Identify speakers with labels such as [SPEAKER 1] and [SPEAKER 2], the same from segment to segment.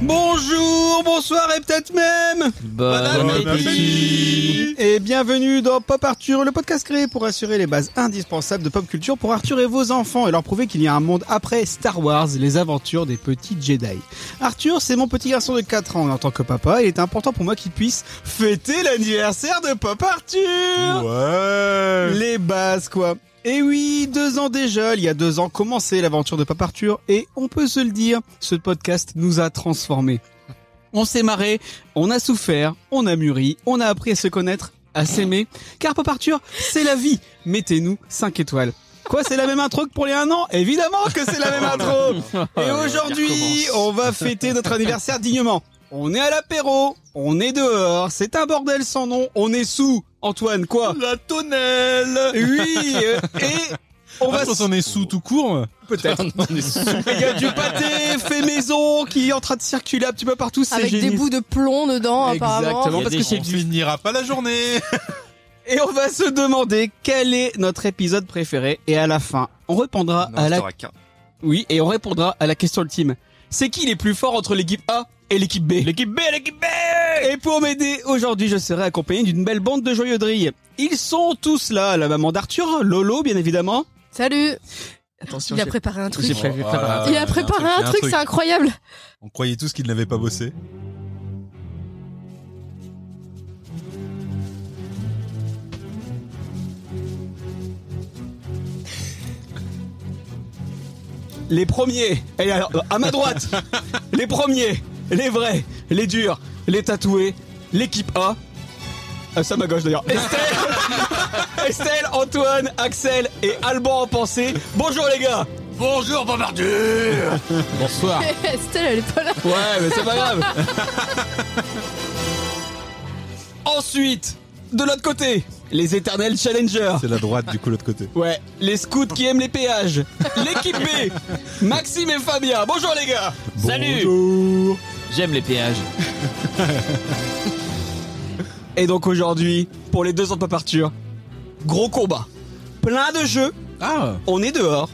[SPEAKER 1] Bonjour, bonsoir et peut-être même
[SPEAKER 2] Bon appétit
[SPEAKER 1] Et bienvenue dans Pop Arthur, le podcast créé pour assurer les bases indispensables de pop culture pour Arthur et vos enfants et leur prouver qu'il y a un monde après Star Wars, les aventures des petits Jedi. Arthur, c'est mon petit garçon de 4 ans et en tant que papa, il est important pour moi qu'il puisse fêter l'anniversaire de Pop Arthur
[SPEAKER 2] Ouais
[SPEAKER 1] Les bases, quoi. Et oui, deux ans déjà, il y a deux ans, commençait l'aventure de Papa Arthur, et on peut se le dire, ce podcast nous a transformés. On s'est marré, on a souffert, on a mûri, on a appris à se connaître, à s'aimer, car Papa Arthur, c'est la vie. Mettez-nous 5 étoiles. Quoi, c'est la même intro que pour les 1 an Évidemment que c'est la même intro Et aujourd'hui, on va fêter notre anniversaire dignement. On est à l'apéro, on est dehors, c'est un bordel sans nom, on est sous. Antoine, quoi
[SPEAKER 2] La tonnelle
[SPEAKER 1] oui, euh, et on va
[SPEAKER 2] on est sous tout court
[SPEAKER 1] peut-être. Il y a du pâté fait maison qui est en train de circuler un petit peu partout. C'est
[SPEAKER 3] Avec
[SPEAKER 1] génial.
[SPEAKER 3] des bouts de plomb dedans, apparemment.
[SPEAKER 1] Exactement, parce que c'est
[SPEAKER 2] On finira pas la journée
[SPEAKER 1] Et on va se demander quel est notre épisode préféré. Et à la fin, on répondra à la oui, et on répondra à la question ultime. C'est qui les plus forts entre l'équipe A et l'équipe B L'équipe B, l'équipe B Et pour m'aider, aujourd'hui, je serai accompagné d'une belle bande de joyeux drilles. Ils sont tous là, la maman d'Arthur, Lolo, bien évidemment.
[SPEAKER 3] Salut
[SPEAKER 1] Attention,
[SPEAKER 3] Il a préparé un truc.
[SPEAKER 1] J'ai prévu
[SPEAKER 2] Oh,
[SPEAKER 1] préparer.
[SPEAKER 2] voilà.
[SPEAKER 3] Il a préparé un truc, c'est incroyable
[SPEAKER 2] On croyait tous qu'il n'avait pas bossé.
[SPEAKER 1] Les premiers, et alors, à ma droite, les premiers, les vrais, les durs, les tatoués, l'équipe A. Ah, ça à ma gauche d'ailleurs. Estelle, Estelle, Antoine, Axel et Alban en pensée. Bonjour les gars
[SPEAKER 4] Bonjour Bombardier
[SPEAKER 1] Bonsoir
[SPEAKER 3] Estelle, elle est pas là
[SPEAKER 1] Ouais, mais c'est pas grave Ensuite, de l'autre côté, les éternels challengers.
[SPEAKER 2] C'est la droite du coup l'autre côté.
[SPEAKER 1] Ouais, les scouts qui aiment les péages. L'équipe B, Maxime et Fabien. Bonjour les gars
[SPEAKER 4] Salut
[SPEAKER 1] Bonjour
[SPEAKER 4] J'aime les péages.
[SPEAKER 1] Et donc aujourd'hui, pour les deux ans de parture, gros combat. Plein de jeux,
[SPEAKER 2] Ah
[SPEAKER 1] on est dehors,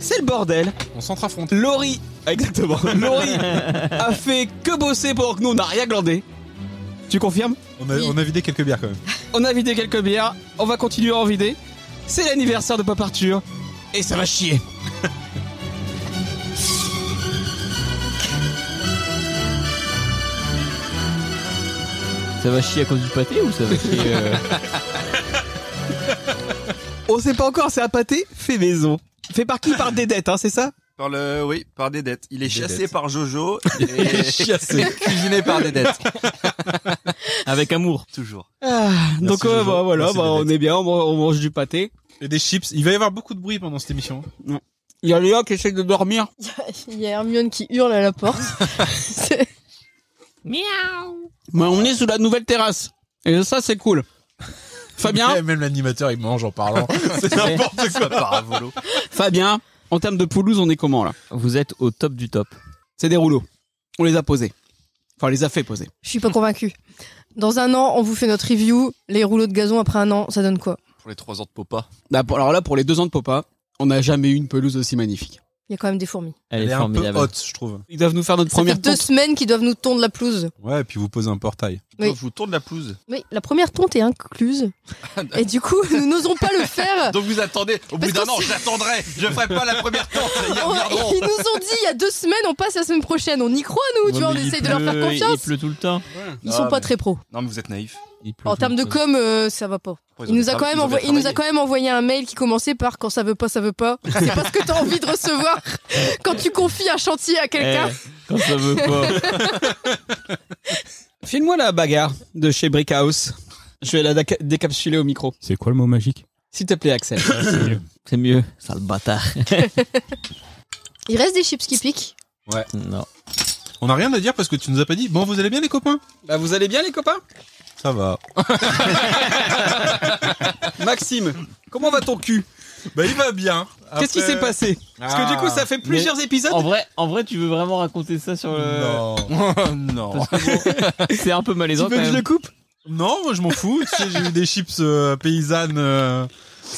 [SPEAKER 1] c'est le bordel.
[SPEAKER 2] On s'entre-affronte.
[SPEAKER 1] Laurie, exactement, Laurie a fait que bosser pendant que nous on n'a rien glandé. Tu confirmes
[SPEAKER 2] On a, on a vidé quelques bières quand même.
[SPEAKER 1] On a vidé quelques bières, on va continuer à en vider. C'est l'anniversaire de Pop Arthur, et ça va chier.
[SPEAKER 4] Ça va chier à cause du pâté ou ça va chier euh,
[SPEAKER 1] On sait pas encore, c'est un pâté fait maison. Fait par qui Par des dettes, hein, c'est ça
[SPEAKER 5] Par le, oui, par des dettes. Il est chassé
[SPEAKER 2] dettes.
[SPEAKER 5] par Jojo et chassé. cuisiné par des dettes.
[SPEAKER 4] avec amour
[SPEAKER 5] Toujours.
[SPEAKER 1] Ah, Donc euh,
[SPEAKER 2] Jojo.
[SPEAKER 1] bah, voilà,
[SPEAKER 2] Merci,
[SPEAKER 1] bah,
[SPEAKER 2] Dedettes.
[SPEAKER 1] on est bien, on man- on mange du pâté.
[SPEAKER 2] Et des chips. Il va y avoir beaucoup de bruit pendant cette émission.
[SPEAKER 1] Il y a Léa qui essaie de dormir.
[SPEAKER 3] Il y a Hermione qui hurle à la porte. C'est-
[SPEAKER 1] Mais on est sous la nouvelle terrasse. Et ça, c'est cool. Fabien,
[SPEAKER 2] Même l'animateur il mange en parlant. C'est n'importe quoi
[SPEAKER 5] Par un Ah, volo.
[SPEAKER 1] Fabien, en termes de pelouse, on est comment là
[SPEAKER 4] Vous êtes au top du top.
[SPEAKER 1] C'est des rouleaux. On les a posés. Enfin, on les a fait poser.
[SPEAKER 3] Je suis pas convaincue. Dans un an, on vous fait notre review. Les rouleaux de gazon après un an, ça donne quoi
[SPEAKER 5] Pour les trois ans de Popa.
[SPEAKER 1] Là, pour- Alors là, pour les deux ans de Popa, on n'a jamais eu une pelouse aussi magnifique.
[SPEAKER 3] Il y a quand même des fourmis.
[SPEAKER 4] Elle,
[SPEAKER 2] Elle est
[SPEAKER 4] est
[SPEAKER 2] un peu
[SPEAKER 4] formidable.
[SPEAKER 2] haute je trouve.
[SPEAKER 1] Ils doivent nous faire notre
[SPEAKER 3] Ça fait
[SPEAKER 1] première
[SPEAKER 3] deux
[SPEAKER 1] tente.
[SPEAKER 3] semaines qu'ils doivent nous tondre la pelouse.
[SPEAKER 2] Ouais, et puis vous posez un portail.
[SPEAKER 3] Oui.
[SPEAKER 5] Donc, je vous tourne la pelouse.
[SPEAKER 3] Oui, la première tonte est incluse. Et du coup, nous n'osons pas le faire.
[SPEAKER 5] Donc vous attendez. Au
[SPEAKER 3] Ah. Parce
[SPEAKER 5] bout d'un
[SPEAKER 3] qu'on
[SPEAKER 5] an,
[SPEAKER 3] sait-
[SPEAKER 5] j'attendrai. Je ferai pas la première tente. Ils
[SPEAKER 3] On-
[SPEAKER 5] reviendront.
[SPEAKER 3] ils nous ont dit il y a deux semaines, on passe la semaine prochaine. On y croit, nous, tu vois, on
[SPEAKER 4] Ouais, mais il
[SPEAKER 3] essaye de leur faire
[SPEAKER 4] pleut, Il
[SPEAKER 3] confiance.
[SPEAKER 4] pleut tout le temps.
[SPEAKER 3] Ils sont
[SPEAKER 5] Ah,
[SPEAKER 3] pas
[SPEAKER 5] mais-
[SPEAKER 3] très pros.
[SPEAKER 5] Non, mais vous êtes naïf.
[SPEAKER 4] Il pleut
[SPEAKER 3] En
[SPEAKER 4] tout
[SPEAKER 3] termes de
[SPEAKER 4] le temps.
[SPEAKER 3] com, euh, ça va pas. Il nous, a quand même envoyé, il nous a quand même envoyé un mail qui commençait par quand ça veut pas, ça veut pas. C'est pas ce que t'as envie de recevoir quand tu confies un chantier à quelqu'un.
[SPEAKER 4] Eh, Quand ça veut pas.
[SPEAKER 1] File-moi la bagarre de chez Brickhouse. Je vais la déca- décapsuler au micro.
[SPEAKER 6] C'est quoi le mot magique
[SPEAKER 1] S'il te plaît, Axel.
[SPEAKER 4] C'est mieux. Sale bâtard.
[SPEAKER 3] Eh. Il reste des chips qui piquent.
[SPEAKER 4] Non.
[SPEAKER 2] On a rien à dire parce que tu nous as pas dit bon vous allez bien les copains
[SPEAKER 1] bah, vous allez bien, les copains
[SPEAKER 2] Ça va.
[SPEAKER 1] Maxime, comment va ton cul
[SPEAKER 2] Bah il va bien.
[SPEAKER 1] Qu'est-ce qui
[SPEAKER 2] Après-
[SPEAKER 1] s'est passé Parce que du coup, ça fait plusieurs épisodes.
[SPEAKER 4] En vrai, en vrai, tu veux vraiment raconter ça sur le.
[SPEAKER 2] Non. Euh, non.
[SPEAKER 4] C'est un peu malaisant
[SPEAKER 1] Tu
[SPEAKER 4] quand
[SPEAKER 1] veux que je
[SPEAKER 4] même.
[SPEAKER 1] le coupe
[SPEAKER 2] Non, moi je m'en fous. Tu sais, j'ai eu des chips euh, paysannes euh,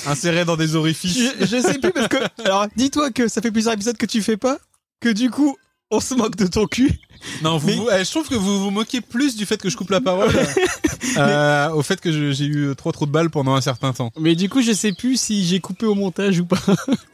[SPEAKER 2] insérées dans des
[SPEAKER 1] je,
[SPEAKER 2] orifices.
[SPEAKER 1] je sais plus parce que. Alors, dis-toi que ça fait plusieurs épisodes que tu fais pas, que du coup, on se moque de ton cul.
[SPEAKER 2] Non, vous,
[SPEAKER 1] Mais-
[SPEAKER 2] vous- eh, je trouve que vous vous moquez plus du fait que je coupe la parole euh, au fait que je- j'ai eu trop trop de balles pendant un certain temps.
[SPEAKER 1] Mais du coup, je sais plus si j'ai coupé au montage ou pas.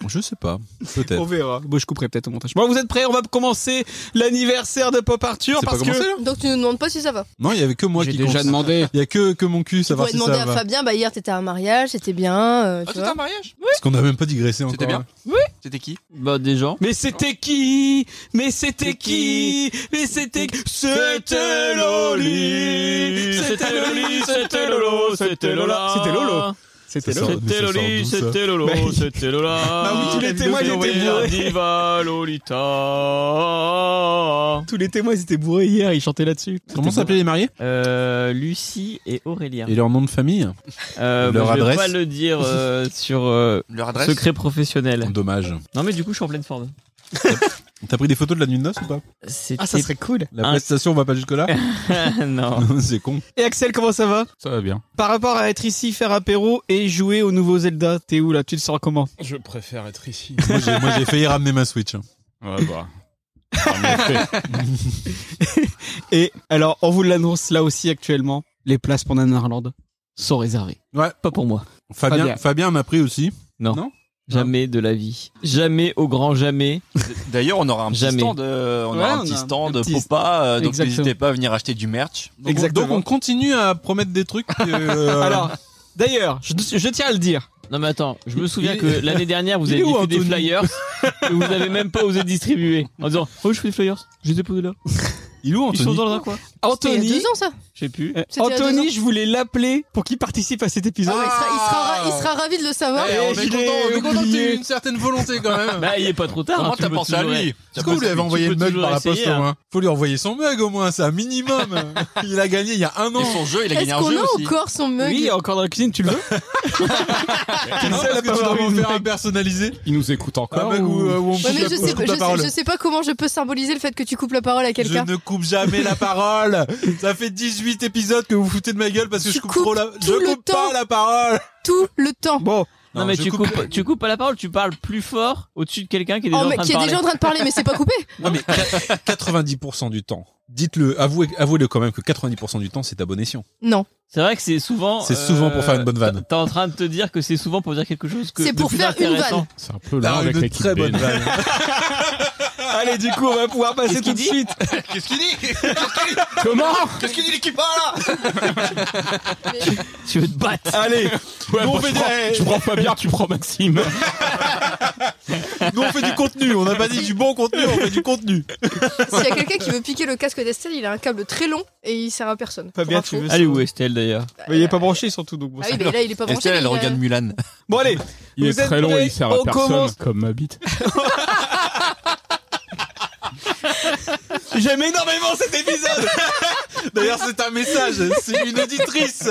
[SPEAKER 2] Je sais pas, peut-être.
[SPEAKER 1] On verra. Bon, je couperai peut-être au montage. Bon, vous êtes prêts On va commencer l'anniversaire de Pop Arthur
[SPEAKER 2] C'est pas
[SPEAKER 1] parce que
[SPEAKER 2] commencé, là
[SPEAKER 3] Euh, Donc tu ne demandes pas si ça va.
[SPEAKER 2] Non, il y avait que moi
[SPEAKER 1] j'ai
[SPEAKER 2] qui
[SPEAKER 1] déjà
[SPEAKER 2] compte.
[SPEAKER 1] demandé.
[SPEAKER 2] Il y a que que mon cul
[SPEAKER 3] Tu
[SPEAKER 2] savoir
[SPEAKER 3] pourrais
[SPEAKER 2] si
[SPEAKER 3] demander
[SPEAKER 2] ça
[SPEAKER 3] à
[SPEAKER 2] va.
[SPEAKER 3] Fabien, bah hier t'étais à un mariage, c'était bien. euh, tu
[SPEAKER 5] c'était
[SPEAKER 3] vois.
[SPEAKER 5] Ah, un mariage
[SPEAKER 2] Parce qu'on n'a même pas digressé encore. hein.
[SPEAKER 5] C'était bien C'était qui
[SPEAKER 4] Bah, des gens.
[SPEAKER 1] Mais c'était qui Mais c'était
[SPEAKER 5] C'est
[SPEAKER 1] qui
[SPEAKER 5] qui
[SPEAKER 1] Mais c'était C'était Loli C'était Loli, c'était Lolo, c'était Lola C'était Lolo C'était
[SPEAKER 2] Ça sort- mais ça sort d'où, ça
[SPEAKER 4] Lolo,
[SPEAKER 1] Mais-
[SPEAKER 4] c'était Lola.
[SPEAKER 1] Bah oui, tous les témoins, ils étaient bourrés.
[SPEAKER 4] Diva Lolita.
[SPEAKER 1] Tous les témoins, ils étaient bourrés hier, ils chantaient là-dessus.
[SPEAKER 2] Comment s'appelaient les mariés
[SPEAKER 4] Euh, Lucie et Aurélien.
[SPEAKER 2] Et leur nom de famille
[SPEAKER 4] Euh,
[SPEAKER 2] Leur
[SPEAKER 4] bah, je vais
[SPEAKER 2] adresse
[SPEAKER 4] pas le dire euh, sur euh,
[SPEAKER 5] Leur adresse
[SPEAKER 4] secret professionnel.
[SPEAKER 2] Dommage.
[SPEAKER 4] Non mais du coup je suis en pleine forme.
[SPEAKER 2] T'as pris des photos de la nuit de noces ou pas
[SPEAKER 4] C'était
[SPEAKER 1] Ah, ça serait cool
[SPEAKER 2] La
[SPEAKER 4] Un-
[SPEAKER 2] prestation va pas jusque là
[SPEAKER 4] non.
[SPEAKER 2] C'est con.
[SPEAKER 1] Et Axel, comment ça va
[SPEAKER 2] Ça va bien.
[SPEAKER 1] Par rapport à être ici, faire apéro et jouer au nouveau Zelda, t'es où là Tu te sens comment
[SPEAKER 6] Je préfère être ici.
[SPEAKER 2] Moi j'ai- moi, j'ai failli ramener ma Switch. hein.
[SPEAKER 6] Ouais, bah. En effet.
[SPEAKER 1] Et alors, on vous l'annonce là aussi actuellement, les places pour Nanarland sont réservées.
[SPEAKER 2] Ouais.
[SPEAKER 4] Pas pour moi.
[SPEAKER 2] Fabien,
[SPEAKER 1] Fabien.
[SPEAKER 2] Fabien m'a pris aussi.
[SPEAKER 4] Jamais de la vie. Jamais au grand jamais.
[SPEAKER 5] D'ailleurs, on aura un petit
[SPEAKER 4] Jamais.
[SPEAKER 5] stand, euh, on
[SPEAKER 1] Ouais,
[SPEAKER 5] aura
[SPEAKER 1] on
[SPEAKER 5] un petit
[SPEAKER 1] a un
[SPEAKER 5] stand
[SPEAKER 1] petit-
[SPEAKER 5] Popa, euh, donc
[SPEAKER 1] Exactement.
[SPEAKER 5] n'hésitez pas à venir acheter du merch.
[SPEAKER 2] Donc, on-
[SPEAKER 1] Exactement.
[SPEAKER 2] donc on continue à promettre des trucs. euh,
[SPEAKER 1] Alors, d'ailleurs, je, je tiens à le dire,
[SPEAKER 4] Non mais attends, je me souviens
[SPEAKER 1] Il-
[SPEAKER 4] que l'année dernière vous
[SPEAKER 1] Il est
[SPEAKER 4] avez
[SPEAKER 1] où,
[SPEAKER 4] fait des
[SPEAKER 1] Anthony
[SPEAKER 4] flyers que vous avez même pas osé distribuer en disant "Oh, je fais des flyers, je les ai posés là."
[SPEAKER 2] il est où
[SPEAKER 4] Ils sont
[SPEAKER 2] Anthony
[SPEAKER 4] dans le rang quoi
[SPEAKER 3] C'était Il y a
[SPEAKER 1] Anthony,
[SPEAKER 3] deux ans ça.
[SPEAKER 4] Je sais plus.
[SPEAKER 1] Euh,
[SPEAKER 3] C'était il y a deux Ah,
[SPEAKER 1] Anthony, je voulais l'appeler pour qu'il participe à cet épisode.
[SPEAKER 3] Il sera, il sera ra- il sera ravi de le savoir.
[SPEAKER 1] Eh, on est je content, on est l'ai content que t'aies eu oublié.
[SPEAKER 2] une certaine volonté quand même.
[SPEAKER 4] Bah, il est pas trop tard.
[SPEAKER 5] Comment
[SPEAKER 4] hein, tu
[SPEAKER 5] t'as
[SPEAKER 4] peux
[SPEAKER 5] pensé à
[SPEAKER 4] toujours-
[SPEAKER 5] lui
[SPEAKER 2] Est-ce que vous lui
[SPEAKER 4] Tu
[SPEAKER 2] avez
[SPEAKER 4] peux
[SPEAKER 2] envoyé le mug
[SPEAKER 4] toujours
[SPEAKER 2] par la
[SPEAKER 4] essayer,
[SPEAKER 2] poste au
[SPEAKER 4] hein.
[SPEAKER 2] moins Faut lui envoyer son mug au moins, c'est un minimum. il a gagné il y a un an.
[SPEAKER 5] Et son jeu, il
[SPEAKER 3] Est-ce
[SPEAKER 5] a gagné un
[SPEAKER 3] qu'on
[SPEAKER 5] jeu
[SPEAKER 3] a
[SPEAKER 5] aussi.
[SPEAKER 3] encore son mug
[SPEAKER 1] Oui, encore dans la cuisine, tu le veux seul
[SPEAKER 2] Non, parce
[SPEAKER 1] à
[SPEAKER 2] que
[SPEAKER 1] pas
[SPEAKER 2] tu dois
[SPEAKER 1] avoir eu
[SPEAKER 2] m'en
[SPEAKER 1] le
[SPEAKER 2] faire un
[SPEAKER 1] mug.
[SPEAKER 2] personnalisé.
[SPEAKER 1] Il nous écoute
[SPEAKER 2] Un mug où, euh, où on coupe
[SPEAKER 3] Ouais, mais
[SPEAKER 2] la-
[SPEAKER 3] je
[SPEAKER 2] on
[SPEAKER 3] sais,
[SPEAKER 2] coupe
[SPEAKER 3] je,
[SPEAKER 2] la parole.
[SPEAKER 3] sais, je sais pas comment je peux symboliser le fait que tu coupes la parole à
[SPEAKER 2] Je
[SPEAKER 3] quelqu'un.
[SPEAKER 2] ne coupe jamais la parole. Ça fait 18 épisodes que vous foutez de ma gueule parce que
[SPEAKER 3] Tu
[SPEAKER 2] je coupe
[SPEAKER 3] coupes
[SPEAKER 2] trop la.
[SPEAKER 3] tout
[SPEAKER 2] Je
[SPEAKER 3] le
[SPEAKER 2] coupe pas
[SPEAKER 3] temps.
[SPEAKER 2] la parole.
[SPEAKER 3] Tout le temps.
[SPEAKER 1] Bon,
[SPEAKER 4] Non,
[SPEAKER 2] Non,
[SPEAKER 4] mais
[SPEAKER 2] je
[SPEAKER 4] tu
[SPEAKER 2] coupe.
[SPEAKER 4] coupes, tu coupes pas la parole, tu parles plus fort au-dessus de quelqu'un qui est déjà
[SPEAKER 3] Oh,
[SPEAKER 4] en
[SPEAKER 3] mais
[SPEAKER 4] train
[SPEAKER 3] qui
[SPEAKER 4] de
[SPEAKER 3] est
[SPEAKER 4] parler.
[SPEAKER 3] déjà en train de parler, mais c'est pas coupé.
[SPEAKER 2] Non mais 90% du temps. Dites-le, avouez, avouez-le quand même que 90% du temps c'est à bon escient.
[SPEAKER 3] Non.
[SPEAKER 4] C'est vrai que c'est souvent. euh,
[SPEAKER 2] C'est souvent pour faire une bonne vanne.
[SPEAKER 4] T'es en train de te dire que c'est souvent pour dire quelque chose que.
[SPEAKER 3] C'est
[SPEAKER 4] de
[SPEAKER 3] pour
[SPEAKER 4] plus
[SPEAKER 3] faire une
[SPEAKER 4] intéressant.
[SPEAKER 3] vanne.
[SPEAKER 6] C'est un peu
[SPEAKER 2] Ah,
[SPEAKER 6] là avec
[SPEAKER 2] une
[SPEAKER 6] l'équipe
[SPEAKER 2] très bonne
[SPEAKER 6] B.
[SPEAKER 2] vanne.
[SPEAKER 1] allez, du coup, on va pouvoir passer tout de suite.
[SPEAKER 5] Qu'est-ce qu'il dit
[SPEAKER 1] Comment
[SPEAKER 5] Qu'est-ce qu'il dit l'équipe Ah, là
[SPEAKER 4] Tu veux te battre.
[SPEAKER 1] Allez,
[SPEAKER 6] Ouais,
[SPEAKER 1] Nous, on
[SPEAKER 6] bon,
[SPEAKER 1] fait
[SPEAKER 6] je, prends, je prends Oh, Fabien, tu prends Maxime.
[SPEAKER 2] Nous on fait du contenu, on n'a pas dit du bon contenu, on fait du contenu.
[SPEAKER 3] S'il y a quelqu'un qui veut piquer le casque d'Estelle, il a un câble très long et il sert à personne.
[SPEAKER 1] Fabien,
[SPEAKER 3] Pour info.
[SPEAKER 1] tu veux-
[SPEAKER 4] Allez, où est Estelle d'ailleurs
[SPEAKER 1] Mais il est pas branché surtout, donc bon.
[SPEAKER 3] Ah
[SPEAKER 1] c'est-
[SPEAKER 3] oui, mais là, il est pas branché.
[SPEAKER 5] Estelle, elle
[SPEAKER 3] mais il a-
[SPEAKER 5] regarde Mulan.
[SPEAKER 1] Bon, allez,
[SPEAKER 6] Il
[SPEAKER 1] Vous
[SPEAKER 6] est
[SPEAKER 1] êtes
[SPEAKER 6] très long,
[SPEAKER 1] prêts
[SPEAKER 6] il sert à
[SPEAKER 1] On
[SPEAKER 6] personne,
[SPEAKER 1] commence.
[SPEAKER 6] comme ma bite.
[SPEAKER 1] j'aime énormément cet épisode.
[SPEAKER 2] D'ailleurs c'est un message, c'est une auditrice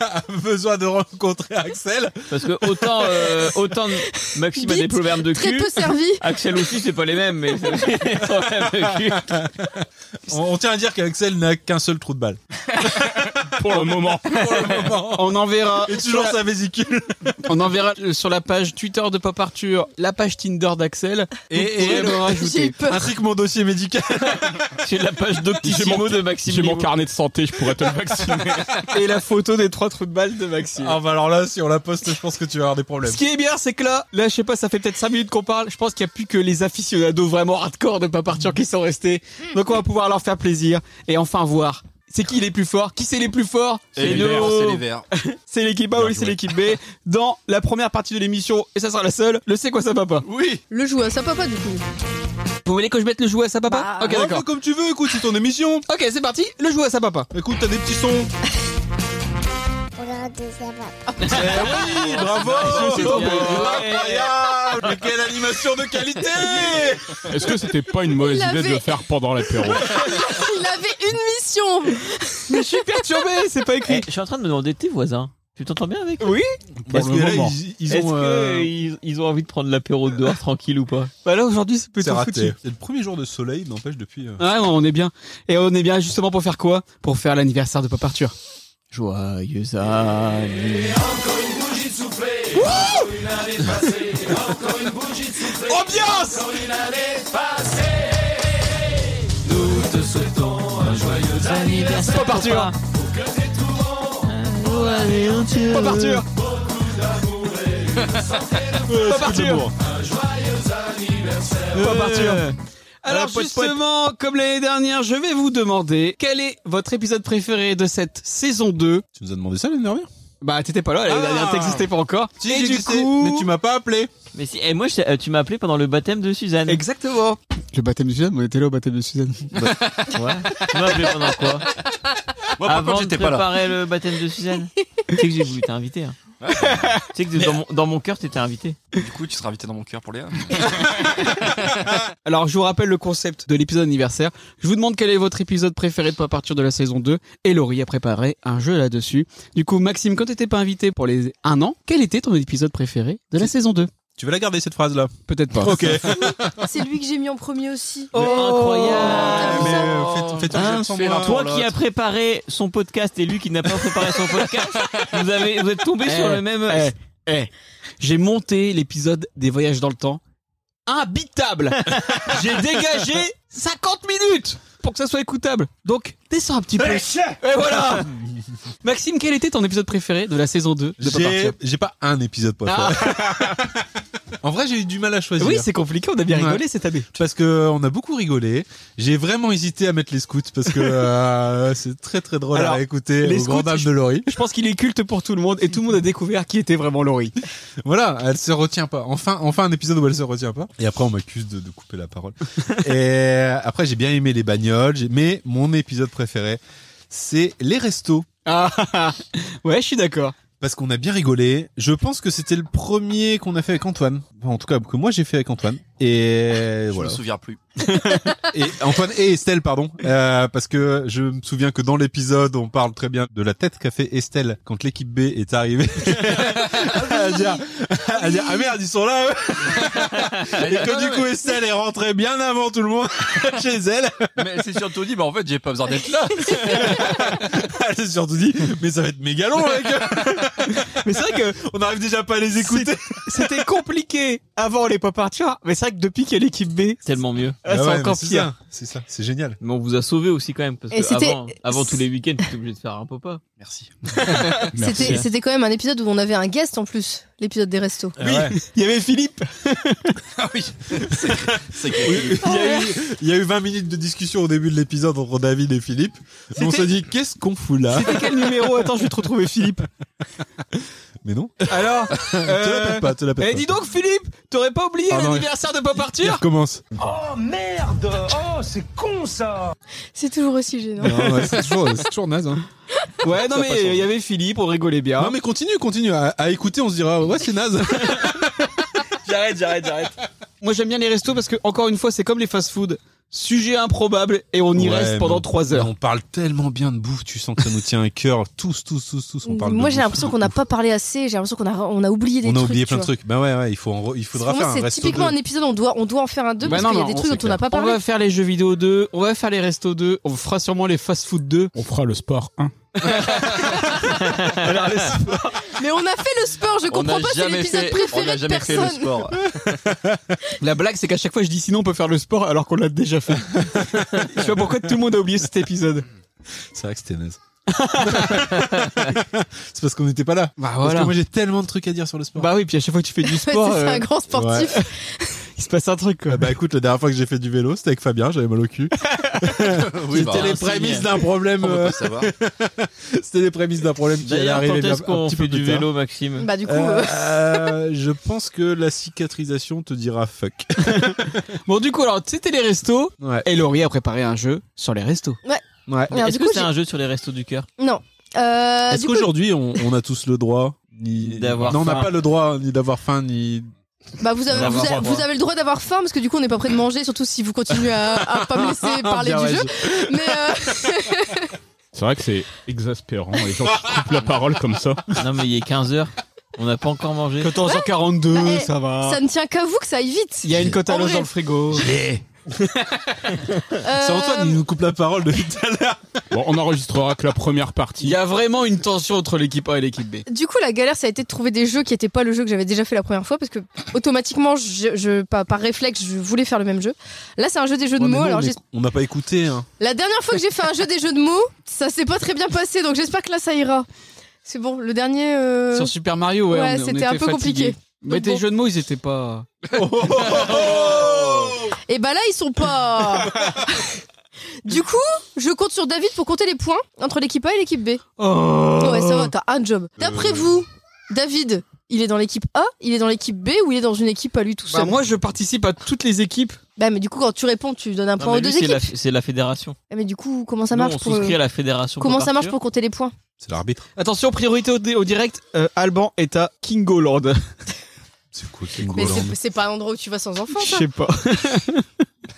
[SPEAKER 2] a besoin de rencontrer Axel.
[SPEAKER 4] Parce que autant, euh, autant de- Maxime a des
[SPEAKER 3] Dites
[SPEAKER 4] proverbes de
[SPEAKER 3] Très
[SPEAKER 4] cul.
[SPEAKER 3] peu servi.
[SPEAKER 4] Axel aussi, c'est pas les mêmes, mais c'est des proverbes de cul.
[SPEAKER 2] On, on tient à dire qu'Axel n'a qu'un seul trou de balle
[SPEAKER 6] Pour le moment.
[SPEAKER 2] pour le moment.
[SPEAKER 1] On enverra,
[SPEAKER 2] Et toujours sa vésicule.
[SPEAKER 1] on enverra euh, sur la page Twitter de Pop Arthur, la page Tinder d'Axel,
[SPEAKER 2] Et, et
[SPEAKER 1] et
[SPEAKER 2] elle-
[SPEAKER 1] le
[SPEAKER 3] J'ai eu
[SPEAKER 1] rajouter.
[SPEAKER 3] peur.
[SPEAKER 2] ainsi que mon dossier médical.
[SPEAKER 4] C'est la page d'Optissimo de Maxime.
[SPEAKER 6] J'ai mon
[SPEAKER 4] Libaud.
[SPEAKER 6] carnet de santé, je pourrais te le vacciner.
[SPEAKER 1] Et la photo des trois trous de balle de Maxime.
[SPEAKER 2] Ah bah alors là si on la poste je pense que tu vas avoir des problèmes.
[SPEAKER 1] Ce qui est bien, c'est que là, là, je sais pas, ça fait peut-être 5 minutes qu'on parle. Je pense qu'il y a plus que les aficionados vraiment hardcore de pas partir qui sont restés.
[SPEAKER 2] Hmm.
[SPEAKER 1] Donc on va pouvoir leur faire plaisir et enfin voir. C'est qui les plus forts Qui c'est les plus forts
[SPEAKER 5] C'est les
[SPEAKER 1] nous.
[SPEAKER 5] verts, c'est les verts.
[SPEAKER 1] C'est l'équipe A ou c'est l'équipe B Dans la première partie de l'émission, et ça sera la seule, le C'est quoi ça papa
[SPEAKER 2] Oui.
[SPEAKER 3] Le joueur, ça papa du coup.
[SPEAKER 1] Vous voulez que je mette le jouet à sa papa
[SPEAKER 3] Bah,
[SPEAKER 1] Ok, d'accord.
[SPEAKER 2] comme tu veux, écoute c'est ton émission.
[SPEAKER 1] Ok, c'est parti, le jouet à sa papa.
[SPEAKER 2] Écoute t'as des petits sons.
[SPEAKER 7] Hola, desde abajo.
[SPEAKER 2] Eh oui, bravo.
[SPEAKER 4] c'est trop bien.
[SPEAKER 2] Incroyable. Mais Quelle animation de qualité.
[SPEAKER 6] Est-ce que c'était pas une mauvaise
[SPEAKER 3] Il
[SPEAKER 6] idée de
[SPEAKER 3] avait-
[SPEAKER 6] le faire pendant l'apéro
[SPEAKER 3] Il avait une mission.
[SPEAKER 1] Mais je suis perturbé, c'est pas
[SPEAKER 4] Eh,
[SPEAKER 1] écrit.
[SPEAKER 4] je suis en train de me demander tes voisins. Tu t'entends bien avec
[SPEAKER 1] Oui
[SPEAKER 2] Parce
[SPEAKER 6] Pour
[SPEAKER 2] que
[SPEAKER 6] le
[SPEAKER 2] là,
[SPEAKER 6] moment.
[SPEAKER 2] ils,
[SPEAKER 4] Est-ce
[SPEAKER 2] ils ont. euh,
[SPEAKER 4] qu'ils ils ont envie de prendre l'apéro dehors tranquille ou pas
[SPEAKER 1] Bah là aujourd'hui c'est
[SPEAKER 2] C'est
[SPEAKER 1] plutôt foutu.
[SPEAKER 2] raté. C'est le premier jour de soleil, n'empêche depuis. euh,
[SPEAKER 1] Ah non, on est bien. Et on est bien justement pour faire quoi Pour faire l'anniversaire de Papa Arthur.
[SPEAKER 4] Joyeux anniversaire.
[SPEAKER 1] Ambiance
[SPEAKER 5] Nous te
[SPEAKER 4] Pas partir. Pas partir.
[SPEAKER 2] Pas partir.
[SPEAKER 4] Pas partir.
[SPEAKER 1] Euh, Alors
[SPEAKER 2] poète,
[SPEAKER 1] justement, comme l'année dernière, je vais vous demander quel est votre épisode préféré de cette saison 2.
[SPEAKER 2] Tu nous as demandé ça l'année dernière
[SPEAKER 1] Bah t'étais pas là, l'année
[SPEAKER 2] Ah.
[SPEAKER 1] dernière t'existais pas encore.
[SPEAKER 2] Si,
[SPEAKER 1] Et
[SPEAKER 2] j'ai
[SPEAKER 1] du
[SPEAKER 2] existé,
[SPEAKER 1] coup-
[SPEAKER 2] mais tu m'as pas appelé.
[SPEAKER 4] Mais si, et moi, je- euh, tu m'as appelé pendant le baptême de Suzanne.
[SPEAKER 1] Exactement.
[SPEAKER 7] Le baptême de Suzanne, on était là au baptême de Suzanne.
[SPEAKER 4] Ouais. Tu m'as appelé pendant quoi
[SPEAKER 5] Moi, par
[SPEAKER 4] Avant
[SPEAKER 5] contre,
[SPEAKER 4] de
[SPEAKER 5] j'étais pas là.
[SPEAKER 4] préparer le baptême de Suzanne. tu sais que j'ai voulu t'inviter. hein. tu sais que dans mon, dans mon cœur, t'étais invité.
[SPEAKER 5] Du coup, tu seras invité dans mon cœur pour Léa.
[SPEAKER 1] Alors je vous rappelle le concept de l'épisode anniversaire. Je vous demande quel est votre épisode préféré de pas partir de la saison 2. Et Laurie a préparé un jeu là-dessus. Du coup Maxime, quand t'étais pas invité pour les un an, quel était ton épisode préféré de la saison 2
[SPEAKER 2] Tu veux la garder cette phrase là
[SPEAKER 1] Peut-être pas.
[SPEAKER 2] Ok. mais
[SPEAKER 3] C'est lui que j'ai mis en premier aussi.
[SPEAKER 1] Oh.
[SPEAKER 4] Incroyable.
[SPEAKER 1] Ah,
[SPEAKER 2] euh, faites- faites
[SPEAKER 4] Hein,
[SPEAKER 2] une sans moi.
[SPEAKER 4] Toi qui a préparé son podcast et lui qui n'a pas préparé son podcast, vous, avez, vous êtes tombé sur le même.
[SPEAKER 1] eh, eh. J'ai monté l'épisode des voyages dans le temps. Imbitable J'ai dégagé 50 minutes pour que ça soit écoutable. Donc, descends un petit peu. Et voilà Maxime, quel était ton épisode préféré de la saison 2 de Pas
[SPEAKER 2] J'ai
[SPEAKER 1] Partir
[SPEAKER 2] j'ai pas un épisode pas
[SPEAKER 1] Ah.
[SPEAKER 2] En vrai, j'ai eu du mal à choisir.
[SPEAKER 1] Oui, c'est compliqué, on a bien
[SPEAKER 2] Ouais.
[SPEAKER 1] rigolé cette année.
[SPEAKER 2] parce que euh, on a beaucoup rigolé. J'ai vraiment hésité à mettre les scouts parce que euh, c'est très très drôle
[SPEAKER 1] Alors,
[SPEAKER 2] à écouter
[SPEAKER 1] les
[SPEAKER 2] au grand
[SPEAKER 1] scouts,
[SPEAKER 2] dame
[SPEAKER 1] je-
[SPEAKER 2] de Laurie.
[SPEAKER 1] Je pense qu'il est culte pour tout le monde et tout le monde a découvert qui était vraiment Laurie.
[SPEAKER 2] Voilà, elle se retient pas. Enfin, enfin un épisode où elle se retient pas. Et après, on m'accuse de, de couper la parole. Et après, j'ai bien aimé les bagnoles, j'ai- mais mon épisode préféré, c'est les restos.
[SPEAKER 1] Ah, ah, ah. ouais, je suis d'accord.
[SPEAKER 2] Parce qu'on a bien rigolé. Je pense que c'était le premier qu'on a fait avec Antoine. Enfin, en tout cas, que moi j'ai fait avec Antoine. Et
[SPEAKER 5] Je
[SPEAKER 2] voilà.
[SPEAKER 5] me souviens plus.
[SPEAKER 2] Et Antoine et Estelle, pardon, Euh, parce que je me souviens que dans l'épisode, on parle très bien de la tête qu'a fait Estelle quand l'équipe B est arrivée.
[SPEAKER 1] Ah
[SPEAKER 2] à dire, à dire, ah merde, ils sont là. Eux. Et
[SPEAKER 1] ah
[SPEAKER 2] que du coup, Estelle est rentrée bien avant tout le monde chez elle.
[SPEAKER 5] Mais elle s'est surtout dit, bah en fait, j'ai pas besoin d'être là.
[SPEAKER 2] Elle s'est surtout dit, mais ça va être méga long, mec.
[SPEAKER 1] Mais c'est vrai que
[SPEAKER 2] On n'arrive déjà pas à les écouter.
[SPEAKER 1] c'était compliqué avant les Pas Partir, mais c'est vrai que depuis qu'il y a l'équipe B,
[SPEAKER 4] Tellement mieux.
[SPEAKER 1] ah, c'est
[SPEAKER 2] Bah ouais, mais
[SPEAKER 1] encore pire.
[SPEAKER 2] ça, C'est ça, c'est génial.
[SPEAKER 4] Mais on vous a sauvé aussi quand même. Parce
[SPEAKER 3] Et
[SPEAKER 4] que
[SPEAKER 3] c'était-
[SPEAKER 4] avant, avant tous les week-ends, t'étais obligé de faire un pop-up.
[SPEAKER 5] Merci.
[SPEAKER 3] C'était
[SPEAKER 4] Merci.
[SPEAKER 3] c'était quand même un épisode où on avait un guest en plus, l'épisode des restos.
[SPEAKER 2] Ah
[SPEAKER 1] Oui, il y avait Philippe.
[SPEAKER 5] Ah oui. C'est que-
[SPEAKER 2] Il y, a eu, il y a eu 20 minutes de discussion au début de l'épisode entre David et Philippe. Et On
[SPEAKER 1] C'était-
[SPEAKER 2] s'est dit, qu'est-ce qu'on fout là
[SPEAKER 1] C'était quel numéro Attends, je vais te retrouver Philippe.
[SPEAKER 2] Mais non,
[SPEAKER 1] Alors,
[SPEAKER 2] te la
[SPEAKER 1] euh,
[SPEAKER 2] pète pas, te la pète
[SPEAKER 1] eh,
[SPEAKER 2] pas.
[SPEAKER 1] dis donc Philippe, t'aurais pas oublié
[SPEAKER 2] Ah non,
[SPEAKER 1] l'anniversaire de Pas
[SPEAKER 2] Il
[SPEAKER 1] Partir
[SPEAKER 2] recommence.
[SPEAKER 3] C'est toujours aussi gênant.
[SPEAKER 7] Non, ouais, c'est toujours, c'est toujours naze. Hein.
[SPEAKER 1] Ouais, non
[SPEAKER 2] Ça a pas
[SPEAKER 1] mais
[SPEAKER 2] changé.
[SPEAKER 1] il y avait Philippe, on rigolait bien.
[SPEAKER 2] Non mais continue, continue. À, à écouter, on se dira ouais c'est naze.
[SPEAKER 4] J'arrête, j'arrête, j'arrête.
[SPEAKER 1] Moi j'aime bien les restos parce que encore une fois, c'est comme les fast-food, sujet improbable et on y
[SPEAKER 2] Ouais,
[SPEAKER 1] reste pendant
[SPEAKER 2] mais-
[SPEAKER 1] 3 heures.
[SPEAKER 2] on parle tellement bien de bouffe, tu sens que ça nous tient à cœur. Tous, tous, tous, tous, on parle.
[SPEAKER 3] Moi
[SPEAKER 2] de
[SPEAKER 3] j'ai l'impression qu'on n'a pas parlé assez, j'ai l'impression qu'on a, on a oublié des
[SPEAKER 2] On a
[SPEAKER 3] trucs.
[SPEAKER 2] oublié
[SPEAKER 3] tu
[SPEAKER 2] plein de
[SPEAKER 3] vois.
[SPEAKER 2] trucs. Bah ouais, ouais, il faut, en re- il faudra
[SPEAKER 3] Pour moi,
[SPEAKER 2] faire hein, un
[SPEAKER 3] c'est
[SPEAKER 2] resto.
[SPEAKER 3] typiquement
[SPEAKER 2] deux.
[SPEAKER 3] un épisode, on doit, on doit en faire un deux
[SPEAKER 1] Bah
[SPEAKER 3] parce
[SPEAKER 1] non,
[SPEAKER 3] qu'il y a
[SPEAKER 1] mais
[SPEAKER 3] des
[SPEAKER 1] on-
[SPEAKER 3] trucs
[SPEAKER 1] c'est
[SPEAKER 3] dont on n'a pas
[SPEAKER 1] On
[SPEAKER 3] parlé.
[SPEAKER 1] va faire les jeux vidéo 2, on va faire les restos 2, on fera sûrement les fast-food 2.
[SPEAKER 6] On fera le sport 1.
[SPEAKER 3] Mais on a fait le sport, je
[SPEAKER 5] On
[SPEAKER 3] comprends
[SPEAKER 5] n'a
[SPEAKER 3] pas, c'est
[SPEAKER 5] jamais
[SPEAKER 3] l'épisode
[SPEAKER 5] fait, on
[SPEAKER 3] préféré
[SPEAKER 5] n'a
[SPEAKER 3] de
[SPEAKER 5] jamais fait le
[SPEAKER 3] personne.
[SPEAKER 5] sport.
[SPEAKER 1] La blague c'est qu'à chaque fois je dis sinon on peut faire le sport alors qu'on l'a déjà fait. Je sais pas pourquoi tout le monde a oublié cet épisode.
[SPEAKER 2] C'est vrai que c'était naze. c'est parce qu'on n'était pas là.
[SPEAKER 1] Bah
[SPEAKER 2] Parce que moi j'ai tellement de trucs à dire sur le sport.
[SPEAKER 1] Bah oui, puis à chaque fois que tu fais du
[SPEAKER 3] Ouais,
[SPEAKER 1] sport,
[SPEAKER 3] c'est
[SPEAKER 1] euh,
[SPEAKER 3] un grand sportif.
[SPEAKER 1] il se passe un truc quoi.
[SPEAKER 2] Ah bah écoute, la dernière fois que j'ai fait du vélo, c'était avec Fabien, j'avais mal au cul.
[SPEAKER 5] Oui, bah,
[SPEAKER 2] c'était les
[SPEAKER 5] un
[SPEAKER 2] prémices
[SPEAKER 5] signe.
[SPEAKER 2] d'un problème.
[SPEAKER 5] On peut
[SPEAKER 2] euh,
[SPEAKER 5] pas savoir.
[SPEAKER 2] c'était les prémices d'un problème qui allait
[SPEAKER 4] D'ailleurs, quand
[SPEAKER 2] arriver bien-
[SPEAKER 4] est-ce
[SPEAKER 2] un
[SPEAKER 4] qu'on
[SPEAKER 2] petit peu
[SPEAKER 4] fait du
[SPEAKER 2] plus tard.
[SPEAKER 4] vélo, Maxime
[SPEAKER 3] Bah du coup,
[SPEAKER 2] Euh,
[SPEAKER 3] euh,
[SPEAKER 2] euh, je pense que la cicatrisation te dira fuck.
[SPEAKER 1] Bon, du coup, alors, c'était les restos.
[SPEAKER 2] Ouais.
[SPEAKER 1] Et Laurie a préparé un jeu sur les restos.
[SPEAKER 2] Ouais.
[SPEAKER 3] alors, du
[SPEAKER 4] Est-ce que
[SPEAKER 3] coup,
[SPEAKER 4] c'est un jeu sur les restos du cœur
[SPEAKER 3] j'ai- non.
[SPEAKER 2] Est-ce
[SPEAKER 3] Euh, Bah, du coup,
[SPEAKER 2] qu'aujourd'hui on, on a tous le droit ni
[SPEAKER 4] D'avoir
[SPEAKER 2] Non, on n'a
[SPEAKER 4] faim.
[SPEAKER 2] pas le droit ni d'avoir faim ni.
[SPEAKER 3] bah vous avez, vous,
[SPEAKER 4] D'avoir
[SPEAKER 3] avez,
[SPEAKER 4] faim, quoi.
[SPEAKER 3] vous avez le droit d'avoir faim parce que du coup on n'est pas prêt de manger, surtout si vous continuez à, à pas me laisser parler
[SPEAKER 2] Bien
[SPEAKER 3] du jeu.
[SPEAKER 2] raison.
[SPEAKER 3] Mais euh,
[SPEAKER 6] C'est vrai que c'est exaspérant, les gens qui coupent la parole comme ça.
[SPEAKER 4] Non, mais il est 15h. On n'a pas encore mangé.
[SPEAKER 1] 14h42,
[SPEAKER 3] Ouais.
[SPEAKER 1] ça va.
[SPEAKER 3] ça ne tient qu'à vous que ça aille vite.
[SPEAKER 1] Ah. Il y a une cote à
[SPEAKER 3] Bah, eh, En
[SPEAKER 1] l'os
[SPEAKER 3] vrai.
[SPEAKER 1] dans le frigo.
[SPEAKER 2] C'est
[SPEAKER 3] Euh,
[SPEAKER 2] Antoine, il nous coupe la parole depuis tout à l'heure.
[SPEAKER 6] Bon, on enregistrera que la première
[SPEAKER 1] Il
[SPEAKER 6] partie.
[SPEAKER 1] y a vraiment une tension entre l'équipe A et l'équipe B.
[SPEAKER 3] Du coup, la galère, ça a été de trouver des jeux qui n'étaient pas le jeu que j'avais déjà fait la première fois, parce que automatiquement, je, je- par, par réflexe, je voulais faire le même jeu. Là, c'est un jeu des jeux de
[SPEAKER 2] Ouais, mais
[SPEAKER 3] mots.
[SPEAKER 2] non,
[SPEAKER 3] alors,
[SPEAKER 2] mais
[SPEAKER 3] j'es-
[SPEAKER 2] on n'a pas écouté. Hein.
[SPEAKER 3] la dernière fois que j'ai fait un jeu des jeux de mots, ça s'est pas très bien passé, donc j'espère que là, ça ira. C'est bon, le dernier. euh,
[SPEAKER 1] Sur Super Mario, ouais,
[SPEAKER 3] ouais,
[SPEAKER 1] on- on
[SPEAKER 3] c'était un
[SPEAKER 1] était
[SPEAKER 3] peu
[SPEAKER 1] fatigués.
[SPEAKER 3] compliqué.
[SPEAKER 1] Mais
[SPEAKER 3] Donc
[SPEAKER 1] tes
[SPEAKER 3] bon.
[SPEAKER 1] jeux de mots, ils étaient pas.
[SPEAKER 3] Et bah là, ils sont pas. du coup, je compte sur David pour compter les points entre l'équipe A et l'équipe B.
[SPEAKER 6] Oh.
[SPEAKER 3] Oh, Ouais, ça
[SPEAKER 4] Euh.
[SPEAKER 1] Bah,
[SPEAKER 3] va, t'as un job. D'après vous, David, il est dans l'équipe A, il est dans l'équipe B ou il est dans une équipe à lui tout
[SPEAKER 1] Bah,
[SPEAKER 3] seul
[SPEAKER 1] moi, je participe à toutes les équipes.
[SPEAKER 3] Bah, mais du coup, quand tu réponds, tu donnes un
[SPEAKER 4] Non,
[SPEAKER 3] point
[SPEAKER 4] mais
[SPEAKER 3] aux deux
[SPEAKER 4] lui, c'est
[SPEAKER 3] équipes.
[SPEAKER 4] la, c'est la fédération.
[SPEAKER 3] Eh, Mais du coup, comment ça
[SPEAKER 4] Nous,
[SPEAKER 3] marche
[SPEAKER 4] on
[SPEAKER 3] pour
[SPEAKER 4] souscrit à la hein. fédération.
[SPEAKER 3] comment
[SPEAKER 4] pour
[SPEAKER 3] ça marche
[SPEAKER 4] partir.
[SPEAKER 3] pour compter les points
[SPEAKER 2] C'est l'arbitre.
[SPEAKER 1] Attention, priorité au, dé- au direct. euh, Alban est à Kingoland.
[SPEAKER 2] C'est cool, c'est cool.
[SPEAKER 3] Mais c'est- c'est pas un endroit où tu vas sans enfant.
[SPEAKER 1] Je
[SPEAKER 3] ça.
[SPEAKER 1] sais pas.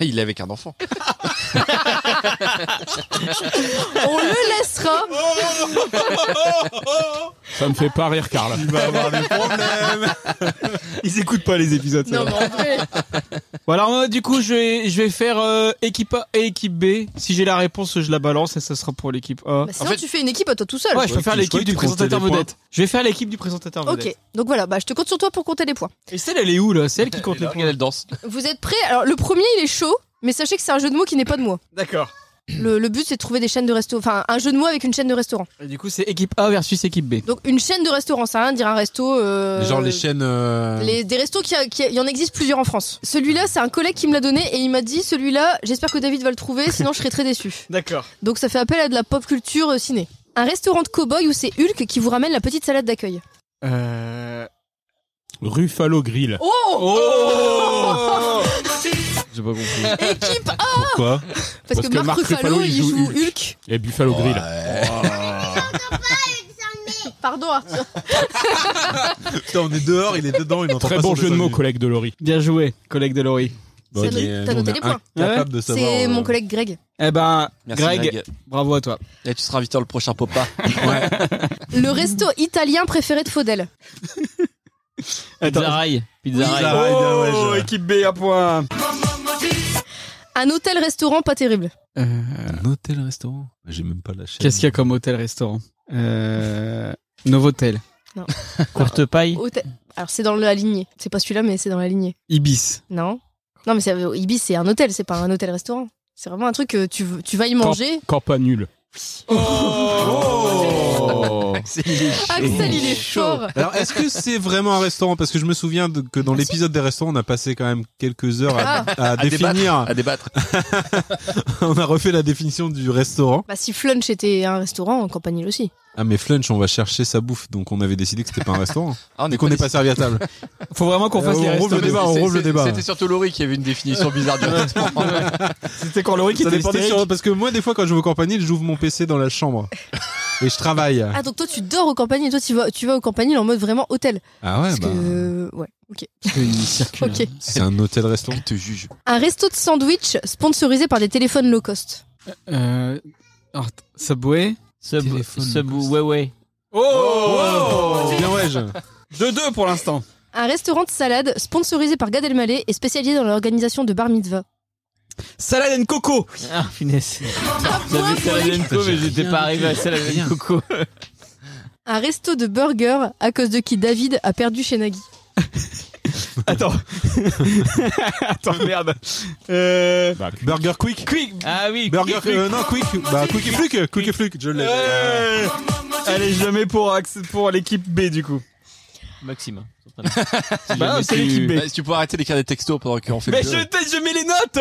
[SPEAKER 5] Il est avec un enfant.
[SPEAKER 3] On le laissera.
[SPEAKER 6] Ça me fait pas rire, Karl.
[SPEAKER 2] Il va avoir des problèmes.
[SPEAKER 1] Ils écoutent pas les épisodes.
[SPEAKER 3] Non, mais en vrai,
[SPEAKER 1] Voilà, euh, du coup, je vais, je vais faire euh, équipe A et équipe B. Si j'ai la réponse, je la balance et ça sera pour l'équipe A.
[SPEAKER 3] bah, sinon
[SPEAKER 5] fait-
[SPEAKER 3] tu fais une équipe à toi tout seul.
[SPEAKER 1] Ouais, je peux
[SPEAKER 2] Ouais,
[SPEAKER 1] faire
[SPEAKER 2] tu- je crois
[SPEAKER 1] l'équipe
[SPEAKER 2] que
[SPEAKER 1] du
[SPEAKER 2] tu comptais
[SPEAKER 1] présentateur
[SPEAKER 2] les points.
[SPEAKER 1] vedette. Je vais faire l'équipe du présentateur vedette.
[SPEAKER 3] Ok, donc voilà, bah, je te compte sur toi pour compter les points.
[SPEAKER 1] Estelle, elle est où là C'est elle qui compte les points.
[SPEAKER 5] elle danse.
[SPEAKER 3] Vous êtes prêts Alors, le premier, il est chaud, mais sachez que c'est un jeu de mots qui n'est pas de moi.
[SPEAKER 1] D'accord.
[SPEAKER 3] Le, le but, c'est de trouver des chaînes de resto. Enfin, un jeu de mots avec une chaîne de restaurant.
[SPEAKER 1] Et Du coup, c'est équipe A versus équipe B.
[SPEAKER 3] Donc, une chaîne de restaurant, ça a rien de dire un resto. euh,
[SPEAKER 2] Genre les chaînes. euh,
[SPEAKER 3] les- des restos qui, qui- il y en existe plusieurs en France. Celui-là, c'est un collègue qui me l'a donné et il m'a dit celui-là, j'espère que David va le trouver, sinon je serai très déçu.
[SPEAKER 1] D'accord.
[SPEAKER 3] Donc ça fait appel à de la pop culture euh, ciné. Un restaurant de cow-boy où c'est Hulk qui vous ramène la petite salade d'accueil.
[SPEAKER 1] Euh...
[SPEAKER 6] Ruffalo Grill.
[SPEAKER 1] Oh
[SPEAKER 4] J'ai pas compris.
[SPEAKER 3] Équipe A
[SPEAKER 2] Pourquoi
[SPEAKER 3] Parce, que, Marc, Ruffalo, il joue Hulk.
[SPEAKER 6] Et Buffalo Grill.
[SPEAKER 2] Ouais.
[SPEAKER 3] Pardon
[SPEAKER 2] Ah,
[SPEAKER 3] Arthur.
[SPEAKER 2] Putain, on est dehors, il est dedans, il n'entend
[SPEAKER 6] Très
[SPEAKER 2] pas
[SPEAKER 6] bon
[SPEAKER 2] son
[SPEAKER 6] jeu de mots,
[SPEAKER 2] message.
[SPEAKER 6] collègue Delory.
[SPEAKER 1] Bien joué, collègue Delory.
[SPEAKER 2] Bon,
[SPEAKER 3] C'est
[SPEAKER 2] ok,
[SPEAKER 3] noté-
[SPEAKER 2] nous,
[SPEAKER 3] t'as
[SPEAKER 2] on
[SPEAKER 3] noté
[SPEAKER 2] est
[SPEAKER 3] les points.
[SPEAKER 2] incapable de savoir.
[SPEAKER 3] C'est
[SPEAKER 2] euh,
[SPEAKER 3] mon collègue Greg.
[SPEAKER 1] Eh ben,
[SPEAKER 5] Merci,
[SPEAKER 1] Greg,
[SPEAKER 5] Greg.
[SPEAKER 1] bravo à toi.
[SPEAKER 5] Et tu seras invité dans le prochain Popa.
[SPEAKER 3] Le resto italien préféré de Faudel.
[SPEAKER 4] Pizzarai.
[SPEAKER 2] Pizza
[SPEAKER 4] Pizzarai.
[SPEAKER 2] Rai, bien, ouais, je-
[SPEAKER 1] Oh, équipe B à point.
[SPEAKER 3] Un hôtel-restaurant pas terrible.
[SPEAKER 2] Un hôtel restaurant Bah, J'ai même pas la chaîne.
[SPEAKER 1] Euh, Qu'est-ce qu'il y a comme hôtel-restaurant euh... Novotel,
[SPEAKER 4] Courte paille.
[SPEAKER 3] Hôtel- Alors c'est dans la lignée. C'est pas celui-là, mais c'est dans la lignée.
[SPEAKER 1] Ibis.
[SPEAKER 3] Non Non, mais c'est- euh, Ibis, c'est un hôtel, c'est pas un hôtel-restaurant. C'est vraiment un truc que tu, veux- tu vas y manger.
[SPEAKER 6] Campanule.
[SPEAKER 3] Ah, Axel, il est fort.
[SPEAKER 2] Alors, est-ce que c'est vraiment un restaurant Parce que je me souviens de- que dans l'épisode des restaurants, on a passé quand même quelques heures à, à définir.
[SPEAKER 5] À débattre.
[SPEAKER 2] on a refait la définition du restaurant.
[SPEAKER 3] Bah si Flunch était un restaurant, Campanile aussi.
[SPEAKER 2] Ah, mais Flunch, on va chercher sa bouffe. Donc, on avait décidé que c'était pas un restaurant.
[SPEAKER 5] Ah,
[SPEAKER 2] Et qu'on n'est pas servi à table.
[SPEAKER 1] Faut vraiment qu'on fasse
[SPEAKER 2] Euh,
[SPEAKER 1] les
[SPEAKER 2] on rouvre
[SPEAKER 1] restos.
[SPEAKER 2] le débat, on rouvre le débat.
[SPEAKER 5] C'était surtout Laurie qui avait une définition bizarre du restaurant.
[SPEAKER 1] C'était quand Laurie qui
[SPEAKER 2] Ça
[SPEAKER 1] était
[SPEAKER 2] dépendait
[SPEAKER 1] hystérique.
[SPEAKER 2] sur- Parce que moi, des fois, quand je vais au campanile, j'ouvre mon PC dans la chambre. Et je travaille.
[SPEAKER 3] Ah donc toi tu dors au Campanile, toi tu vas, tu vas au Campanile en mode vraiment hôtel.
[SPEAKER 2] Ah ouais,
[SPEAKER 3] Parce
[SPEAKER 2] bah.
[SPEAKER 3] que euh, ouais, ok. Ok.
[SPEAKER 2] C'est un hôtel-restaurant.
[SPEAKER 5] te juge.
[SPEAKER 3] Un resto de sandwich sponsorisé par des téléphones low cost.
[SPEAKER 1] Euh... alors, Subway.
[SPEAKER 4] Sub.
[SPEAKER 2] Téléphone,
[SPEAKER 4] Sub.
[SPEAKER 2] poste.
[SPEAKER 4] Ouais, ouais.
[SPEAKER 1] Oh
[SPEAKER 2] Bien, ouais, je-
[SPEAKER 1] 2-2 pour l'instant.
[SPEAKER 3] Un restaurant de salade sponsorisé par Gad Elmaleh et spécialisé dans l'organisation de bar mitzvah.
[SPEAKER 1] Salade and Coco.
[SPEAKER 4] Ah, finesse.
[SPEAKER 3] point
[SPEAKER 4] J'avais Salade Co, mais j'étais pas arrivé à Salade Coco.
[SPEAKER 3] Un resto de burger à cause de qui David a perdu chez Nagui.
[SPEAKER 1] Attends. Attends, merde. Euh...
[SPEAKER 2] Burger Quick.
[SPEAKER 1] Quick.
[SPEAKER 4] Ah oui.
[SPEAKER 2] Burger
[SPEAKER 4] Quick,
[SPEAKER 2] euh, non, Quick. Bah, Quick et Fluke. Quick et Fluke. Je l'ai.
[SPEAKER 5] Euh,
[SPEAKER 1] Ouais. Allez, je le mets pour, Ax- pour l'équipe B du coup.
[SPEAKER 4] Quick. Maxime. hein,
[SPEAKER 1] Bah, c'est l'équipe B.
[SPEAKER 5] Bah, si tu pourrais arrêter d'écrire des textos pendant qu'on fait
[SPEAKER 1] Mais
[SPEAKER 5] le
[SPEAKER 1] je,
[SPEAKER 5] jeu.
[SPEAKER 1] je mets les notes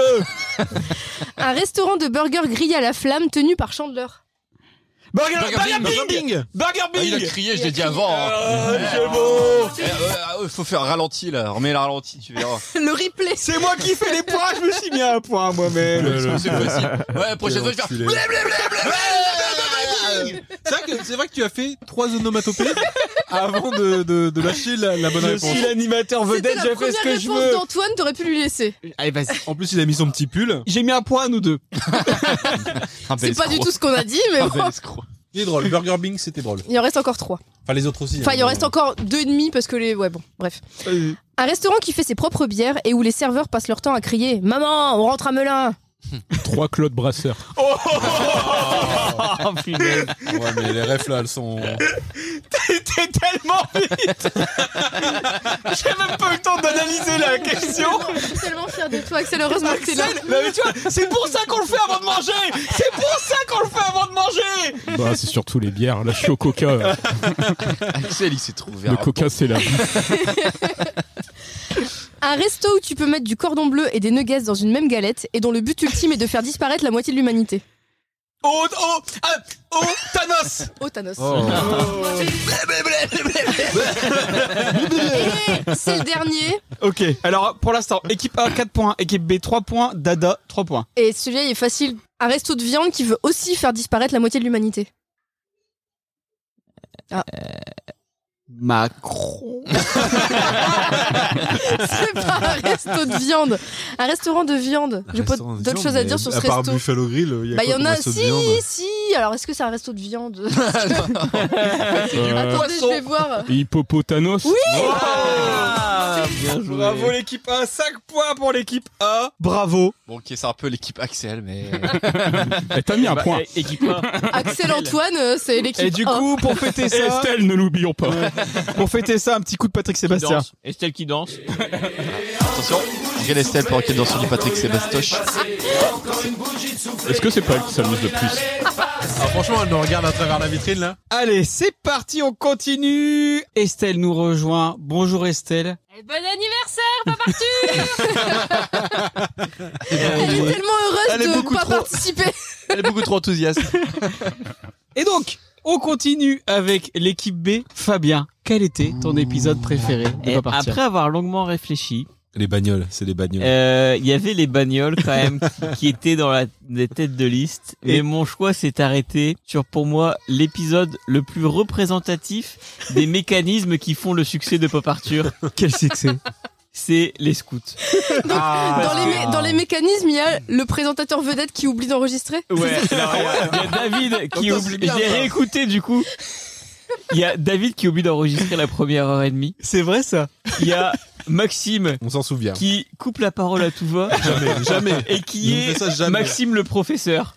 [SPEAKER 3] Un restaurant de burger grillé à la flamme tenu par Chandler.
[SPEAKER 1] Burger,
[SPEAKER 5] Burger
[SPEAKER 1] Burger
[SPEAKER 5] Bing.
[SPEAKER 1] Bing Burger
[SPEAKER 5] Ah, il a
[SPEAKER 1] Bing
[SPEAKER 5] crié, je l'ai dit avant. hein.
[SPEAKER 1] Oh, c'est bon
[SPEAKER 5] Eh, euh, euh, faut faire un ralenti là, remets le ralenti, tu verras.
[SPEAKER 3] Le replay.
[SPEAKER 1] C'est moi qui fais les points, je me suis mis à un point moi-même
[SPEAKER 5] C'est possible. Ouais, la prochaine fois je vais faire.
[SPEAKER 2] C'est vrai, que, c'est vrai que tu as fait trois onomatopées avant de, de, de lâcher la, la bonne
[SPEAKER 1] Je
[SPEAKER 2] réponse.
[SPEAKER 1] suis l'animateur
[SPEAKER 3] C'était
[SPEAKER 1] vedette,
[SPEAKER 3] la
[SPEAKER 1] je
[SPEAKER 3] première
[SPEAKER 1] fais ce que je
[SPEAKER 3] réponse
[SPEAKER 1] veux
[SPEAKER 3] d'Antoine, t'aurais pu lui laisser.
[SPEAKER 1] Allez, vas-y
[SPEAKER 2] En plus, il a mis son petit pull.
[SPEAKER 1] J'ai mis un point, nous deux
[SPEAKER 3] C'est pas du tout ce qu'on a dit, mais bon.
[SPEAKER 2] Il est drôle. Burger Bing, c'était drôle.
[SPEAKER 3] Il en reste encore trois.
[SPEAKER 2] Enfin, les autres aussi.
[SPEAKER 3] Enfin,
[SPEAKER 2] hein,
[SPEAKER 3] il en
[SPEAKER 2] mais-
[SPEAKER 3] reste encore deux et demi parce que les. Ouais, bon, bref. Un restaurant qui fait ses propres bières et où les serveurs passent leur temps à crier Maman, on rentre à Melun
[SPEAKER 6] Trois Claude Brasseur.
[SPEAKER 4] Oh, punaise.
[SPEAKER 2] Ouais, mais les refs là, elles sont.
[SPEAKER 4] T'es tellement vite J'ai même pas eu le temps d'analyser la question
[SPEAKER 3] Je suis tellement fière de toi, Axel. Heureusement que t'es là.
[SPEAKER 4] Axel, mais tu vois, c'est pour ça qu'on le fait avant de manger C'est pour ça qu'on le fait avant de manger
[SPEAKER 6] Bah, c'est surtout les bières. Là, je suis au coca.
[SPEAKER 5] Axel, il s'est trouvé. hein.
[SPEAKER 6] Le coca, c'est la
[SPEAKER 3] Un resto où tu peux mettre du cordon bleu et des nuggets dans une même galette et dont le but ultime est de faire disparaître la moitié de l'humanité.
[SPEAKER 4] Oh, oh, ah, oh, Thanos
[SPEAKER 3] Oh, Thanos.
[SPEAKER 1] Blablabla.
[SPEAKER 3] Et c'est le dernier.
[SPEAKER 1] ok, alors pour l'instant, équipe A 4 points, équipe B 3 points, Dada 3 points.
[SPEAKER 3] Et celui-là, il est facile. Un resto de viande qui veut aussi faire disparaître la moitié de l'humanité.
[SPEAKER 5] Macron.
[SPEAKER 3] C'est pas un resto de viande. Un restaurant de viande. J'ai pas
[SPEAKER 2] Restaurant de
[SPEAKER 3] d'autres
[SPEAKER 2] viande,
[SPEAKER 3] choses à
[SPEAKER 2] mais
[SPEAKER 3] dire sur ce
[SPEAKER 2] à part
[SPEAKER 3] resto.
[SPEAKER 2] Buffalo Grill, il y a
[SPEAKER 3] Bah,
[SPEAKER 2] quoi
[SPEAKER 3] il y en
[SPEAKER 2] comme
[SPEAKER 3] a.
[SPEAKER 2] resto de
[SPEAKER 3] Si,
[SPEAKER 2] viande
[SPEAKER 3] si. Alors, est-ce que c'est un resto de viande
[SPEAKER 4] Euh,
[SPEAKER 3] Attendez, je
[SPEAKER 1] poisson.
[SPEAKER 3] vais voir.
[SPEAKER 6] Hippopotanos.
[SPEAKER 3] Oui.
[SPEAKER 4] Ah, bien joué.
[SPEAKER 1] Bravo l'équipe A, 5 points pour l'équipe A. Bravo.
[SPEAKER 5] Bon, ok, c'est un peu l'équipe Axel, mais. euh,
[SPEAKER 6] Eh, T'as mis un point.
[SPEAKER 4] Bah, Et qui point
[SPEAKER 3] Axel Antoine, euh, c'est l'équipe.
[SPEAKER 1] Et du
[SPEAKER 3] A.
[SPEAKER 1] coup, pour fêter
[SPEAKER 6] Et
[SPEAKER 1] ça,
[SPEAKER 6] Estelle, ne l'oublions pas.
[SPEAKER 1] pour fêter ça, un petit coup de Patrick Sébastien.
[SPEAKER 4] Danse. Estelle qui danse.
[SPEAKER 5] Attention, regarde Estelle pendant qu'elle danse sur du Patrick Sébastoche.
[SPEAKER 6] Est-ce que c'est pas elle qui s'amuse le plus
[SPEAKER 2] Ah, franchement, elle nous regarde à travers la vitrine là.
[SPEAKER 1] Allez, c'est parti, on continue. Estelle nous rejoint. Bonjour Estelle.
[SPEAKER 3] Et Bon anniversaire, Papa Arthur Elle est tellement heureuse
[SPEAKER 5] euh, Elle est
[SPEAKER 3] de ne
[SPEAKER 5] beaucoup
[SPEAKER 3] pas
[SPEAKER 5] trop-
[SPEAKER 3] participer.
[SPEAKER 5] Elle est beaucoup trop enthousiaste.
[SPEAKER 1] Et donc, on continue avec l'équipe B. Fabien, quel était ton épisode préféré de
[SPEAKER 4] Et
[SPEAKER 1] pas partir
[SPEAKER 4] après avoir longuement réfléchi,
[SPEAKER 2] Les bagnoles, c'est les bagnoles.
[SPEAKER 4] euh, il y avait les bagnoles quand même qui- qui étaient dans la, les têtes de liste. Mais
[SPEAKER 1] Et-
[SPEAKER 4] mon choix s'est arrêté sur pour moi l'épisode le plus représentatif des mécanismes qui font le succès de Pop Arthur.
[SPEAKER 1] Quel succès
[SPEAKER 4] C'est les scouts.
[SPEAKER 5] Ah,
[SPEAKER 3] Dans les, mé- dans les mécanismes, il y a le présentateur vedette qui oublie d'enregistrer.
[SPEAKER 4] Ouais, alors, il y a David qui
[SPEAKER 2] Attends,
[SPEAKER 4] oublie.
[SPEAKER 2] c'est bien,
[SPEAKER 4] Je l'ai
[SPEAKER 2] ça.
[SPEAKER 4] réécouté du coup. Il y a David qui oublie d'enregistrer la première heure et demie.
[SPEAKER 1] C'est vrai ça
[SPEAKER 4] Il y a Maxime
[SPEAKER 3] Eh.
[SPEAKER 2] On s'en souvient.
[SPEAKER 4] qui coupe la parole à tout va
[SPEAKER 1] Ah,
[SPEAKER 2] Jamais, jamais.
[SPEAKER 4] et qui
[SPEAKER 2] Il ne
[SPEAKER 4] est
[SPEAKER 2] fait ça jamais.
[SPEAKER 4] Maxime le professeur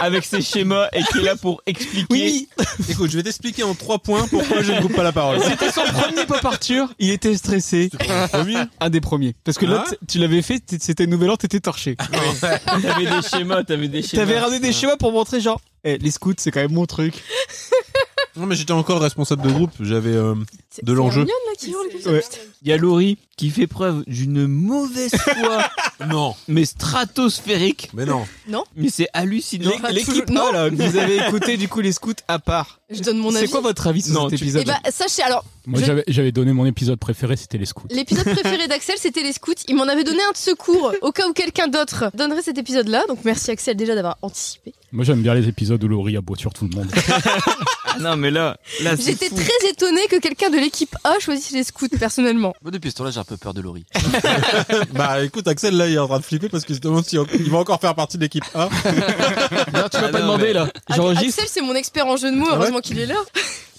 [SPEAKER 4] avec ses schémas et qui est là pour expliquer.
[SPEAKER 1] Oui, oui.
[SPEAKER 2] Écoute, je vais t'expliquer en trois points pourquoi je ne coupe pas la parole.
[SPEAKER 1] C'était son premier pop Arthur. Il était stressé.
[SPEAKER 3] Ah
[SPEAKER 1] Un des premiers. Parce que l'autre, tu l'avais fait, t- c'était Nouvel An, t'étais torché.
[SPEAKER 3] Ah,
[SPEAKER 4] T'avais des schémas, t'avais des schémas.
[SPEAKER 1] T'avais ramené des schémas pour montrer genre, Eh, les scouts, c'est quand même mon truc.
[SPEAKER 2] Non, mais j'étais encore responsable de groupe. J'avais. euh,
[SPEAKER 3] C'est-
[SPEAKER 2] De l'enjeu.
[SPEAKER 3] C'est mignonne, là, qui hurle comme ça.
[SPEAKER 1] Ouais.
[SPEAKER 4] Il y a Laurie qui fait preuve d'une mauvaise foi,
[SPEAKER 2] Non,
[SPEAKER 4] mais stratosphérique.
[SPEAKER 2] mais non.
[SPEAKER 4] Mais c'est hallucinant.
[SPEAKER 3] Enfin,
[SPEAKER 1] L'équipe
[SPEAKER 3] toujours-
[SPEAKER 1] A, Ah, là, vous avez écouté du coup les scouts à part.
[SPEAKER 3] Je donne mon
[SPEAKER 1] C'est
[SPEAKER 3] avis.
[SPEAKER 1] quoi votre avis sur
[SPEAKER 4] Non,
[SPEAKER 1] cet
[SPEAKER 4] tu-
[SPEAKER 1] épisode
[SPEAKER 3] Eh bah, sachez, alors,
[SPEAKER 6] Moi,
[SPEAKER 3] Je-
[SPEAKER 6] j'avais- j'avais donné mon épisode préféré, c'était les scouts.
[SPEAKER 3] l'épisode préféré d'Axel, c'était les scouts. Il m'en avait donné un de secours au cas où quelqu'un d'autre donnerait cet épisode-là. Donc, merci Axel déjà d'avoir anticipé.
[SPEAKER 6] Moi, j'aime bien les épisodes où Laurie aboie sur tout le monde.
[SPEAKER 4] Ah non, mais là, là c'est
[SPEAKER 3] J'étais
[SPEAKER 4] fou.
[SPEAKER 3] très étonnée que quelqu'un de l'équipe A choisisse les scouts, personnellement.
[SPEAKER 5] Bon, depuis ce temps-là, j'ai un peu peur de Laurie.
[SPEAKER 2] Bah écoute, Axel là, il est en train de flipper parce qu'il se demande si il va encore faire partie de l'équipe A.
[SPEAKER 1] Tu m'as
[SPEAKER 4] Ah
[SPEAKER 1] pas
[SPEAKER 4] non,
[SPEAKER 1] demandé
[SPEAKER 4] mais-
[SPEAKER 1] là. J'enregistre.
[SPEAKER 3] Axel, c'est mon expert en jeu de mots. Heureusement qu'il est là.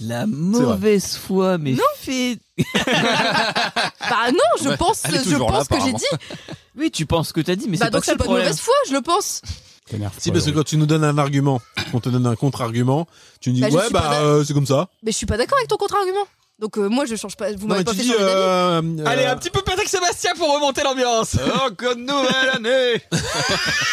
[SPEAKER 4] La mauvaise foi, mais fait.
[SPEAKER 3] Bah non, je
[SPEAKER 5] Bah,
[SPEAKER 3] pense,
[SPEAKER 5] elle est
[SPEAKER 3] je
[SPEAKER 5] toujours là,
[SPEAKER 3] pense que j'ai
[SPEAKER 5] apparemment.
[SPEAKER 3] dit.
[SPEAKER 4] Oui, tu penses ce que t'as dit, mais
[SPEAKER 3] Bah
[SPEAKER 4] c'est pas
[SPEAKER 3] donc c'est
[SPEAKER 4] ça le
[SPEAKER 3] pas de
[SPEAKER 4] problème.
[SPEAKER 3] mauvaise foi, je le pense.
[SPEAKER 6] T'énerve
[SPEAKER 2] Si
[SPEAKER 6] pas,
[SPEAKER 2] parce que
[SPEAKER 6] Laurie.
[SPEAKER 2] quand tu nous donnes un argument, qu'on te donne un contre-argument, tu nous dis
[SPEAKER 3] Bah, je
[SPEAKER 2] ouais
[SPEAKER 3] suis
[SPEAKER 2] bah
[SPEAKER 3] pas
[SPEAKER 2] euh, c'est comme ça.
[SPEAKER 3] Mais je suis pas d'accord avec ton contre-argument. Donc euh, moi je change pas. Vous
[SPEAKER 2] Non
[SPEAKER 3] m'avez
[SPEAKER 2] mais
[SPEAKER 3] pas
[SPEAKER 2] tu
[SPEAKER 3] fait
[SPEAKER 2] dis
[SPEAKER 3] changer d'avis.
[SPEAKER 2] euh, euh,
[SPEAKER 1] Allez, un petit peu Patrick Sébastien pour remonter l'ambiance.
[SPEAKER 5] Encore une nouvelle année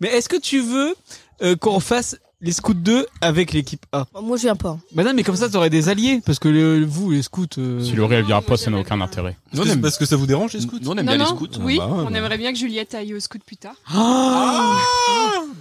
[SPEAKER 1] Mais est-ce que tu veux euh, qu'on fasse les scouts 2 avec l'équipe A
[SPEAKER 3] Moi je viens pas.
[SPEAKER 1] Madame, mais comme ça, t'aurais des alliés. Parce que le- vous, les scouts. euh,
[SPEAKER 6] Si Laurie, elle vient pas, ça n'a aucun intérêt.
[SPEAKER 2] parce que- parce que ça vous dérange les scouts.
[SPEAKER 5] Nous, on aime
[SPEAKER 8] Non,
[SPEAKER 5] bien les
[SPEAKER 8] non,
[SPEAKER 5] scouts.
[SPEAKER 8] oui,
[SPEAKER 2] Ah bah ouais,
[SPEAKER 8] on
[SPEAKER 2] bah.
[SPEAKER 8] aimerait bien que Juliette aille au scout plus tard.
[SPEAKER 2] Ah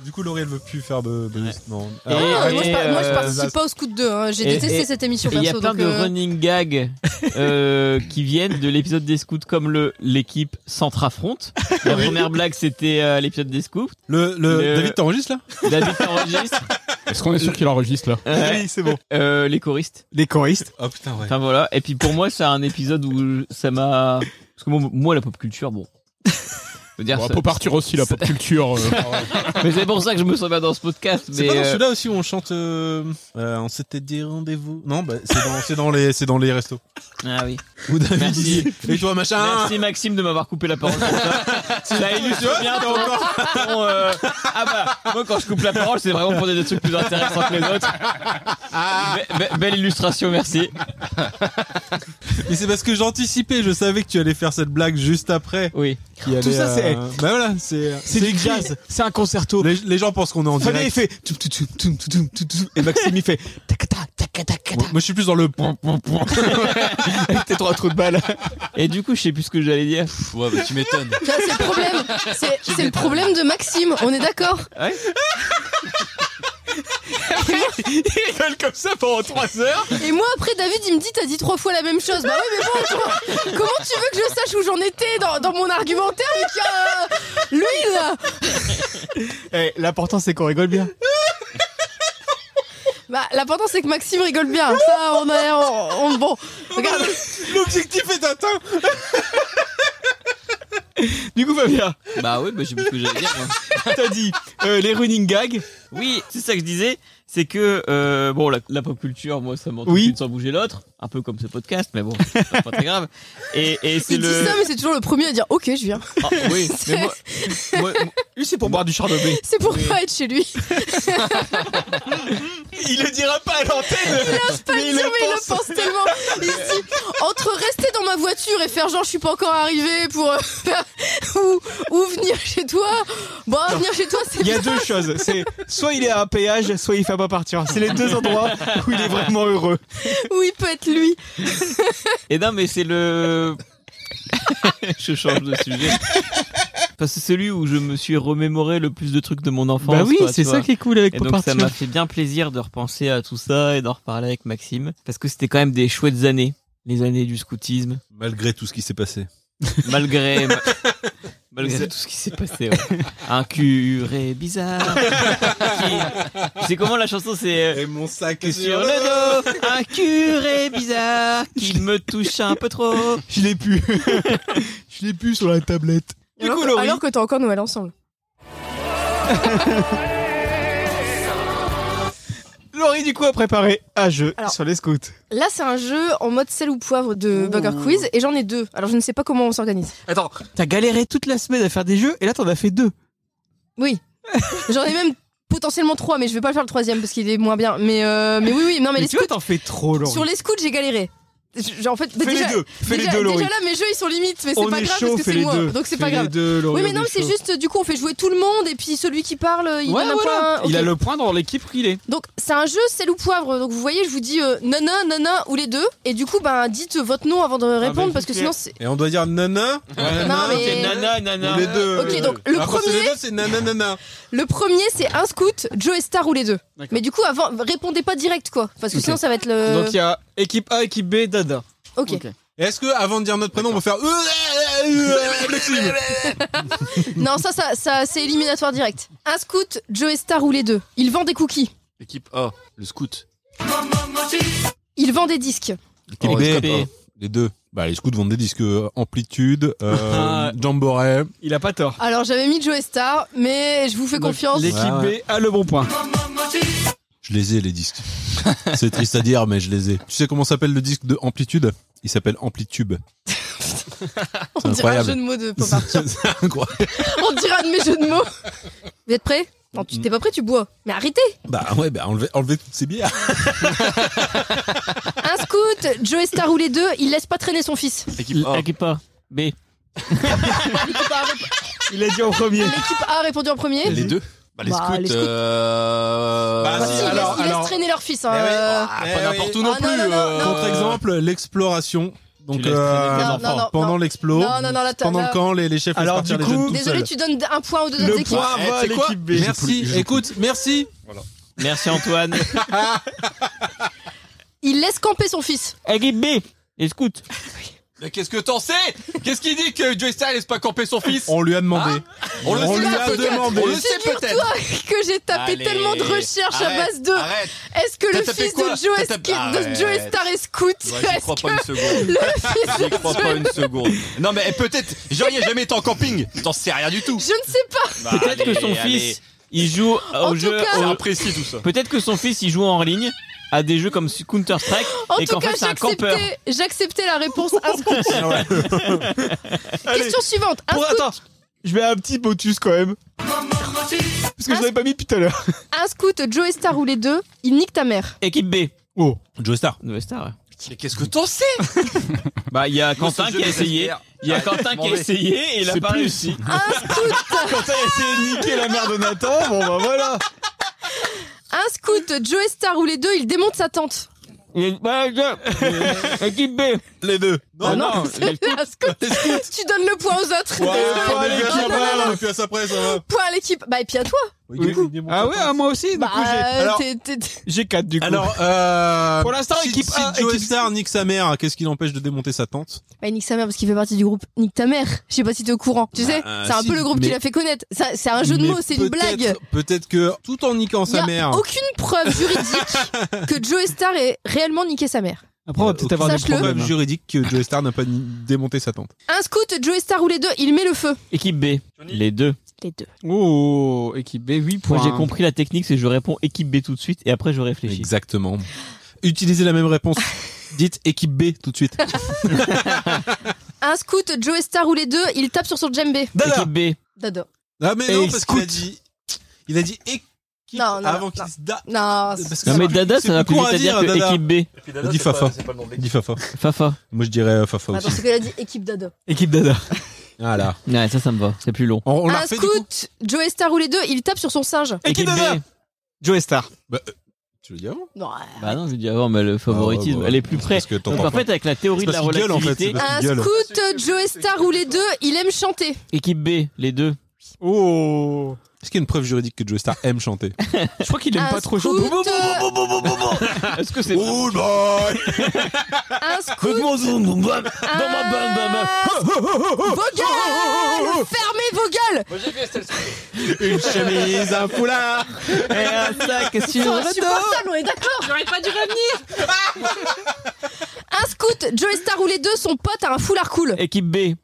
[SPEAKER 2] du coup Laurie elle veut plus faire de, de- non.
[SPEAKER 4] Et-
[SPEAKER 2] Ah,
[SPEAKER 3] Ah,
[SPEAKER 4] et-
[SPEAKER 3] moi, je, par- moi, je
[SPEAKER 4] euh,
[SPEAKER 3] participe pas au scout 2. hein. J'ai
[SPEAKER 4] et-
[SPEAKER 3] détesté
[SPEAKER 4] et-
[SPEAKER 3] cette émission
[SPEAKER 4] Et Il y a
[SPEAKER 3] perso.
[SPEAKER 4] plein
[SPEAKER 3] donc,
[SPEAKER 4] de
[SPEAKER 3] euh,
[SPEAKER 4] running gags euh, qui viennent de l'épisode des scouts, comme le l'équipe Centrafronte. La première blague, c'était euh, l'épisode des scouts.
[SPEAKER 2] le, le-
[SPEAKER 4] Le-
[SPEAKER 2] David t'enregistres là
[SPEAKER 4] David t'enregistre.
[SPEAKER 6] Est-ce qu'on est sûr qu'il enregistre là
[SPEAKER 4] Ouais.
[SPEAKER 2] Oui c'est bon.
[SPEAKER 4] Euh, les choristes.
[SPEAKER 1] Les choristes.
[SPEAKER 2] Ah putain ouais.
[SPEAKER 4] Enfin voilà. Et puis pour moi, c'est un épisode où ça m'a. Parce que moi, moi, la pop culture, bon. Je veux dire,
[SPEAKER 6] Bon,
[SPEAKER 4] ça-
[SPEAKER 6] faut Bah, partir aussi la pop culture. euh.
[SPEAKER 4] mais c'est pour ça que je me sens bien dans ce podcast.
[SPEAKER 2] C'est
[SPEAKER 4] Mais
[SPEAKER 2] pas dans
[SPEAKER 4] euh,
[SPEAKER 2] celui-là aussi où on chante euh, euh, On s'était dit rendez-vous Non, bah, c'est dans, c'est dans, les, c'est dans les restos.
[SPEAKER 4] ah oui.
[SPEAKER 2] Où David
[SPEAKER 4] Merci.
[SPEAKER 2] dit, Et toi, machin hein.
[SPEAKER 4] Merci Maxime de m'avoir coupé la parole. Pour ça. ça illustre bien ton, ton, euh, Ah bah moi quand je coupe la parole c'est vraiment pour dire des trucs plus intéressants que les autres. Be- be- belle illustration merci.
[SPEAKER 2] Mais c'est parce que j'anticipais, je savais que tu allais faire cette blague juste après.
[SPEAKER 4] Oui.
[SPEAKER 2] Qui allait,
[SPEAKER 1] Tout ça, c'est-
[SPEAKER 2] Bah voilà, c'est.
[SPEAKER 1] C'est du
[SPEAKER 2] écrit.
[SPEAKER 1] jazz, c'est un concerto.
[SPEAKER 2] Les, les gens pensent qu'on est en
[SPEAKER 1] Fabien, il
[SPEAKER 2] direct.
[SPEAKER 1] fait. tum, tum, tum, tum, tum, tum, tum, Et Maxime, il fait. tacata, tacata,
[SPEAKER 2] Moi,
[SPEAKER 1] tacata.
[SPEAKER 2] moi, je suis plus dans le. point, point, point.
[SPEAKER 1] T'es trois trous de balle.
[SPEAKER 4] Et du coup je sais plus ce que j'allais dire.
[SPEAKER 5] Ouais, bah, tu m'étonnes.
[SPEAKER 3] Ça, C'est le problème. C'est c'est le problème de Maxime. On est d'accord.
[SPEAKER 4] Ouais.
[SPEAKER 3] Et moi, après, David, il me dit T'as dit trois fois la même chose. Bah oui, mais bon, tu vois, comment tu veux que je sache où j'en étais dans, dans mon argumentaire vu qu'il y a, euh, lui, là
[SPEAKER 1] Eh, L'important, c'est qu'on rigole bien.
[SPEAKER 3] Bah, l'important, c'est que Maxime rigole bien. Ça, on a. On, on- bon, regarde.
[SPEAKER 2] L'objectif est atteint
[SPEAKER 1] Du coup, Fabien,
[SPEAKER 5] Bah oui, bah, je sais plus ce que j'allais dire. moi.
[SPEAKER 1] t'as dit euh, les running gags.
[SPEAKER 4] Oui, c'est ça que je disais, c'est que euh, bon la, la pop culture, moi ça m'en
[SPEAKER 1] Oui.
[SPEAKER 4] oui. sans bouger l'autre, un peu comme ce podcast, mais bon, c'est pas très grave. Et, et c'est
[SPEAKER 3] Il
[SPEAKER 4] le.
[SPEAKER 3] dit ça, mais c'est toujours le premier à dire Ok, je viens.
[SPEAKER 4] Ah, oui, mais moi, moi-
[SPEAKER 1] Lui, c'est pour boire du chardonnay.
[SPEAKER 3] C'est pour pas être chez lui.
[SPEAKER 1] Il le dira pas à l'antenne.
[SPEAKER 3] Pas
[SPEAKER 1] Mais
[SPEAKER 3] le
[SPEAKER 1] il
[SPEAKER 3] dire,
[SPEAKER 1] le
[SPEAKER 3] mais il
[SPEAKER 1] pense.
[SPEAKER 3] le pense tellement. Il se dit Entre rester dans ma voiture et faire genre Je suis pas encore arrivé pour. euh, faire- ou, ou venir chez toi. Bon, venir chez toi, c'est
[SPEAKER 1] Il y a
[SPEAKER 3] bien.
[SPEAKER 1] deux choses. C'est soit il est à un péage, soit il fait pas partir. C'est les deux endroits où il est vraiment heureux.
[SPEAKER 3] Où il peut être lui.
[SPEAKER 4] Et non, mais c'est le. je change de sujet. Parce que c'est celui où je me suis remémoré le plus de trucs de mon
[SPEAKER 1] Bah
[SPEAKER 4] enfance. quoi, tu vois.
[SPEAKER 1] qui est cool avec
[SPEAKER 4] Et donc ça m'a fait bien plaisir de repenser à tout ça et d'en reparler avec Maxime. Parce que c'était quand même des chouettes années. Les années du scoutisme.
[SPEAKER 2] Malgré tout ce qui s'est passé.
[SPEAKER 4] Malgré. ma- Malgré tout ce qui s'est passé. ouais. Un curé bizarre. qui- C'est comment la chanson C'est. euh,
[SPEAKER 2] Et mon sac
[SPEAKER 4] Sur le dos, un curé bizarre qui me touche un peu trop.
[SPEAKER 1] Je l'ai plus. Je l'ai plus sur la tablette. Du
[SPEAKER 3] Alors,
[SPEAKER 1] coup,
[SPEAKER 3] que-
[SPEAKER 1] Laurie.
[SPEAKER 3] alors que t'as encore Noël ensemble.
[SPEAKER 1] Laurie, du coup, a préparé un jeu
[SPEAKER 3] Alors-
[SPEAKER 1] sur les scouts.
[SPEAKER 3] Là, c'est un jeu en mode sel ou poivre de Burger Quiz et j'en ai deux. Alors, je ne sais pas comment on s'organise.
[SPEAKER 1] Attends, t'as galéré toute la semaine à faire des jeux et là t'en as fait deux.
[SPEAKER 3] Oui. j'en ai même potentiellement trois, mais je vais pas le faire le troisième parce qu'il est moins bien. Mais, euh, mais oui, oui, non, mais,
[SPEAKER 1] Mais,
[SPEAKER 3] les
[SPEAKER 1] tu vois,
[SPEAKER 3] scouts.
[SPEAKER 1] t'en fais trop, Laurie.
[SPEAKER 3] Sur les scouts, j'ai galéré. Je- je- en fait,
[SPEAKER 1] Fais
[SPEAKER 3] déjà,
[SPEAKER 1] les deux. Fais
[SPEAKER 3] déjà,
[SPEAKER 1] les deux, Laurie.
[SPEAKER 3] déjà là, mes jeux, ils sont limites, mais c'est
[SPEAKER 1] on
[SPEAKER 3] pas
[SPEAKER 1] est
[SPEAKER 3] grave
[SPEAKER 1] chaud,
[SPEAKER 3] parce que
[SPEAKER 1] fais
[SPEAKER 3] c'est
[SPEAKER 1] les
[SPEAKER 3] moi.
[SPEAKER 1] deux.
[SPEAKER 3] Donc, c'est
[SPEAKER 1] Fais
[SPEAKER 3] pas
[SPEAKER 1] les
[SPEAKER 3] grave.
[SPEAKER 1] deux, Laurie,
[SPEAKER 3] Oui, mais
[SPEAKER 1] on
[SPEAKER 3] non,
[SPEAKER 1] est
[SPEAKER 3] mais c'est
[SPEAKER 1] chaud.
[SPEAKER 3] juste, du coup, on fait jouer tout le monde et puis celui qui parle, il
[SPEAKER 1] Ouais,
[SPEAKER 3] donne un
[SPEAKER 1] voilà.
[SPEAKER 3] point.
[SPEAKER 1] Il a
[SPEAKER 3] Ok.
[SPEAKER 1] le point dans l'équipe qu'il est.
[SPEAKER 3] Donc c'est un jeu sel ou poivre. Donc vous voyez, je vous dis euh, nana, nana ou les deux. Et du coup, ben dites votre nom avant de
[SPEAKER 1] Ah,
[SPEAKER 3] répondre
[SPEAKER 4] bah,
[SPEAKER 3] parce que
[SPEAKER 4] ok.
[SPEAKER 3] sinon c'est.
[SPEAKER 2] Et on doit dire nana
[SPEAKER 3] Non, mais-
[SPEAKER 4] C'est nana, nana.
[SPEAKER 2] Ou les deux.
[SPEAKER 1] Euh,
[SPEAKER 3] Ok, donc, le
[SPEAKER 2] Après, c'est
[SPEAKER 3] premier-
[SPEAKER 2] les deux, c'est nana, nana.
[SPEAKER 3] Le premier c'est un scout, Joe et Star ou les deux.
[SPEAKER 1] D'accord.
[SPEAKER 3] Mais du coup, avant, répondez pas direct quoi, parce que
[SPEAKER 1] Ok.
[SPEAKER 3] sinon ça va être le.
[SPEAKER 1] Donc il y a équipe A, équipe B, Dada.
[SPEAKER 3] ok.
[SPEAKER 1] ok.
[SPEAKER 2] Et Est-ce que avant de dire notre prénom, on va faire Euh, Maxime
[SPEAKER 3] non, ça, ça, ça c'est éliminatoire direct. Un scout, Joe et Star ou les deux. Il vend des cookies.
[SPEAKER 5] Équipe A, le scout.
[SPEAKER 3] Il vend des disques.
[SPEAKER 2] Équipe
[SPEAKER 5] Oh,
[SPEAKER 2] B.
[SPEAKER 5] le scout,
[SPEAKER 4] euh,
[SPEAKER 2] Les deux. Bah, les scouts vendent des disques euh, Amplitude,
[SPEAKER 1] Ah.
[SPEAKER 2] euh, Jamboree.
[SPEAKER 1] Il a pas tort.
[SPEAKER 3] Alors j'avais mis Joe et Star, mais je vous fais
[SPEAKER 1] Donc,
[SPEAKER 3] confiance.
[SPEAKER 1] L'équipe
[SPEAKER 5] Ouais, ouais.
[SPEAKER 1] B a le bon point.
[SPEAKER 2] Je les ai, les disques. C'est triste à dire, mais je les ai. Tu sais comment s'appelle le disque de Amplitude Il s'appelle Amplitube.
[SPEAKER 3] On dirait un
[SPEAKER 2] incroyable.
[SPEAKER 3] jeu de mots de Popin.
[SPEAKER 2] C'est incroyable.
[SPEAKER 3] On dirait un de mes jeux de mots. Vous êtes prêts Non, tu t'es pas prêt, tu bois. Mais arrêtez
[SPEAKER 2] Bah ouais, bah enlevez, enlevez toutes ces bières.
[SPEAKER 3] Un scout, Joe et Star ou les deux, il laisse pas traîner son fils.
[SPEAKER 5] Équipe A.
[SPEAKER 4] T'inquiète pas. B.
[SPEAKER 3] L'équipe A, rép-
[SPEAKER 1] Il a dit en premier.
[SPEAKER 3] l'équipe A a répondu en premier.
[SPEAKER 5] Les deux Bah, les
[SPEAKER 3] Bah,
[SPEAKER 5] scouts.
[SPEAKER 3] les scouts.
[SPEAKER 5] euh,
[SPEAKER 2] Bah,
[SPEAKER 3] Ah,
[SPEAKER 2] si,
[SPEAKER 3] si, ils
[SPEAKER 2] alors-
[SPEAKER 3] laissent- ils laissent traîner leur fils. hein,
[SPEAKER 2] Eh oui.
[SPEAKER 3] euh.
[SPEAKER 5] Ah,
[SPEAKER 2] Eh
[SPEAKER 5] pas n'importe
[SPEAKER 2] oui.
[SPEAKER 5] où non
[SPEAKER 3] Ah,
[SPEAKER 5] plus.
[SPEAKER 3] non, non, non,
[SPEAKER 5] euh,
[SPEAKER 3] non.
[SPEAKER 2] Contre exemple, l'exploration. Donc,
[SPEAKER 5] laisses traîner
[SPEAKER 3] les
[SPEAKER 2] euh,
[SPEAKER 3] enfants. Non, non, non,
[SPEAKER 2] pendant
[SPEAKER 3] non.
[SPEAKER 2] l'explo,
[SPEAKER 3] Non, non, non, là, t'as-
[SPEAKER 2] pendant
[SPEAKER 3] là-
[SPEAKER 2] le camp, les, les chefs
[SPEAKER 1] Alors,
[SPEAKER 2] laissent partir
[SPEAKER 1] du
[SPEAKER 2] les
[SPEAKER 1] coup-
[SPEAKER 2] jeunes tout
[SPEAKER 3] Désolé,
[SPEAKER 2] seuls.
[SPEAKER 3] tu donnes un point aux deux autres
[SPEAKER 1] Le
[SPEAKER 3] équipes.
[SPEAKER 1] point
[SPEAKER 2] Eh,
[SPEAKER 1] va à
[SPEAKER 2] c'est quoi
[SPEAKER 1] l'équipe B.
[SPEAKER 2] Merci, écoute, merci.
[SPEAKER 4] Merci Antoine.
[SPEAKER 3] Il laisse camper son fils.
[SPEAKER 4] Équipe B. Les scouts. Mais qu'est-ce que t'en sais Qu'est-ce qu'il dit que Joy Style laisse pas camper son fils
[SPEAKER 2] On lui a demandé.
[SPEAKER 4] On le
[SPEAKER 2] on
[SPEAKER 4] sait
[SPEAKER 2] lui a
[SPEAKER 4] peut-être.
[SPEAKER 2] demandé.
[SPEAKER 4] On le sait peut-être.
[SPEAKER 3] Figure-toi que j'ai tapé
[SPEAKER 5] Allez,
[SPEAKER 3] tellement de recherches à
[SPEAKER 5] arrête,
[SPEAKER 3] base de
[SPEAKER 5] Arrête
[SPEAKER 3] est-ce que
[SPEAKER 5] T'as
[SPEAKER 3] le
[SPEAKER 5] tapé
[SPEAKER 3] fils de
[SPEAKER 5] quoi
[SPEAKER 3] Joe,
[SPEAKER 5] T'as
[SPEAKER 3] est
[SPEAKER 5] tapé- Arrête.
[SPEAKER 3] Joe Star est scout
[SPEAKER 5] Ouais, J'y
[SPEAKER 3] Est-ce
[SPEAKER 5] crois
[SPEAKER 3] que
[SPEAKER 5] pas une seconde.
[SPEAKER 3] le fils
[SPEAKER 5] J'y
[SPEAKER 3] de
[SPEAKER 5] crois
[SPEAKER 3] Joe-
[SPEAKER 5] pas une seconde.
[SPEAKER 4] Non mais eh, peut-être. Genre il a jamais été en camping. T'en sais rien du tout.
[SPEAKER 3] Je ne sais pas.
[SPEAKER 4] Bah,
[SPEAKER 9] Peut-être que son
[SPEAKER 4] allez, allez.
[SPEAKER 9] fils, il joue
[SPEAKER 3] En
[SPEAKER 9] au
[SPEAKER 3] tout
[SPEAKER 9] jeu.
[SPEAKER 3] cas-
[SPEAKER 4] C'est
[SPEAKER 9] au-
[SPEAKER 4] imprécis tout ça.
[SPEAKER 9] Peut-être que son fils, il joue en ligne à des jeux comme Counter Strike
[SPEAKER 3] En
[SPEAKER 9] et
[SPEAKER 3] tout
[SPEAKER 9] qu'en
[SPEAKER 3] cas,
[SPEAKER 9] fait c'est un campeur.
[SPEAKER 3] j'acceptais- j'acceptais la réponse à ce qu'on Question suivante. Un
[SPEAKER 1] Pour-
[SPEAKER 3] scout,
[SPEAKER 1] attends, je vais à un petit botus quand même. Parce que je l'avais pas mis depuis tout à l'heure.
[SPEAKER 3] un scout, Joe Star ou les deux, il nique ta mère.
[SPEAKER 9] Équipe B.
[SPEAKER 1] Oh.
[SPEAKER 2] Joe Star.
[SPEAKER 9] Nouvelle star. ouais.
[SPEAKER 4] Mais qu'est-ce que t'en sais
[SPEAKER 9] Bah il y a
[SPEAKER 5] Moi,
[SPEAKER 9] Quentin
[SPEAKER 5] ce jeu
[SPEAKER 9] qui a
[SPEAKER 5] les
[SPEAKER 9] essayé.
[SPEAKER 5] espère.
[SPEAKER 9] Il y a
[SPEAKER 5] Arrête,
[SPEAKER 9] Quentin
[SPEAKER 5] m'en
[SPEAKER 9] qui a
[SPEAKER 5] vais.
[SPEAKER 9] essayé et il a
[SPEAKER 6] C'est
[SPEAKER 9] pas
[SPEAKER 6] plus.
[SPEAKER 9] réussi.
[SPEAKER 3] Un scout,
[SPEAKER 1] Quand t'as essayé de niquer la mère de Nathan, bon bah voilà.
[SPEAKER 3] un scout, Joe Star ou les deux, il démonte sa tante.
[SPEAKER 9] Équipe B.
[SPEAKER 2] Les deux. Non,
[SPEAKER 3] Ah non, c'est un scout. Tu donnes le point aux autres.
[SPEAKER 2] on
[SPEAKER 3] Désolé.
[SPEAKER 2] est bien
[SPEAKER 3] Ah, non, non, non.
[SPEAKER 2] on puis à ça après, ça va.
[SPEAKER 3] Point à l'équipe. Bah et puis à toi.
[SPEAKER 2] Hein
[SPEAKER 1] Ah ouais, ah, moi aussi, du
[SPEAKER 3] Bah
[SPEAKER 1] coup j'ai-
[SPEAKER 3] euh,
[SPEAKER 2] alors-
[SPEAKER 3] t'es- t'es- t'es-
[SPEAKER 1] j'ai 4 du coup.
[SPEAKER 2] Alors, euh,
[SPEAKER 1] Pour l'instant,
[SPEAKER 2] si-
[SPEAKER 1] équipe
[SPEAKER 2] si
[SPEAKER 1] A,
[SPEAKER 2] Joe
[SPEAKER 1] équipe C.
[SPEAKER 2] Star nique sa mère, qu'est-ce qui l'empêche de démonter sa tente
[SPEAKER 3] Bah, il nique sa mère parce qu'il fait partie du groupe Nique ta mère. Je sais pas si t'es au courant. Tu sais,
[SPEAKER 2] euh,
[SPEAKER 3] c'est un
[SPEAKER 2] si,
[SPEAKER 3] peu le groupe qui
[SPEAKER 2] mais-
[SPEAKER 3] l'a fait connaître. Ça- C'est un jeu de
[SPEAKER 2] Mais
[SPEAKER 3] mots, Oh, c'est une
[SPEAKER 2] peut-être-
[SPEAKER 3] blague.
[SPEAKER 2] Peut-être que tout en niquant
[SPEAKER 3] Il y
[SPEAKER 2] sa
[SPEAKER 3] a
[SPEAKER 2] mère.
[SPEAKER 3] aucune preuve juridique que Joe Star ait réellement niqué sa mère.
[SPEAKER 1] Après, on va peut-être avoir des
[SPEAKER 3] Sache-le.
[SPEAKER 2] Preuve
[SPEAKER 1] problèmes.
[SPEAKER 2] juridique que Joe Star n'a pas ni- démonté sa tente.
[SPEAKER 3] Un scout, Joe Star ou les deux, il met le feu.
[SPEAKER 9] Équipe B. Les deux.
[SPEAKER 3] Les deux.
[SPEAKER 1] Oh, équipe B, 8
[SPEAKER 9] Moi
[SPEAKER 1] points.
[SPEAKER 9] j'ai compris la technique, c'est que je réponds équipe B tout de suite et après je réfléchis.
[SPEAKER 2] Exactement. Utilisez la même réponse. Dites équipe B tout de suite.
[SPEAKER 3] Un scout, Joe Star ou les deux, il tape sur son djembé.
[SPEAKER 9] Équipe B.
[SPEAKER 3] Dada.
[SPEAKER 2] Ah mais
[SPEAKER 1] Et
[SPEAKER 2] non, parce qu'il a
[SPEAKER 1] scout.
[SPEAKER 2] dit... Il a dit équipe
[SPEAKER 3] Non, non,
[SPEAKER 2] avant
[SPEAKER 3] non,
[SPEAKER 2] qu'il
[SPEAKER 3] non.
[SPEAKER 2] dise da.
[SPEAKER 3] Non,
[SPEAKER 2] Parce que
[SPEAKER 9] Non
[SPEAKER 2] ça
[SPEAKER 9] mais
[SPEAKER 2] marche.
[SPEAKER 9] Dada
[SPEAKER 2] C'est
[SPEAKER 9] ça va
[SPEAKER 2] plus
[SPEAKER 9] plus vite
[SPEAKER 2] court
[SPEAKER 9] à dire que
[SPEAKER 2] Dada.
[SPEAKER 9] équipe B.
[SPEAKER 2] Dis Fafa. Dis Fafa.
[SPEAKER 9] Fafa.
[SPEAKER 2] Moi je dirais euh, Fafa
[SPEAKER 3] attends,
[SPEAKER 2] aussi.
[SPEAKER 3] c'est qu'elle a dit équipe Dada.
[SPEAKER 1] Équipe Dada.
[SPEAKER 2] Voilà.
[SPEAKER 9] Ouais ça ça me va, c'est plus long.
[SPEAKER 2] On, on l'a
[SPEAKER 3] Un
[SPEAKER 2] refait du coup
[SPEAKER 3] scout, Joe Star ou les deux, il tape sur son singe.
[SPEAKER 1] Équipe
[SPEAKER 9] B.
[SPEAKER 1] Dada. Joe Star.
[SPEAKER 2] Tu le dis avant
[SPEAKER 3] Non, euh,
[SPEAKER 9] Bah non, je dis avant, mais le favoritisme,
[SPEAKER 2] Ah ouais, ouais.
[SPEAKER 9] elle est plus près.
[SPEAKER 2] Parce que
[SPEAKER 9] Donc
[SPEAKER 2] t'entends
[SPEAKER 9] en
[SPEAKER 2] pas.
[SPEAKER 9] fait, avec la théorie
[SPEAKER 2] C'est
[SPEAKER 9] de la
[SPEAKER 2] parce qu'il gueule, en fait,
[SPEAKER 9] relativité,
[SPEAKER 2] c'est
[SPEAKER 3] Un
[SPEAKER 2] Il gueule.
[SPEAKER 3] scout, Joe Star ou les deux, il aime chanter.
[SPEAKER 9] équipe B, les deux.
[SPEAKER 1] Oh.
[SPEAKER 2] Est-ce qu'il y a une preuve juridique que Joe Star aime chanter
[SPEAKER 1] Je crois qu'il
[SPEAKER 3] Un scout, euh,
[SPEAKER 9] Est-ce que c'est
[SPEAKER 2] Oh boy
[SPEAKER 3] Un scout. Dans
[SPEAKER 9] ma bande, dans
[SPEAKER 3] Vos gueules Fermez vos gueules
[SPEAKER 4] Moi j'ai vu Estelle.
[SPEAKER 2] Une chemise, un foulard
[SPEAKER 9] un sac Qu'est-ce que tu
[SPEAKER 3] C'est
[SPEAKER 9] veux
[SPEAKER 3] insupportable, on est d'accord J'aurais pas dû revenir Un scout, Joe Star ou les deux, son pote a un foulard cool.
[SPEAKER 9] Équipe B.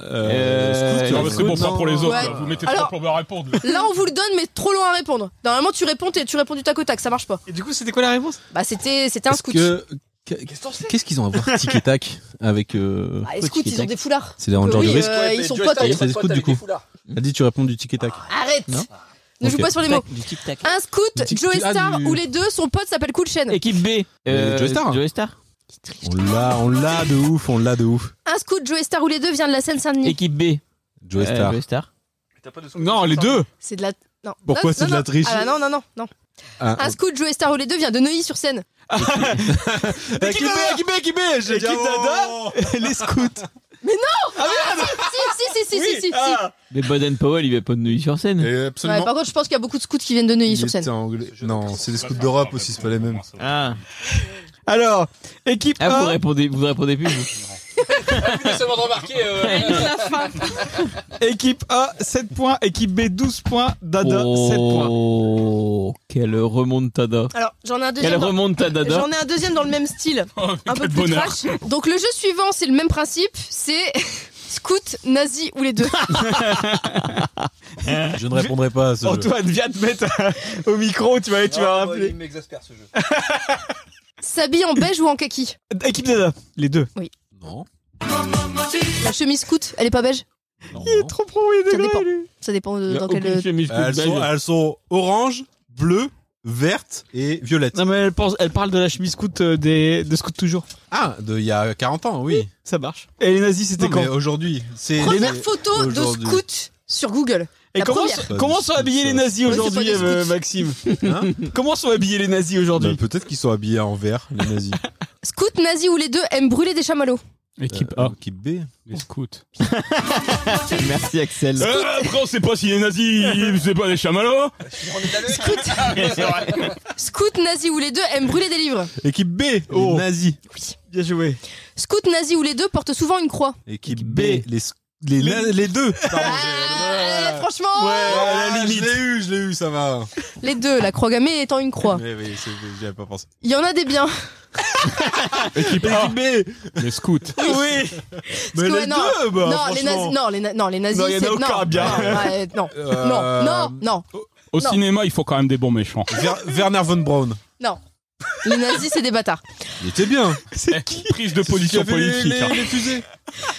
[SPEAKER 2] Euh,
[SPEAKER 9] Euh,
[SPEAKER 6] Non, mais c'est
[SPEAKER 2] non.
[SPEAKER 6] bon, pas pour les autres.
[SPEAKER 3] Ouais.
[SPEAKER 6] là. Vous mettez
[SPEAKER 3] Alors-
[SPEAKER 6] trois pour me répondre.
[SPEAKER 3] Là, on vous le donne, mais trop long à répondre. Normalement, tu réponds, t'es- tu réponds du tac au tac, ça marche pas.
[SPEAKER 1] Et du coup, c'était quoi la réponse
[SPEAKER 3] Bah, c'était c'était un
[SPEAKER 2] Est-ce
[SPEAKER 3] scout.
[SPEAKER 2] que- Qu'est-ce qu'ils ont à voir Tic et Tac avec euh,
[SPEAKER 3] Ah, les
[SPEAKER 2] quoi,
[SPEAKER 3] scouts,
[SPEAKER 2] Tic et
[SPEAKER 3] ils ont
[SPEAKER 2] Tac
[SPEAKER 3] des foulards.
[SPEAKER 2] C'est dans le genre
[SPEAKER 3] Oui,
[SPEAKER 2] de risque.
[SPEAKER 3] euh, ils sont potes.
[SPEAKER 2] C'est des scouts, du coup. A dit tu réponds du Tic et Tac.
[SPEAKER 3] Arrête
[SPEAKER 2] Non
[SPEAKER 3] Ne joue
[SPEAKER 2] Ok.
[SPEAKER 3] pas sur les mots.
[SPEAKER 9] Du tic tac.
[SPEAKER 3] Un
[SPEAKER 2] Du
[SPEAKER 3] scout,
[SPEAKER 2] tic-
[SPEAKER 3] Joe
[SPEAKER 2] ah,
[SPEAKER 3] Star
[SPEAKER 2] du-
[SPEAKER 3] ou les deux, son pote s'appelle Cool Chain.
[SPEAKER 9] Équipe B. Euh,
[SPEAKER 2] Joey Star. hein.
[SPEAKER 9] Joey Star.
[SPEAKER 2] On l'a, on l'a de ouf, on l'a de ouf.
[SPEAKER 3] Un scout, Joe Star ou les deux vient de la Seine-Saint-Denis.
[SPEAKER 9] Équipe B.
[SPEAKER 2] Joe
[SPEAKER 9] Euh,
[SPEAKER 2] Star.
[SPEAKER 9] Joey Star.
[SPEAKER 1] Non, les deux.
[SPEAKER 3] C'est de la. Non.
[SPEAKER 2] Pourquoi
[SPEAKER 3] Non,
[SPEAKER 2] c'est de
[SPEAKER 3] non,
[SPEAKER 2] la
[SPEAKER 3] non.
[SPEAKER 2] triche
[SPEAKER 3] Ah bah non, non, non, non.
[SPEAKER 2] Ah,
[SPEAKER 3] Un scout, Joe Star ou les deux vient de Neuilly-sur-Seine.
[SPEAKER 1] Bah,
[SPEAKER 2] Équipe B, équipe B, équipe B J'ai dit, oh
[SPEAKER 1] Les scouts.
[SPEAKER 3] si, si, si, si, si, si, si.
[SPEAKER 1] Ah.
[SPEAKER 9] Mais Baden Powell, il va pas de nuit sur scène.
[SPEAKER 2] Et
[SPEAKER 3] Ouais,
[SPEAKER 2] ah, absolument.
[SPEAKER 3] par contre, je pense qu'il y a beaucoup de scouts qui viennent de Neuilly sur
[SPEAKER 2] Il
[SPEAKER 3] scène.
[SPEAKER 2] était anglais. Non, c'est les scouts d'Europe aussi, c'est pas les mêmes.
[SPEAKER 9] Ah,
[SPEAKER 1] Alors, équipe
[SPEAKER 9] Ah, vous
[SPEAKER 1] A.
[SPEAKER 9] répondez, vous répondez plus. vous.
[SPEAKER 4] Vous seulement remarqué.
[SPEAKER 5] euh,
[SPEAKER 1] Équipe A, 7 points. Équipe B, 12 points. Dada, 7 points.
[SPEAKER 9] oh, quelle remontada.
[SPEAKER 3] Alors, j'en ai un
[SPEAKER 9] Quelle
[SPEAKER 3] deuxième. dans-
[SPEAKER 9] remontada.
[SPEAKER 3] J'en ai un deuxième dans le même style,
[SPEAKER 2] Oh,
[SPEAKER 3] un peu plus trash. Donc le jeu suivant, c'est le même principe, c'est scout, nazi ou les deux.
[SPEAKER 2] Je ne répondrai pas à ce jeu.
[SPEAKER 1] Antoine, viens te mettre euh, au micro. Tu vas, tu vas rappeler.
[SPEAKER 5] euh, oh, Il m'exaspère ce jeu.
[SPEAKER 2] Ah,
[SPEAKER 3] S'habille en beige ou en kaki.
[SPEAKER 1] Équipe Dada. Les deux.
[SPEAKER 2] Non.
[SPEAKER 3] La chemise scout, elle est pas beige
[SPEAKER 2] non.
[SPEAKER 1] Trop pro, il est
[SPEAKER 3] Ça
[SPEAKER 1] là,
[SPEAKER 3] dépend.
[SPEAKER 1] il est-
[SPEAKER 3] Ça dépend de,
[SPEAKER 9] Il y a
[SPEAKER 3] dans
[SPEAKER 9] aucune
[SPEAKER 3] quel.
[SPEAKER 9] chemise
[SPEAKER 2] Elles
[SPEAKER 9] toute
[SPEAKER 2] sont,
[SPEAKER 9] beige.
[SPEAKER 2] elles sont orange, bleu, verte et violette.
[SPEAKER 1] Non, mais elle, pense, elle parle de la chemise scout euh, des, de scout toujours.
[SPEAKER 2] Ah, de il y a 40 ans, oui.
[SPEAKER 1] Ça marche. Et les nazis, c'était
[SPEAKER 2] Non,
[SPEAKER 1] quand
[SPEAKER 2] mais aujourd'hui, c'est
[SPEAKER 3] Première photo de
[SPEAKER 2] Aujourd'hui.
[SPEAKER 3] scout sur Google.
[SPEAKER 1] Et
[SPEAKER 3] la
[SPEAKER 1] comment,
[SPEAKER 3] première.
[SPEAKER 1] sont- comment sont habillés les nazis
[SPEAKER 3] Ouais, c'est
[SPEAKER 1] aujourd'hui,
[SPEAKER 3] pas des
[SPEAKER 1] euh,
[SPEAKER 3] scouts.
[SPEAKER 1] Maxime
[SPEAKER 2] Hein
[SPEAKER 1] Comment sont habillés les nazis
[SPEAKER 2] Bah,
[SPEAKER 1] aujourd'hui
[SPEAKER 2] peut-être qu'ils sont habillés en vert, les nazis.
[SPEAKER 3] Scout, nazi ou les deux aiment brûler des chamallows.
[SPEAKER 6] Équipe
[SPEAKER 2] Euh,
[SPEAKER 6] A,
[SPEAKER 2] Équipe B.
[SPEAKER 6] les scouts.
[SPEAKER 9] Merci Axel.
[SPEAKER 1] Euh,
[SPEAKER 6] après, on sait pas si les nazis, c'est pas des chamallows.
[SPEAKER 3] Scout, scout, nazi ou les deux aiment brûler des livres.
[SPEAKER 2] Équipe B, les nazis.
[SPEAKER 1] oh. Bien joué.
[SPEAKER 3] Scout nazi ou les deux portent souvent une croix.
[SPEAKER 2] Équipe B, les, sc- les, les, deux. Pardon, j'ai-
[SPEAKER 3] Ah, franchement,
[SPEAKER 2] Ah, Je l'ai eu, je l'ai eu, ça va.
[SPEAKER 3] les deux, la croix gammée étant une croix.
[SPEAKER 2] Oui, oui, c'est- j'y avais pas pensé.
[SPEAKER 3] Il y en a des biens.
[SPEAKER 6] Équipe
[SPEAKER 1] Ah.
[SPEAKER 6] A. Les scouts.
[SPEAKER 3] Oui.
[SPEAKER 2] Mais les
[SPEAKER 3] non,
[SPEAKER 2] deux, bah,
[SPEAKER 3] non, les nazis,
[SPEAKER 2] franchement.
[SPEAKER 3] non, les, na- non, les nazis,
[SPEAKER 6] Non, il y en a
[SPEAKER 3] c'est
[SPEAKER 6] aucun
[SPEAKER 3] non,
[SPEAKER 6] bien.
[SPEAKER 3] non, ouais, non,
[SPEAKER 2] Euh,
[SPEAKER 3] non, non, non,
[SPEAKER 6] Au
[SPEAKER 3] Non.
[SPEAKER 6] cinéma, il faut quand même des bons méchants.
[SPEAKER 2] Ver- Werner von Braun.
[SPEAKER 3] non. Les nazis, c'est des bâtards.
[SPEAKER 2] Il était bien.
[SPEAKER 6] Prise de position
[SPEAKER 2] C'est celui qui avait
[SPEAKER 6] politique. hein.
[SPEAKER 2] Les, les- les fusées.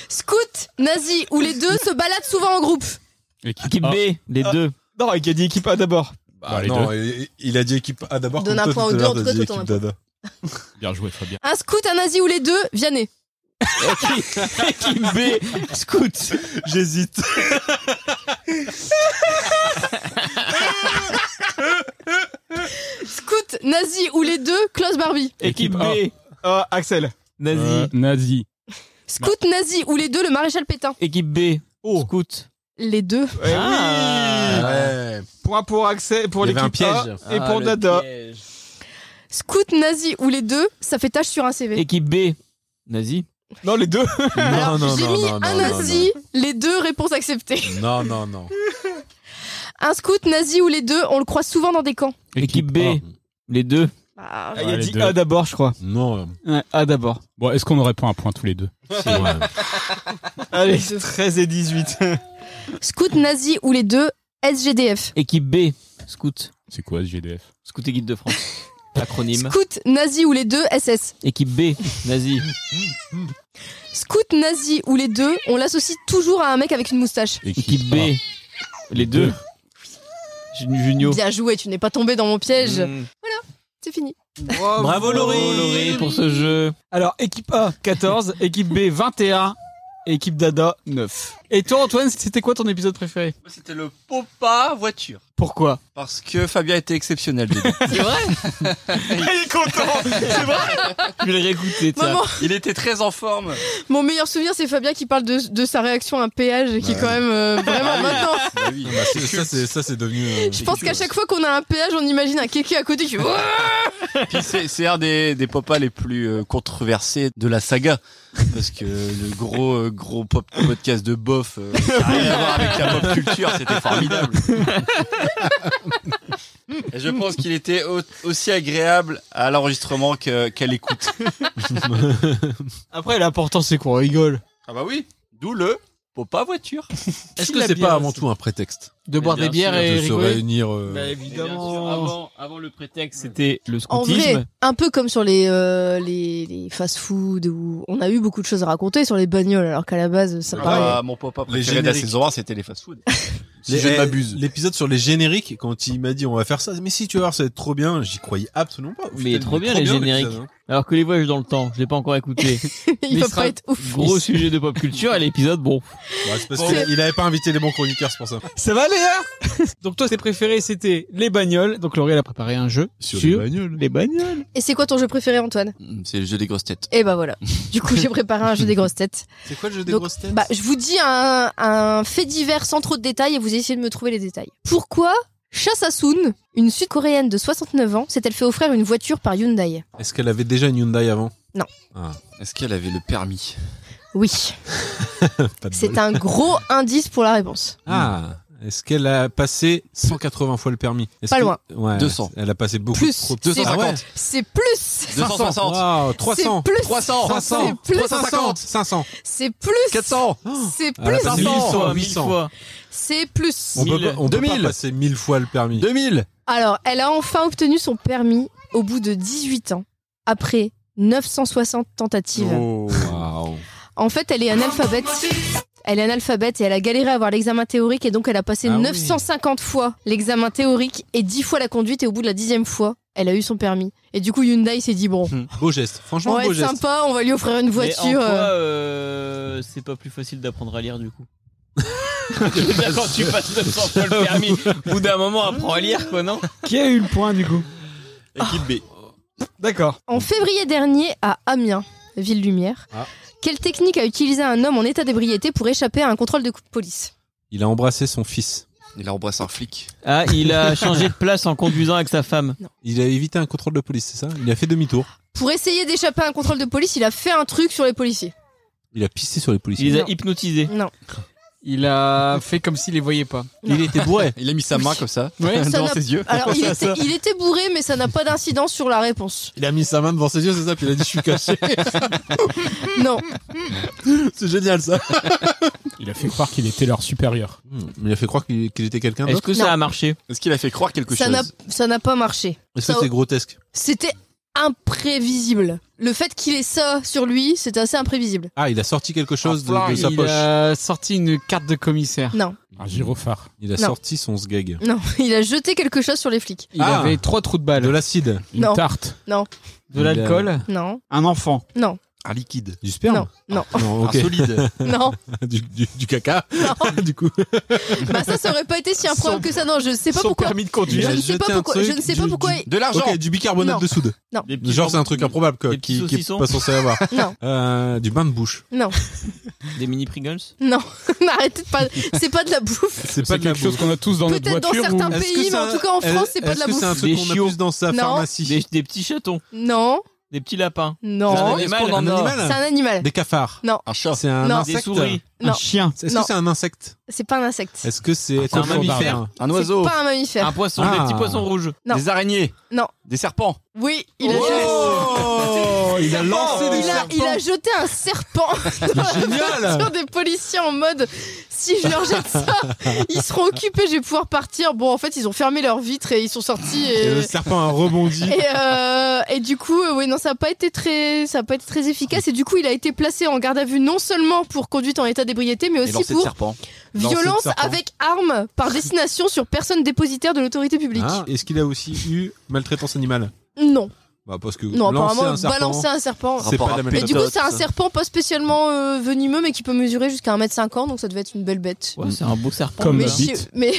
[SPEAKER 3] Scout, nazi ou les deux se baladent souvent en groupe.
[SPEAKER 9] Équipe B, les deux.
[SPEAKER 1] Ah. Non, il a dit équipe A d'abord.
[SPEAKER 2] Bah,
[SPEAKER 6] les
[SPEAKER 2] non, il, il a dit équipe A d'abord.
[SPEAKER 3] Donne
[SPEAKER 2] comme
[SPEAKER 3] un
[SPEAKER 2] toi, tout
[SPEAKER 3] point aux
[SPEAKER 2] à
[SPEAKER 3] deux,
[SPEAKER 2] l'heure,
[SPEAKER 3] en
[SPEAKER 2] t'as
[SPEAKER 3] tout cas,
[SPEAKER 2] dit
[SPEAKER 3] toi,
[SPEAKER 2] équipe
[SPEAKER 3] t'en as
[SPEAKER 2] d'Ada.
[SPEAKER 6] Bien joué, Fabien.
[SPEAKER 3] Un scout, un nazi ou les deux, Vianney.
[SPEAKER 9] Équipe B, scout.
[SPEAKER 2] J'hésite.
[SPEAKER 3] Scout, nazi ou les deux, Klaus Barbie.
[SPEAKER 9] Équipe
[SPEAKER 6] A.
[SPEAKER 9] B,
[SPEAKER 1] Ah, Axel.
[SPEAKER 6] Euh,
[SPEAKER 9] nazi.
[SPEAKER 6] nazi.
[SPEAKER 3] Scout, nazi ou les deux, le maréchal Pétain.
[SPEAKER 9] Équipe B,
[SPEAKER 1] Oh.
[SPEAKER 9] scout.
[SPEAKER 3] Les deux.
[SPEAKER 1] Eh
[SPEAKER 9] Ah.
[SPEAKER 2] Ouais.
[SPEAKER 1] oui. Point pour Axel, pour
[SPEAKER 2] Il y avait un
[SPEAKER 1] l'équipe A
[SPEAKER 2] piège.
[SPEAKER 1] et pour Dada.
[SPEAKER 3] Scout, nazi ou les deux, ça fait tâche sur un CV.
[SPEAKER 9] Équipe B, nazi.
[SPEAKER 1] Non, les deux.
[SPEAKER 3] Ah, Alors,
[SPEAKER 2] non, non,
[SPEAKER 3] j'ai
[SPEAKER 2] non,
[SPEAKER 3] mis
[SPEAKER 2] non,
[SPEAKER 3] un
[SPEAKER 2] non,
[SPEAKER 3] nazi, les deux, réponse acceptée.
[SPEAKER 2] Non, non, non.
[SPEAKER 3] Un scout, nazi ou les deux, on le croise souvent dans des camps.
[SPEAKER 9] Équipe B,
[SPEAKER 2] Ah.
[SPEAKER 6] A.
[SPEAKER 9] les deux.
[SPEAKER 3] Bah,
[SPEAKER 1] il a
[SPEAKER 6] les
[SPEAKER 1] dit
[SPEAKER 6] deux.
[SPEAKER 1] Ah, A d'abord, je crois.
[SPEAKER 2] Non.
[SPEAKER 1] Ouais, A d'abord.
[SPEAKER 6] Bon, est-ce qu'on aurait pas un point tous les deux
[SPEAKER 1] Allez, 13 et 18.
[SPEAKER 3] Scout nazi ou les deux SGDF.
[SPEAKER 9] Équipe B, scout.
[SPEAKER 6] C'est quoi ce GDF
[SPEAKER 9] Scout et guide de France. Acronyme.
[SPEAKER 3] Scout nazi ou les deux SS.
[SPEAKER 9] Équipe B, nazi.
[SPEAKER 3] Scout nazi ou les deux, on l'associe toujours à un mec avec une moustache.
[SPEAKER 9] Équipe B, les deux. Junio.
[SPEAKER 3] Bien joué, tu n'es pas tombé dans mon piège.
[SPEAKER 9] Mm.
[SPEAKER 3] C'est fini.
[SPEAKER 9] Bravo Laurie. pour ce jeu.
[SPEAKER 1] Alors, équipe A, 14. équipe B, 21. et Équipe Dada, 9. Et toi, Antoine, c'était quoi ton épisode préféré
[SPEAKER 5] C'était le Popa voiture.
[SPEAKER 1] Pourquoi
[SPEAKER 5] Parce que Fabien était exceptionnel. dedans.
[SPEAKER 9] C'est vrai
[SPEAKER 1] Il est content
[SPEAKER 9] Je vais le réécouter, tiens.
[SPEAKER 3] Maman,
[SPEAKER 5] Il était très en forme.
[SPEAKER 3] mon meilleur souvenir, c'est Fabien qui parle de, de sa réaction à un péage qui est quand même euh, vraiment maintenant.
[SPEAKER 2] Bah oui. Bah, c'est- ça, c'est- ça, c'est devenu. euh,
[SPEAKER 3] Je pense qu'à chaque fois qu'on a un péage, on imagine un kéké à côté qui fait Ouah
[SPEAKER 5] Puis c'est c'est un des, des popas les plus euh, controversés de la saga. Parce que le gros, euh, gros pop podcast de bof, euh, ça n'a rien à voir avec la pop culture, c'était formidable. Et je pense qu'il était au- aussi agréable à l'enregistrement que- qu'à l'écoute.
[SPEAKER 1] Après, l'important, c'est qu'on rigole.
[SPEAKER 5] Ah bah oui, d'où le popa voiture.
[SPEAKER 2] Est-ce
[SPEAKER 1] Il
[SPEAKER 2] que
[SPEAKER 1] a
[SPEAKER 2] c'est
[SPEAKER 1] bien,
[SPEAKER 2] pas avant
[SPEAKER 1] c'est-
[SPEAKER 2] tout un prétexte
[SPEAKER 1] De boire
[SPEAKER 9] bien
[SPEAKER 1] des bières
[SPEAKER 9] sûr,
[SPEAKER 1] et
[SPEAKER 2] de se
[SPEAKER 1] rigoler.
[SPEAKER 2] réunir euh,
[SPEAKER 1] évidemment.
[SPEAKER 9] Bah, avant, avant le prétexte, c'était le
[SPEAKER 3] En vrai,
[SPEAKER 9] scoutisme.
[SPEAKER 3] un peu comme sur les, euh, les, les fast-food où on a eu beaucoup de choses à raconter sur les bagnoles, alors qu'à la base, ça
[SPEAKER 5] Ah
[SPEAKER 3] paraît.
[SPEAKER 5] bah, mon papa
[SPEAKER 2] Les
[SPEAKER 5] préféré de la
[SPEAKER 2] génériques.
[SPEAKER 5] saison 1, c'était les euh, fast-food. Si
[SPEAKER 2] les-
[SPEAKER 5] je ne
[SPEAKER 2] eh,
[SPEAKER 5] m'abuse.
[SPEAKER 2] L'épisode sur les génériques, quand il m'a dit on va faire ça, mais si tu vas voir, ça va être trop bien, j'y croyais absolument pas.
[SPEAKER 9] Mais trop bien, les génériques.
[SPEAKER 2] l'épisode, hein.
[SPEAKER 9] Alors que les voyages dans le temps, je l'ai pas encore écouté.
[SPEAKER 3] Il
[SPEAKER 9] Mais
[SPEAKER 3] va
[SPEAKER 9] ce
[SPEAKER 3] pas
[SPEAKER 9] sera-
[SPEAKER 3] être ouf.
[SPEAKER 9] Gros sujet de pop culture et l'épisode, bon.
[SPEAKER 2] Bah, c'est parce
[SPEAKER 3] Bon.
[SPEAKER 2] qu'il a- il avait pas invité les bons chroniqueurs, c'est pour ça.
[SPEAKER 1] Ça va, Léa Donc, toi, tes préférés, c'était les bagnoles. Donc, Laurie, elle a préparé un jeu sur, les bagnoles.
[SPEAKER 3] Et c'est quoi ton jeu préféré, Antoine
[SPEAKER 5] Hmm, C'est le jeu des grosses têtes.
[SPEAKER 3] Et bah voilà. Du coup, j'ai préparé un jeu des grosses têtes.
[SPEAKER 2] C'est quoi le jeu des
[SPEAKER 3] Donc,
[SPEAKER 2] grosses têtes
[SPEAKER 3] Bah, je vous dis un, un fait divers sans trop de détails et vous essayez de me trouver les détails. Pourquoi Cha Soon, une Sud-Coréenne de 69 ans, s'est-elle fait offrir une voiture par Hyundai
[SPEAKER 2] Est-ce qu'elle avait déjà une Hyundai avant
[SPEAKER 5] Est-ce qu'elle avait le permis
[SPEAKER 3] Oui,
[SPEAKER 2] Pas de bol.
[SPEAKER 3] c'est un gros indice pour la réponse.
[SPEAKER 2] Ah est-ce qu'elle a passé 180 fois le permis Est-ce
[SPEAKER 3] Pas
[SPEAKER 2] que-
[SPEAKER 3] loin.
[SPEAKER 2] Ouais,
[SPEAKER 5] 200.
[SPEAKER 2] Elle a passé beaucoup
[SPEAKER 3] Plus.
[SPEAKER 2] trop.
[SPEAKER 3] C'est-
[SPEAKER 5] 250.
[SPEAKER 2] Ah ouais.
[SPEAKER 3] C'est plus
[SPEAKER 5] 260.
[SPEAKER 2] Waouh,
[SPEAKER 3] C'est
[SPEAKER 2] 300.
[SPEAKER 3] plus
[SPEAKER 5] 300.
[SPEAKER 2] 500.
[SPEAKER 3] C'est plus
[SPEAKER 2] 350. 500.
[SPEAKER 3] C'est plus
[SPEAKER 5] 400.
[SPEAKER 3] C'est
[SPEAKER 2] Ah, la
[SPEAKER 3] plus
[SPEAKER 2] passe- 800, 800.
[SPEAKER 3] C'est plus
[SPEAKER 2] On peut, pas- on peut
[SPEAKER 5] 2000.
[SPEAKER 2] pas passer 1000 fois le permis.
[SPEAKER 5] 2000.
[SPEAKER 3] Alors, elle a enfin obtenu son permis au bout de 18 ans, après 960 tentatives.
[SPEAKER 2] Oh,
[SPEAKER 5] Ah.
[SPEAKER 2] waouh.
[SPEAKER 3] En fait, elle est analphabète. Elle est analphabète et elle a galéré à avoir l'examen théorique et donc elle a passé
[SPEAKER 2] Ah oui.
[SPEAKER 3] 950 fois l'examen théorique et 10 fois la conduite et au bout de la dixième fois, elle a eu son permis. Et du coup, Hyundai s'est dit bon,
[SPEAKER 2] Beau geste.
[SPEAKER 3] on
[SPEAKER 2] Franchement,
[SPEAKER 3] va
[SPEAKER 2] beau
[SPEAKER 3] être
[SPEAKER 2] geste.
[SPEAKER 3] sympa, on va lui offrir une voiture.
[SPEAKER 9] Mais en quoi,
[SPEAKER 3] euh.
[SPEAKER 9] euh, c'est pas plus facile d'apprendre à lire du coup Je veux dire, quand tu passes 900 fois le permis, au bout d'un moment, apprends à lire quoi, non
[SPEAKER 1] Qui a eu le point, du coup
[SPEAKER 5] Équipe B.
[SPEAKER 1] D'accord.
[SPEAKER 3] En février dernier, à Amiens, ville lumière,
[SPEAKER 2] Ah.
[SPEAKER 3] quelle technique a utilisé un homme en état d'ébriété pour échapper à un contrôle de police
[SPEAKER 2] Il a embrassé son fils.
[SPEAKER 5] Il a embrassé un flic.
[SPEAKER 9] Ah, il a changé de place en conduisant avec sa femme.
[SPEAKER 2] Il a évité un contrôle de police, c'est ça Il a fait demi-tour.
[SPEAKER 3] Pour essayer d'échapper à un contrôle de police, il a fait un truc sur les policiers.
[SPEAKER 2] Il a pissé sur les
[SPEAKER 9] Il
[SPEAKER 2] policiers.
[SPEAKER 9] les a hypnotisés.
[SPEAKER 3] Non.
[SPEAKER 1] Il a fait comme s'il les voyait pas.
[SPEAKER 2] Il était bourré.
[SPEAKER 5] Il a mis sa main comme ça
[SPEAKER 1] Ouais.
[SPEAKER 3] Ça
[SPEAKER 5] dans
[SPEAKER 3] n'a-
[SPEAKER 5] ses yeux.
[SPEAKER 3] Alors, il était, il était bourré, mais ça n'a pas d'incidence sur la réponse.
[SPEAKER 2] Il a mis sa main devant ses yeux, c'est ça, puis il a dit je suis caché.
[SPEAKER 3] Non.
[SPEAKER 2] c'est génial ça.
[SPEAKER 6] Il a fait croire qu'il était leur supérieur.
[SPEAKER 2] Hmm. Il a fait croire qu'il qu'il était quelqu'un
[SPEAKER 9] Est-ce
[SPEAKER 2] d'autre.
[SPEAKER 9] que
[SPEAKER 3] Non.
[SPEAKER 9] ça a marché
[SPEAKER 5] Est-ce qu'il a fait croire quelque
[SPEAKER 3] Ça
[SPEAKER 5] chose
[SPEAKER 3] n'a, ça n'a pas marché.
[SPEAKER 2] Est-ce
[SPEAKER 3] ça-
[SPEAKER 2] que c'est grotesque
[SPEAKER 3] C'était imprévisible. Le fait qu'il ait ça sur lui, c'était assez imprévisible.
[SPEAKER 2] Ah, il a sorti quelque chose de, de sa
[SPEAKER 1] il
[SPEAKER 2] poche.
[SPEAKER 1] a sorti une carte de commissaire.
[SPEAKER 3] Non,
[SPEAKER 6] Un gyrophare.
[SPEAKER 2] Il a
[SPEAKER 3] Non.
[SPEAKER 2] sorti son sgeg.
[SPEAKER 3] non, il a jeté quelque chose sur les flics.
[SPEAKER 1] Il
[SPEAKER 2] Ah.
[SPEAKER 1] avait trois trous de balle.
[SPEAKER 2] De l'acide.
[SPEAKER 6] Une
[SPEAKER 3] Non.
[SPEAKER 6] tarte.
[SPEAKER 9] De l'alcool
[SPEAKER 3] Non,
[SPEAKER 1] Un enfant.
[SPEAKER 3] non,
[SPEAKER 5] Un liquide.
[SPEAKER 2] Du sperme
[SPEAKER 3] non, non,
[SPEAKER 2] Non, ok.
[SPEAKER 5] Un solide.
[SPEAKER 3] non.
[SPEAKER 2] du, du- du caca.
[SPEAKER 3] Non.
[SPEAKER 2] du coup.
[SPEAKER 3] Bah ça, ça aurait pas été si improbable
[SPEAKER 1] Son-
[SPEAKER 3] que ça. Non, je sais pas
[SPEAKER 1] Son
[SPEAKER 3] pourquoi.
[SPEAKER 1] permis de
[SPEAKER 3] Je
[SPEAKER 1] conduire.
[SPEAKER 2] Il a
[SPEAKER 3] ne sais pas
[SPEAKER 2] jeté un
[SPEAKER 3] pourquoi. Je
[SPEAKER 2] truc
[SPEAKER 3] ne sais
[SPEAKER 2] du-
[SPEAKER 3] pas pourquoi.
[SPEAKER 2] du-
[SPEAKER 5] De l'argent
[SPEAKER 2] Ok, du bicarbonate
[SPEAKER 3] Ah, Non.
[SPEAKER 2] de soude.
[SPEAKER 9] Des petits
[SPEAKER 2] Genre, c'est un truc improbable quoi,
[SPEAKER 9] des petits
[SPEAKER 2] qui, qui est
[SPEAKER 9] saucissons.
[SPEAKER 2] pas censé avoir.
[SPEAKER 3] Non.
[SPEAKER 2] Euh, du bain de bouche.
[SPEAKER 9] Des mini Pringles
[SPEAKER 3] Non, arrêtez de pas. C'est pas de la bouffe.
[SPEAKER 2] C'est
[SPEAKER 6] C'est quelque chose qu'on a tous dans notre
[SPEAKER 3] Peut-être dans
[SPEAKER 6] voiture.
[SPEAKER 3] certains
[SPEAKER 6] ou-
[SPEAKER 2] Est-ce que
[SPEAKER 3] pays, mais
[SPEAKER 2] c'est
[SPEAKER 3] en
[SPEAKER 2] un-
[SPEAKER 3] tout cas en
[SPEAKER 2] est-
[SPEAKER 3] France, c'est pas de la
[SPEAKER 2] Est-ce que c'est un
[SPEAKER 3] bouffe.
[SPEAKER 2] truc
[SPEAKER 9] Des
[SPEAKER 2] qu'on
[SPEAKER 9] chiots.
[SPEAKER 2] a plus dans sa
[SPEAKER 3] Non.
[SPEAKER 2] pharmacie
[SPEAKER 9] des, des petits chatons
[SPEAKER 3] Non,
[SPEAKER 9] Des petits lapins
[SPEAKER 3] non.
[SPEAKER 9] Est-ce
[SPEAKER 2] animal,
[SPEAKER 9] qu'on en
[SPEAKER 2] un
[SPEAKER 9] a
[SPEAKER 2] animal
[SPEAKER 3] C'est un animal.
[SPEAKER 2] Des cafards.
[SPEAKER 3] Non,
[SPEAKER 5] Un chat.
[SPEAKER 2] C'est un
[SPEAKER 3] Non.
[SPEAKER 9] Des
[SPEAKER 2] insecte.
[SPEAKER 9] souris
[SPEAKER 1] Un
[SPEAKER 3] Non.
[SPEAKER 1] chien.
[SPEAKER 2] Est-ce
[SPEAKER 3] Non.
[SPEAKER 2] que c'est un insecte
[SPEAKER 3] c'est pas un insecte.
[SPEAKER 2] Est-ce que c'est
[SPEAKER 6] C'est un mammifère.
[SPEAKER 5] Un
[SPEAKER 3] C'est
[SPEAKER 5] oiseau.
[SPEAKER 3] pas un mammifère.
[SPEAKER 9] Un poisson, des
[SPEAKER 2] Ah.
[SPEAKER 9] petits poissons rouges
[SPEAKER 3] Non.
[SPEAKER 5] Des araignées.
[SPEAKER 3] Non.
[SPEAKER 5] Des serpents.
[SPEAKER 3] Oui, il a,
[SPEAKER 2] Oh, il a lancé
[SPEAKER 3] jeté...
[SPEAKER 2] des
[SPEAKER 3] il, a, il a jeté un serpent
[SPEAKER 2] Génial
[SPEAKER 3] sur des policiers en mode si je leur jette ça, ils seront occupés, je vais pouvoir partir. Bon, en fait, ils ont fermé leurs vitres et ils sont sortis.
[SPEAKER 2] Et le
[SPEAKER 3] Et,
[SPEAKER 2] serpent a rebondi.
[SPEAKER 3] et, euh, et du coup, euh, oui, non, ça n'a pas été très, ça a pas été très efficace. Et du coup, il a été placé en garde à vue non seulement pour conduite en état d'ébriété, mais
[SPEAKER 5] et
[SPEAKER 3] aussi
[SPEAKER 5] lancer de
[SPEAKER 3] pour
[SPEAKER 5] serpents.
[SPEAKER 2] Lancer de
[SPEAKER 3] violence
[SPEAKER 2] serpent.
[SPEAKER 3] avec arme par destination sur personne dépositaire de l'autorité publique.
[SPEAKER 2] Ah, Est-ce qu'il a aussi eu maltraitance animale
[SPEAKER 3] Non,
[SPEAKER 2] Bah parce que
[SPEAKER 3] non,
[SPEAKER 2] lancer
[SPEAKER 3] apparemment,
[SPEAKER 2] un serpent,
[SPEAKER 3] balancer un serpent.
[SPEAKER 2] c'est pas la même
[SPEAKER 3] Et
[SPEAKER 2] chose.
[SPEAKER 3] du coup, c'est un serpent pas spécialement euh, venimeux, mais qui peut mesurer jusqu'à 1m50, donc ça devait être une belle bête.
[SPEAKER 9] Ouais, c'est un beau serpent.
[SPEAKER 6] Comme
[SPEAKER 3] mais
[SPEAKER 6] la
[SPEAKER 3] chi-
[SPEAKER 6] bite.
[SPEAKER 3] mais-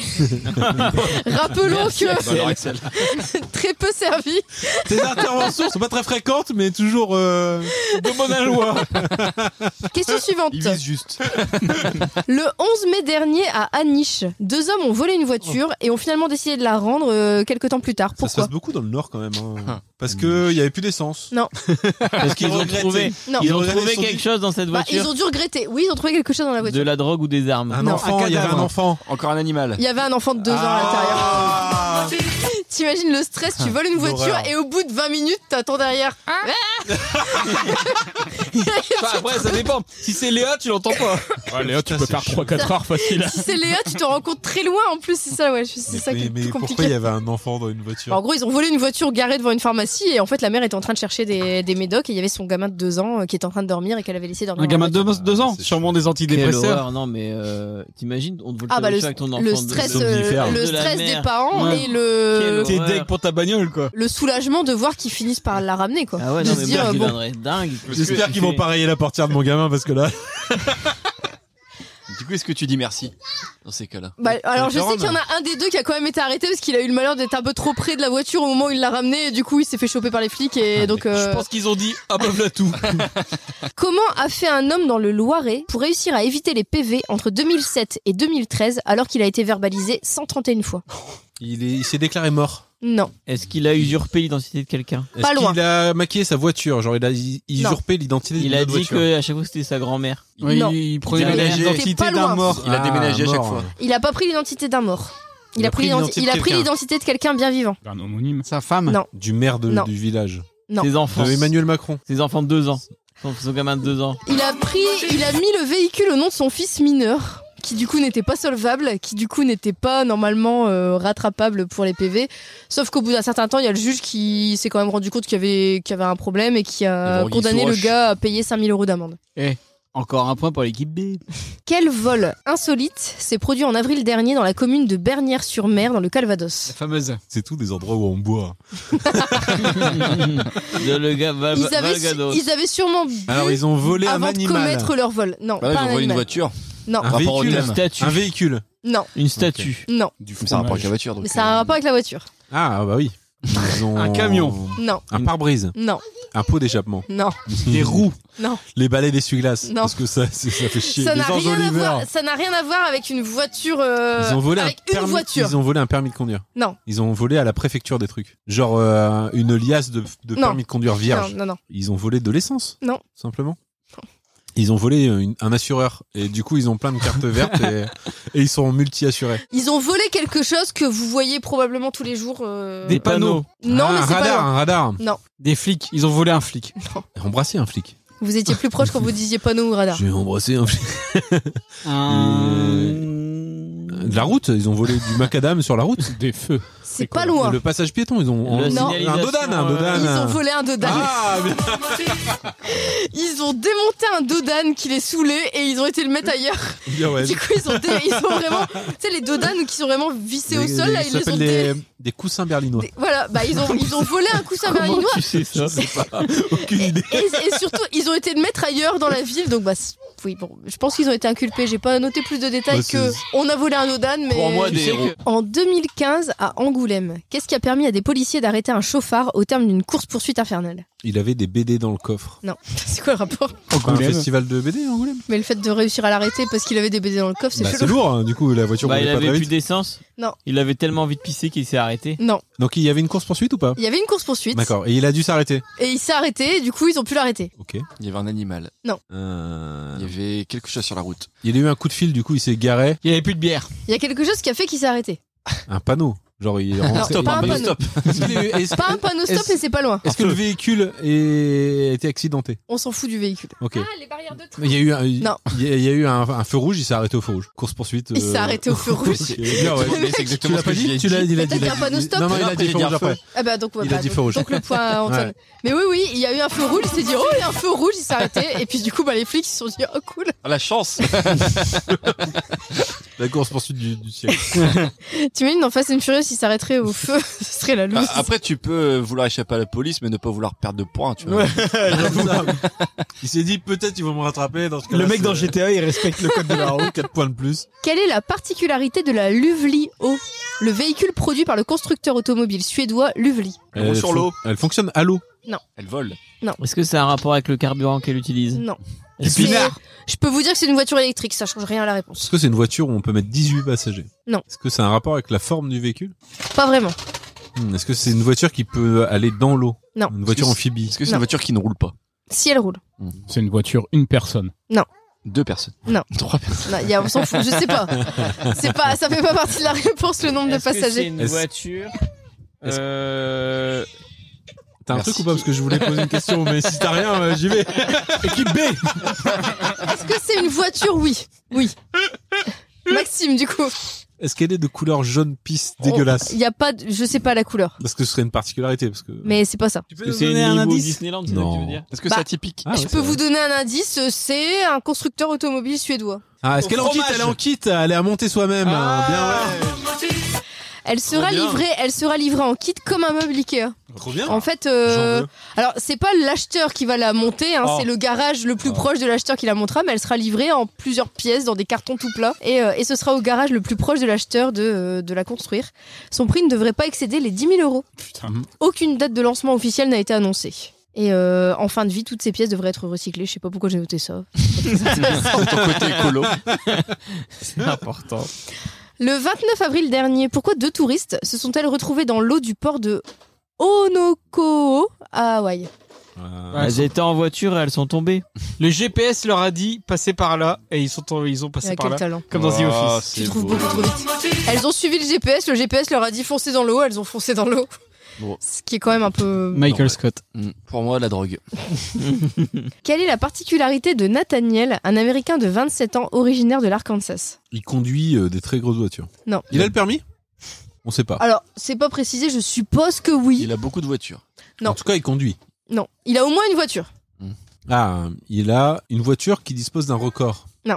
[SPEAKER 3] rappelons
[SPEAKER 9] Merci,
[SPEAKER 3] que
[SPEAKER 9] Axel.
[SPEAKER 3] très peu servi.
[SPEAKER 2] Tes interventions sont pas très fréquentes, mais toujours euh, de bonne aloi.
[SPEAKER 3] Question suivante.
[SPEAKER 5] Il vise juste.
[SPEAKER 3] Le 11 mai dernier à Aniche, deux hommes ont volé une voiture et ont finalement décidé de la rendre euh, quelques temps plus tard.
[SPEAKER 2] Ça se passe
[SPEAKER 3] Pourquoi
[SPEAKER 2] beaucoup dans le Nord quand même. hein. Parce que il y avait plus d'essence.
[SPEAKER 3] Non.
[SPEAKER 9] Parce qu'ils ont
[SPEAKER 2] regrettent.
[SPEAKER 9] trouvé,
[SPEAKER 3] Non.
[SPEAKER 9] ils ont
[SPEAKER 2] Ils
[SPEAKER 9] trouvé
[SPEAKER 2] sont
[SPEAKER 9] quelque chose dans cette
[SPEAKER 3] Bah,
[SPEAKER 9] voiture.
[SPEAKER 3] ils ont dû regretter. Oui, ils ont trouvé quelque chose dans la
[SPEAKER 9] De
[SPEAKER 3] voiture.
[SPEAKER 9] la drogue ou des armes.
[SPEAKER 2] Un
[SPEAKER 3] Non,
[SPEAKER 2] enfant,
[SPEAKER 1] un
[SPEAKER 2] il y avait un
[SPEAKER 1] cadavre.
[SPEAKER 2] enfant.
[SPEAKER 5] Encore un animal.
[SPEAKER 3] Il y avait un enfant de deux ans à l'intérieur.
[SPEAKER 2] Ah.
[SPEAKER 3] T'imagines le stress, tu voles une voiture
[SPEAKER 2] L'horreur.
[SPEAKER 3] et au bout de 20 minutes, t'attends derrière. Ah.
[SPEAKER 9] Enfin, après, ça dépend. Si c'est Léa, tu l'entends pas.
[SPEAKER 6] Ouais, Léa, Ah, tu
[SPEAKER 2] Putain,
[SPEAKER 6] peux
[SPEAKER 2] c'est
[SPEAKER 6] faire 3-4 heures facile.
[SPEAKER 3] si c'est Léa, tu te rends compte très loin en plus. C'est ça, ouais, c'est
[SPEAKER 2] Mais,
[SPEAKER 3] ça qui est
[SPEAKER 2] mais
[SPEAKER 3] plus
[SPEAKER 2] pourquoi
[SPEAKER 3] compliqué.
[SPEAKER 2] il y avait un enfant dans une voiture
[SPEAKER 3] Alors, en gros, ils ont volé une voiture garée devant une pharmacie et en fait, la mère était en train de chercher des, des médocs et il y avait son gamin de 2 ans euh, qui était en train de dormir et qu'elle avait laissé dormir.
[SPEAKER 1] Un
[SPEAKER 3] dans
[SPEAKER 1] gamin
[SPEAKER 3] la
[SPEAKER 1] de
[SPEAKER 9] Ah,
[SPEAKER 3] voiture.
[SPEAKER 1] 2 ans,
[SPEAKER 2] c'est
[SPEAKER 1] sûrement des
[SPEAKER 9] Quelle
[SPEAKER 1] antidépresseurs.
[SPEAKER 9] horreur, non mais euh, t'imagines, on te vole
[SPEAKER 3] Ah
[SPEAKER 9] ta
[SPEAKER 3] bah,
[SPEAKER 9] voiture avec ton enfant.
[SPEAKER 3] Le
[SPEAKER 9] de-
[SPEAKER 3] stress,
[SPEAKER 9] de-
[SPEAKER 3] euh,
[SPEAKER 2] somnifère.
[SPEAKER 3] le
[SPEAKER 9] De la
[SPEAKER 3] stress des
[SPEAKER 9] mère.
[SPEAKER 3] parents
[SPEAKER 1] Ouais.
[SPEAKER 3] et le,
[SPEAKER 9] Quelle
[SPEAKER 1] T'es
[SPEAKER 9] horreur.
[SPEAKER 1] deg pour ta bagnole quoi.
[SPEAKER 3] le soulagement de voir qu'ils finissent par la ramener, quoi.
[SPEAKER 9] Ah ouais,
[SPEAKER 3] de
[SPEAKER 9] non
[SPEAKER 3] se
[SPEAKER 9] mais
[SPEAKER 3] dire,
[SPEAKER 9] merde,
[SPEAKER 3] euh,
[SPEAKER 9] il
[SPEAKER 3] bon,
[SPEAKER 9] en est dingue.
[SPEAKER 2] J'espère qu'ils vont pas rayer la portière de mon gamin parce que là.
[SPEAKER 5] Du coup, est-ce que tu dis merci dans ces cas-là
[SPEAKER 3] bah, alors je
[SPEAKER 2] Sharon.
[SPEAKER 3] sais qu'il y en a un des deux qui a quand même été arrêté parce qu'il a eu le malheur d'être un peu trop près de la voiture au moment où il l'a ramené et du coup il s'est fait choper par les flics
[SPEAKER 9] Ah,
[SPEAKER 3] et donc euh,
[SPEAKER 9] qu'ils ont dit ah bah voilà tout.
[SPEAKER 3] Comment a fait un homme dans le Loiret pour réussir à éviter les PV entre 2007 et 2013 alors qu'il a été verbalisé 131 fois
[SPEAKER 2] Il est- il s'est déclaré mort.
[SPEAKER 3] Non.
[SPEAKER 9] Est-ce qu'il a usurpé l'identité de quelqu'un
[SPEAKER 2] Est-ce
[SPEAKER 3] Pas loin.
[SPEAKER 2] qu'il a maquillé sa voiture, genre il a i-
[SPEAKER 3] Non.
[SPEAKER 2] usurpé l'identité
[SPEAKER 9] Il
[SPEAKER 2] d'une
[SPEAKER 9] a
[SPEAKER 2] autre
[SPEAKER 9] dit
[SPEAKER 2] voiture.
[SPEAKER 9] que à chaque fois c'était sa grand-mère.
[SPEAKER 1] Oui,
[SPEAKER 3] Non.
[SPEAKER 1] il prenait
[SPEAKER 9] Il a
[SPEAKER 1] la
[SPEAKER 9] déménagé.
[SPEAKER 3] T'es pas
[SPEAKER 1] identité
[SPEAKER 3] loin.
[SPEAKER 1] d'un mort.
[SPEAKER 5] Il a
[SPEAKER 2] Ah,
[SPEAKER 5] déménagé à chaque
[SPEAKER 2] mort.
[SPEAKER 5] fois.
[SPEAKER 3] Il a pas pris l'identité d'un mort. Il, a pris l'identi- il a pris
[SPEAKER 2] quelqu'un.
[SPEAKER 3] l'identité de quelqu'un bien vivant.
[SPEAKER 6] Un homonyme.
[SPEAKER 1] Sa femme.
[SPEAKER 3] Non.
[SPEAKER 2] du maire de-
[SPEAKER 3] Non.
[SPEAKER 2] du village.
[SPEAKER 3] Non.
[SPEAKER 9] Ses enfants.
[SPEAKER 2] De Emmanuel Macron.
[SPEAKER 9] Ses enfants de 2 ans. Son, son gamin de 2 ans.
[SPEAKER 3] Il a pris, il a mis le véhicule au nom de son fils mineur qui du coup n'était pas solvable, qui du coup n'était pas normalement euh, rattrapable pour les PV. Sauf qu'au bout d'un certain temps, il y a le juge qui s'est quand même rendu compte qu'il y avait, qu'il y avait un problème et qui
[SPEAKER 5] Ils
[SPEAKER 3] a
[SPEAKER 5] vont- ils
[SPEAKER 3] condamné
[SPEAKER 5] sont
[SPEAKER 3] le
[SPEAKER 5] roches.
[SPEAKER 3] gars à payer 5000 euros d'amende.
[SPEAKER 1] Encore un point pour l'équipe B.
[SPEAKER 3] Quel vol insolite s'est produit en avril dernier dans la commune de Bernières-sur-Mer, dans le Calvados
[SPEAKER 1] La fameuse.
[SPEAKER 2] C'est tout des endroits où on boit.
[SPEAKER 9] De le gars Val-
[SPEAKER 3] ils avaient, su-
[SPEAKER 9] Valgados.
[SPEAKER 3] ils avaient sûrement bu
[SPEAKER 2] Alors ils ont volé un
[SPEAKER 3] avant de
[SPEAKER 2] animal.
[SPEAKER 3] commettre leur vol. Non,
[SPEAKER 5] Bah là,
[SPEAKER 3] pas
[SPEAKER 5] ils
[SPEAKER 3] un
[SPEAKER 5] ont volé une
[SPEAKER 3] animal.
[SPEAKER 5] voiture.
[SPEAKER 3] Non.
[SPEAKER 2] Un
[SPEAKER 5] Par rapport au
[SPEAKER 2] véhicule.
[SPEAKER 5] thème.
[SPEAKER 9] Une statue.
[SPEAKER 2] Un véhicule.
[SPEAKER 3] Non,
[SPEAKER 9] Une statue.
[SPEAKER 3] non.
[SPEAKER 6] Du
[SPEAKER 5] Mais ça a rapport avec la voiture. donc,
[SPEAKER 3] Mais ça a un
[SPEAKER 5] euh,
[SPEAKER 3] rapport avec la voiture.
[SPEAKER 2] Ah bah oui. Ils ont-
[SPEAKER 1] Un camion.
[SPEAKER 3] Non,
[SPEAKER 2] Un pare-brise.
[SPEAKER 3] non.
[SPEAKER 2] Un pot d'échappement.
[SPEAKER 3] Non,
[SPEAKER 2] Les roues.
[SPEAKER 3] Non.
[SPEAKER 2] Les balais d'essuie-glace.
[SPEAKER 3] Non.
[SPEAKER 2] Parce que ça, c'est- ça fait chier.
[SPEAKER 3] ça
[SPEAKER 2] Les
[SPEAKER 3] n'a
[SPEAKER 2] anges
[SPEAKER 3] rien, à
[SPEAKER 2] Oliver.
[SPEAKER 3] voir- ça n'a rien à voir avec une voiture. euh,
[SPEAKER 2] Ils ont volé
[SPEAKER 3] avec
[SPEAKER 2] un
[SPEAKER 3] une
[SPEAKER 2] permis,
[SPEAKER 3] voiture.
[SPEAKER 2] Ils ont volé un permis de conduire.
[SPEAKER 3] Non.
[SPEAKER 2] Ils ont volé à la préfecture des trucs. Genre euh, une liasse de, de
[SPEAKER 3] Non.
[SPEAKER 2] permis de conduire
[SPEAKER 3] Non,
[SPEAKER 2] vierge.
[SPEAKER 3] non, non.
[SPEAKER 2] Ils ont volé de l'essence.
[SPEAKER 3] Non.
[SPEAKER 2] Simplement. Ils ont volé euh, une- un assureur et du coup ils ont plein de cartes vertes et, et ils sont multi-assurés.
[SPEAKER 3] Ils ont volé quelque chose que vous voyez probablement tous les jours. euh,
[SPEAKER 1] Des panneaux.
[SPEAKER 3] Non,
[SPEAKER 2] Ah,
[SPEAKER 3] mais
[SPEAKER 2] un
[SPEAKER 3] c'est pas
[SPEAKER 2] radar,
[SPEAKER 3] loin.
[SPEAKER 2] un radar.
[SPEAKER 1] Des flics. Ils ont volé un flic.
[SPEAKER 2] Embrasser un flic.
[SPEAKER 3] Vous étiez plus proche quand vous disiez panneau ou radar.
[SPEAKER 2] J'ai embrassé un flic.
[SPEAKER 4] Euh,
[SPEAKER 2] Euh, De la route, ils ont volé du macadam sur la route.
[SPEAKER 6] Des feux.
[SPEAKER 3] C'est pas loin.
[SPEAKER 2] Le passage piéton, ils ont
[SPEAKER 4] Le
[SPEAKER 2] ils ont-
[SPEAKER 4] signalisation,
[SPEAKER 2] un dodan, un
[SPEAKER 4] euh,
[SPEAKER 2] dodan.
[SPEAKER 3] Ils ont volé un dodan.
[SPEAKER 2] Ah, bien.
[SPEAKER 3] Ils ont démonté un dodan qui les saoulait et ils ont été le mettre ailleurs.
[SPEAKER 2] bien, ouais.
[SPEAKER 3] Du coup, ils ont, dé- ils ont vraiment. Tu sais, les dodans qui sont vraiment vissés au
[SPEAKER 2] Des-
[SPEAKER 3] sol, là,
[SPEAKER 2] ça
[SPEAKER 3] ils les
[SPEAKER 2] s'appelle
[SPEAKER 3] ont dé-
[SPEAKER 2] des, des cossins berlinois.
[SPEAKER 3] des- Voilà, bah, ils ont, ils ont volé un coussin
[SPEAKER 4] Comment
[SPEAKER 3] berlinois
[SPEAKER 4] tu sais ça
[SPEAKER 2] Aucune idée.
[SPEAKER 3] et, et surtout, ils ont été le mettre ailleurs dans la ville. Donc, bah, c- oui, bon, je pense qu'ils ont été inculpés. J'ai pas noté plus de détails
[SPEAKER 2] Bah,
[SPEAKER 3] que
[SPEAKER 2] c'est-
[SPEAKER 3] on a volé un dodan, mais.
[SPEAKER 5] Pour moi,
[SPEAKER 4] Tu
[SPEAKER 5] des
[SPEAKER 4] sais
[SPEAKER 5] héros.
[SPEAKER 4] que- bah,
[SPEAKER 3] En 2015, à Angoulême, qu'est-ce qui a permis à des policiers d'arrêter un chauffard au terme d'une course-poursuite infernale
[SPEAKER 2] Il avait des BD dans le coffre.
[SPEAKER 3] Non, c'est quoi le rapport
[SPEAKER 2] Un festival de BD, Angoulême.
[SPEAKER 3] Mais le fait de réussir à l'arrêter parce qu'il avait des BD dans le coffre, c'est
[SPEAKER 2] Bah,
[SPEAKER 3] chelou.
[SPEAKER 2] c'est lourd, hein, du coup, la voiture
[SPEAKER 4] Bah, il
[SPEAKER 2] roulait pas
[SPEAKER 4] avait
[SPEAKER 2] très
[SPEAKER 4] plus
[SPEAKER 2] vite.
[SPEAKER 4] d'essence.
[SPEAKER 3] Non.
[SPEAKER 4] Il avait tellement envie de pisser qu'il s'est arrêté.
[SPEAKER 3] Non,
[SPEAKER 2] Donc il y avait une course poursuite ou pas
[SPEAKER 3] il y avait une course poursuite
[SPEAKER 2] D'accord, et il a dû s'arrêter.
[SPEAKER 3] et il s'est arrêté et du coup ils ont pu l'arrêter.
[SPEAKER 2] Ok.
[SPEAKER 5] Il y avait un animal.
[SPEAKER 2] Euh,
[SPEAKER 5] Il y avait quelque chose sur la route.
[SPEAKER 2] Il a eu un coup de fil, du coup, il s'est garé.
[SPEAKER 1] Il n'y avait plus de bière.
[SPEAKER 3] Il y a quelque chose qui a fait qu'il s'est arrêté.
[SPEAKER 2] Un panneau. Genre, il est rentré.
[SPEAKER 3] Ah, pas un panneau stop,
[SPEAKER 2] Est-ce qu'il est- est-ce-
[SPEAKER 3] pas un panneau stop
[SPEAKER 2] est-ce-
[SPEAKER 3] mais c'est pas loin.
[SPEAKER 2] est-ce que le véhicule est... était accidenté
[SPEAKER 3] On s'en fout du véhicule.
[SPEAKER 2] Ok.
[SPEAKER 3] Ah, les barrières de train.
[SPEAKER 2] Il y a eu un, il
[SPEAKER 3] Non.
[SPEAKER 2] y a, il y a eu un, un feu rouge, il s'est arrêté au feu rouge. Course poursuite. euh,
[SPEAKER 3] Il s'est arrêté au feu rouge.
[SPEAKER 2] Bien, ouais.
[SPEAKER 5] Mais c'est
[SPEAKER 2] Tu
[SPEAKER 5] exactement
[SPEAKER 2] l'as
[SPEAKER 5] ce que
[SPEAKER 2] pas
[SPEAKER 5] je viens
[SPEAKER 2] dit
[SPEAKER 5] de
[SPEAKER 2] Tu l'as
[SPEAKER 5] dire.
[SPEAKER 2] il a
[SPEAKER 3] T'as
[SPEAKER 2] dit.
[SPEAKER 3] dit
[SPEAKER 2] il a
[SPEAKER 3] un panneau
[SPEAKER 2] dit-
[SPEAKER 3] stop
[SPEAKER 2] Non, non, il
[SPEAKER 5] Non,
[SPEAKER 2] a dit
[SPEAKER 5] il
[SPEAKER 2] feu
[SPEAKER 5] a dit
[SPEAKER 2] rouge
[SPEAKER 5] un
[SPEAKER 2] après.
[SPEAKER 3] Ah bah donc, ouais,
[SPEAKER 2] Il
[SPEAKER 3] bah,
[SPEAKER 2] a dit
[SPEAKER 3] donc-
[SPEAKER 2] feu rouge.
[SPEAKER 3] donc le point à Antoine.
[SPEAKER 2] Ouais.
[SPEAKER 3] Mais oui oui, il y a eu un feu rouge, il s'est dit oh il y a un feu rouge, il s'est arrêté et puis du coup bah les flics ils se sont dit oh cool.
[SPEAKER 5] Ah, La chance.
[SPEAKER 2] La course poursuite du, du ciel.
[SPEAKER 3] T'imagines dans Fast and Furious ils s'arrêteraient au feu, ce serait la loose.
[SPEAKER 5] Ah, Après, tu peux vouloir échapper à la police, mais ne pas vouloir perdre de points, tu vois.
[SPEAKER 2] il s'est dit peut-être ils vont me rattraper. Dans ce
[SPEAKER 1] Le mec dans GTA, il respecte le code de la route.
[SPEAKER 2] 4 points de plus.
[SPEAKER 3] Quelle est la particularité de la Luvlio, le véhicule produit par le constructeur automobile suédois Luvli
[SPEAKER 5] Elle roule sur
[SPEAKER 2] fon-
[SPEAKER 5] l'eau.
[SPEAKER 2] Elle fonctionne à l'eau.
[SPEAKER 5] Elle vole.
[SPEAKER 4] Est-ce que ça a un rapport avec le carburant qu'elle utilise
[SPEAKER 3] Non.
[SPEAKER 4] Est-ce
[SPEAKER 3] C'est- Je peux vous dire que c'est une voiture électrique, ça change rien à la réponse.
[SPEAKER 2] Est-ce que c'est une voiture où on peut mettre 18 passagers
[SPEAKER 3] Non.
[SPEAKER 2] Est-ce que c'est un rapport avec la forme du véhicule
[SPEAKER 3] Pas vraiment.
[SPEAKER 2] Hmm, Est-ce que c'est une voiture qui peut aller dans l'eau
[SPEAKER 3] Non.
[SPEAKER 2] Une voiture
[SPEAKER 5] Est-ce que
[SPEAKER 2] amphibie.
[SPEAKER 5] Est-ce que c'est
[SPEAKER 3] Non.
[SPEAKER 5] une voiture qui ne roule pas
[SPEAKER 3] Si elle roule.
[SPEAKER 6] C'est une voiture, une personne.
[SPEAKER 5] Deux personnes.
[SPEAKER 3] Non.
[SPEAKER 5] Trois personnes.
[SPEAKER 3] Non, Bah, y a, on s'en fout, je sais pas. C'est pas, ça fait pas partie de la réponse le nombre de
[SPEAKER 9] Est-ce que c'est
[SPEAKER 3] passagers.
[SPEAKER 9] une
[SPEAKER 2] Est-ce-
[SPEAKER 9] voiture
[SPEAKER 2] Est-ce-
[SPEAKER 9] euh,
[SPEAKER 2] T'as un
[SPEAKER 5] Merci.
[SPEAKER 2] truc ou pas Parce que je voulais poser une question, mais si t'as rien, euh, j'y vais. Équipe B
[SPEAKER 3] Est-ce que c'est une voiture Oui. Oui. Maxime, du coup.
[SPEAKER 2] Est-ce qu'elle est de couleur jaune pisse dégueulasse
[SPEAKER 3] Il y a pas, de- je sais pas la couleur,
[SPEAKER 2] Parce que ce serait une particularité. Parce que...
[SPEAKER 3] mais c'est pas ça.
[SPEAKER 1] Tu
[SPEAKER 9] Est-ce que c'est une Limo Disneyland, c'est ça que tu
[SPEAKER 2] Non.
[SPEAKER 9] veux dire
[SPEAKER 5] Est-ce que
[SPEAKER 3] Bah.
[SPEAKER 5] c'est atypique
[SPEAKER 2] Ah,
[SPEAKER 3] je
[SPEAKER 2] ouais,
[SPEAKER 3] peux vous donner un indice, c'est un constructeur automobile suédois.
[SPEAKER 2] Ah, est-ce
[SPEAKER 9] Au
[SPEAKER 2] qu'elle est en kit
[SPEAKER 9] fromage.
[SPEAKER 2] Elle est en kit, elle est à monter soi-même.
[SPEAKER 1] Ah,
[SPEAKER 2] hein, bien,
[SPEAKER 3] Elle sera
[SPEAKER 5] bien.
[SPEAKER 3] livrée, elle sera livrée en kit comme un meuble Ikea.
[SPEAKER 2] ouais. Trop bien.
[SPEAKER 3] En fait, euh,
[SPEAKER 2] J'en veux.
[SPEAKER 3] alors c'est pas l'acheteur qui va la monter, hein,
[SPEAKER 2] Oh.
[SPEAKER 3] c'est le garage le plus
[SPEAKER 2] Oh.
[SPEAKER 3] proche de l'acheteur qui la montera, mais elle sera livrée en plusieurs pièces dans des cartons tout plats et, euh, et ce sera au garage le plus proche de l'acheteur de, euh, de la construire. Son prix ne devrait pas excéder les 10 000 euros. Aucune date de lancement officielle n'a été annoncée. Et euh, en fin de vie, toutes ces pièces devraient être recyclées. Je sais pas pourquoi j'ai noté ça.
[SPEAKER 5] Ton côté écolo.
[SPEAKER 4] C'est important.
[SPEAKER 3] Le 29 avril dernier, pourquoi deux touristes se sont-elles retrouvées dans l'eau du port de Honokoo Ah à Hawaï
[SPEAKER 2] Euh,
[SPEAKER 1] Ouais,
[SPEAKER 4] Elles étaient en voiture et elles sont tombées.
[SPEAKER 1] Le GPS leur a dit passez par là et ils sont ils ont passé
[SPEAKER 3] Ah,
[SPEAKER 1] par
[SPEAKER 3] Quel
[SPEAKER 1] là
[SPEAKER 3] talent
[SPEAKER 1] comme dans The
[SPEAKER 5] Ah,
[SPEAKER 1] Office.
[SPEAKER 3] Tu
[SPEAKER 5] c'est
[SPEAKER 3] trouves
[SPEAKER 5] beau.
[SPEAKER 3] beaucoup trop vite. Elles ont suivi le GPS, le GPS leur a dit foncez dans l'eau, elles ont foncé dans l'eau.
[SPEAKER 5] Bon.
[SPEAKER 3] Ce qui est quand même un peu.
[SPEAKER 1] Michael Scott.
[SPEAKER 5] Mm. Pour moi, la drogue.
[SPEAKER 3] Quelle est la particularité de Nathaniel, un américain de 27 ans originaire de l'Arkansas
[SPEAKER 2] Il conduit euh, des très grosses voitures.
[SPEAKER 3] Non.
[SPEAKER 2] Il a le permis On sait pas.
[SPEAKER 3] Alors, c'est pas précisé, je suppose que oui.
[SPEAKER 5] Il a beaucoup de voitures.
[SPEAKER 3] non.
[SPEAKER 2] En tout cas, il conduit.
[SPEAKER 3] Non, il a au moins une voiture.
[SPEAKER 2] Ah, il a une voiture qui dispose d'un record.
[SPEAKER 3] Non.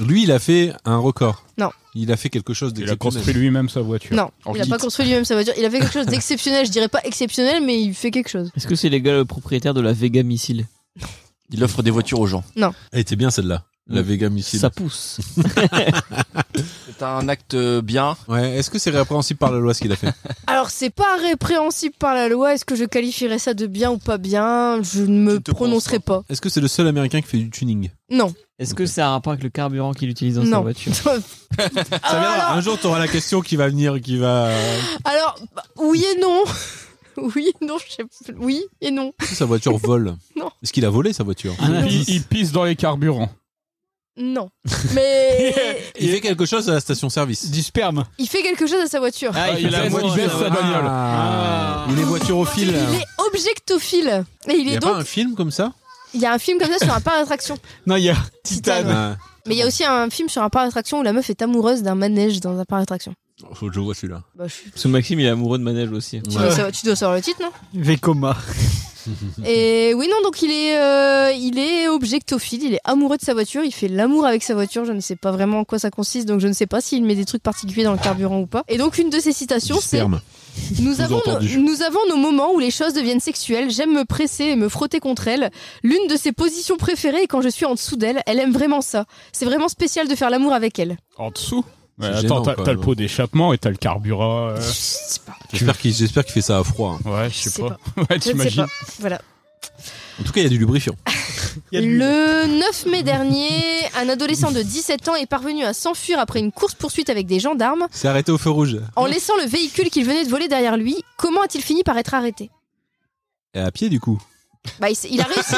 [SPEAKER 2] Lui, il a fait un record.
[SPEAKER 3] Non.
[SPEAKER 2] Il a fait quelque chose
[SPEAKER 6] Il a
[SPEAKER 2] d'exceptionnel.
[SPEAKER 6] construit lui-même sa voiture.
[SPEAKER 3] Non,
[SPEAKER 5] En
[SPEAKER 3] il a
[SPEAKER 5] kit.
[SPEAKER 3] pas construit lui-même sa voiture. Il a fait quelque chose d'exceptionnel, je dirais pas exceptionnel, mais il fait quelque chose.
[SPEAKER 4] Est-ce que c'est les gars le propriétaire de la Vega Missile
[SPEAKER 5] Il offre des voitures aux gens.
[SPEAKER 2] Ah, Mm. Elle était bien celle-là. La Vega Missile.
[SPEAKER 4] Ça pousse.
[SPEAKER 5] C'est un acte bien.
[SPEAKER 2] Ouais, est-ce que c'est répréhensible par la loi ce qu'il a fait
[SPEAKER 3] Alors, c'est pas répréhensible par la loi. Est-ce que je qualifierais ça de bien ou pas bien Je ne me
[SPEAKER 5] Tu te prononces
[SPEAKER 3] prononcerai pas.
[SPEAKER 2] Est-ce que c'est le seul américain qui fait du tuning
[SPEAKER 3] Non,
[SPEAKER 9] Est-ce que ça a un rapport avec le carburant qu'il utilise dans sa
[SPEAKER 3] non.
[SPEAKER 9] voiture
[SPEAKER 2] Ça
[SPEAKER 3] Ah,
[SPEAKER 2] viendra. Un jour, t'auras la question qui va venir, qui va.
[SPEAKER 3] Alors, bah, oui et non. Oui et non, je sais plus. Oui et non.
[SPEAKER 2] Est-ce que sa voiture vole
[SPEAKER 3] Non.
[SPEAKER 2] Est-ce qu'il a volé sa voiture
[SPEAKER 4] Ah,
[SPEAKER 6] Il, il pisse dans les carburants.
[SPEAKER 3] Non. Mais
[SPEAKER 2] Il fait quelque chose à la station-service.
[SPEAKER 1] Du sperme.
[SPEAKER 3] il fait quelque chose à sa voiture.
[SPEAKER 9] Ah,
[SPEAKER 6] il baisse- il baisse sa bagnole.
[SPEAKER 2] Ah. Il est
[SPEAKER 3] Il
[SPEAKER 2] voiturophile.
[SPEAKER 3] est objectophile. Et il
[SPEAKER 2] Il y
[SPEAKER 3] est
[SPEAKER 2] a pas
[SPEAKER 3] donc.
[SPEAKER 2] un film comme ça
[SPEAKER 3] Il y a un film comme ça sur un parc d'attraction.
[SPEAKER 1] Non, il y a
[SPEAKER 3] Titane.
[SPEAKER 1] Titane.
[SPEAKER 2] Ah,
[SPEAKER 3] Mais il y a aussi un film sur un parc d'attraction où la meuf est amoureuse d'un manège dans un parc d'attraction.
[SPEAKER 2] Faut que je vois celui-là.
[SPEAKER 3] Bah, je suis-
[SPEAKER 9] Parce que Maxime, il est amoureux de manège aussi.
[SPEAKER 3] tu, dois savoir, tu dois savoir le titre, non
[SPEAKER 1] Vekoma.
[SPEAKER 6] Mhm.
[SPEAKER 3] Et oui, non, donc il est, euh, il est objectophile, il est amoureux de sa voiture, il fait l'amour avec sa voiture, je ne sais pas vraiment en quoi ça consiste, donc je ne sais pas s'il met des trucs particuliers dans le carburant ou pas. Et donc une de ses citations,
[SPEAKER 2] Du
[SPEAKER 3] c'est
[SPEAKER 2] sperme.
[SPEAKER 3] nous avons, nos,
[SPEAKER 2] entendu.
[SPEAKER 3] nous avons nos moments où les choses deviennent sexuelles, j'aime me presser et me frotter contre elle. L'une de ses positions préférées est quand je suis en dessous d'elle, elle aime vraiment ça. C'est vraiment spécial de faire l'amour avec elle.
[SPEAKER 6] En dessous Ouais,
[SPEAKER 2] C'est
[SPEAKER 6] Attends,
[SPEAKER 2] gênant, hein.
[SPEAKER 6] t'as
[SPEAKER 2] quoi,
[SPEAKER 6] t'as le
[SPEAKER 2] non.
[SPEAKER 6] pot d'échappement et t'as le carburant. euh,
[SPEAKER 2] J'espère qu'il j'espère qu'il fait ça à froid. hein.
[SPEAKER 6] Ouais,
[SPEAKER 3] Je
[SPEAKER 6] je
[SPEAKER 3] sais
[SPEAKER 6] sais pas. Ouais,
[SPEAKER 3] Je ne sais
[SPEAKER 6] t'imagines.
[SPEAKER 3] pas. Voilà.
[SPEAKER 2] En tout cas, il y a du lubrifiant.
[SPEAKER 3] Le 9 mai dernier, un adolescent de 17 ans est parvenu à s'enfuir après une course-poursuite avec des gendarmes
[SPEAKER 2] C'est arrêté au feu rouge.
[SPEAKER 3] en laissant le véhicule qu'il venait de voler derrière lui. Comment a-t-il fini par être arrêté
[SPEAKER 2] Et à pied, du coup.
[SPEAKER 3] Bah, il, s- il a réussi.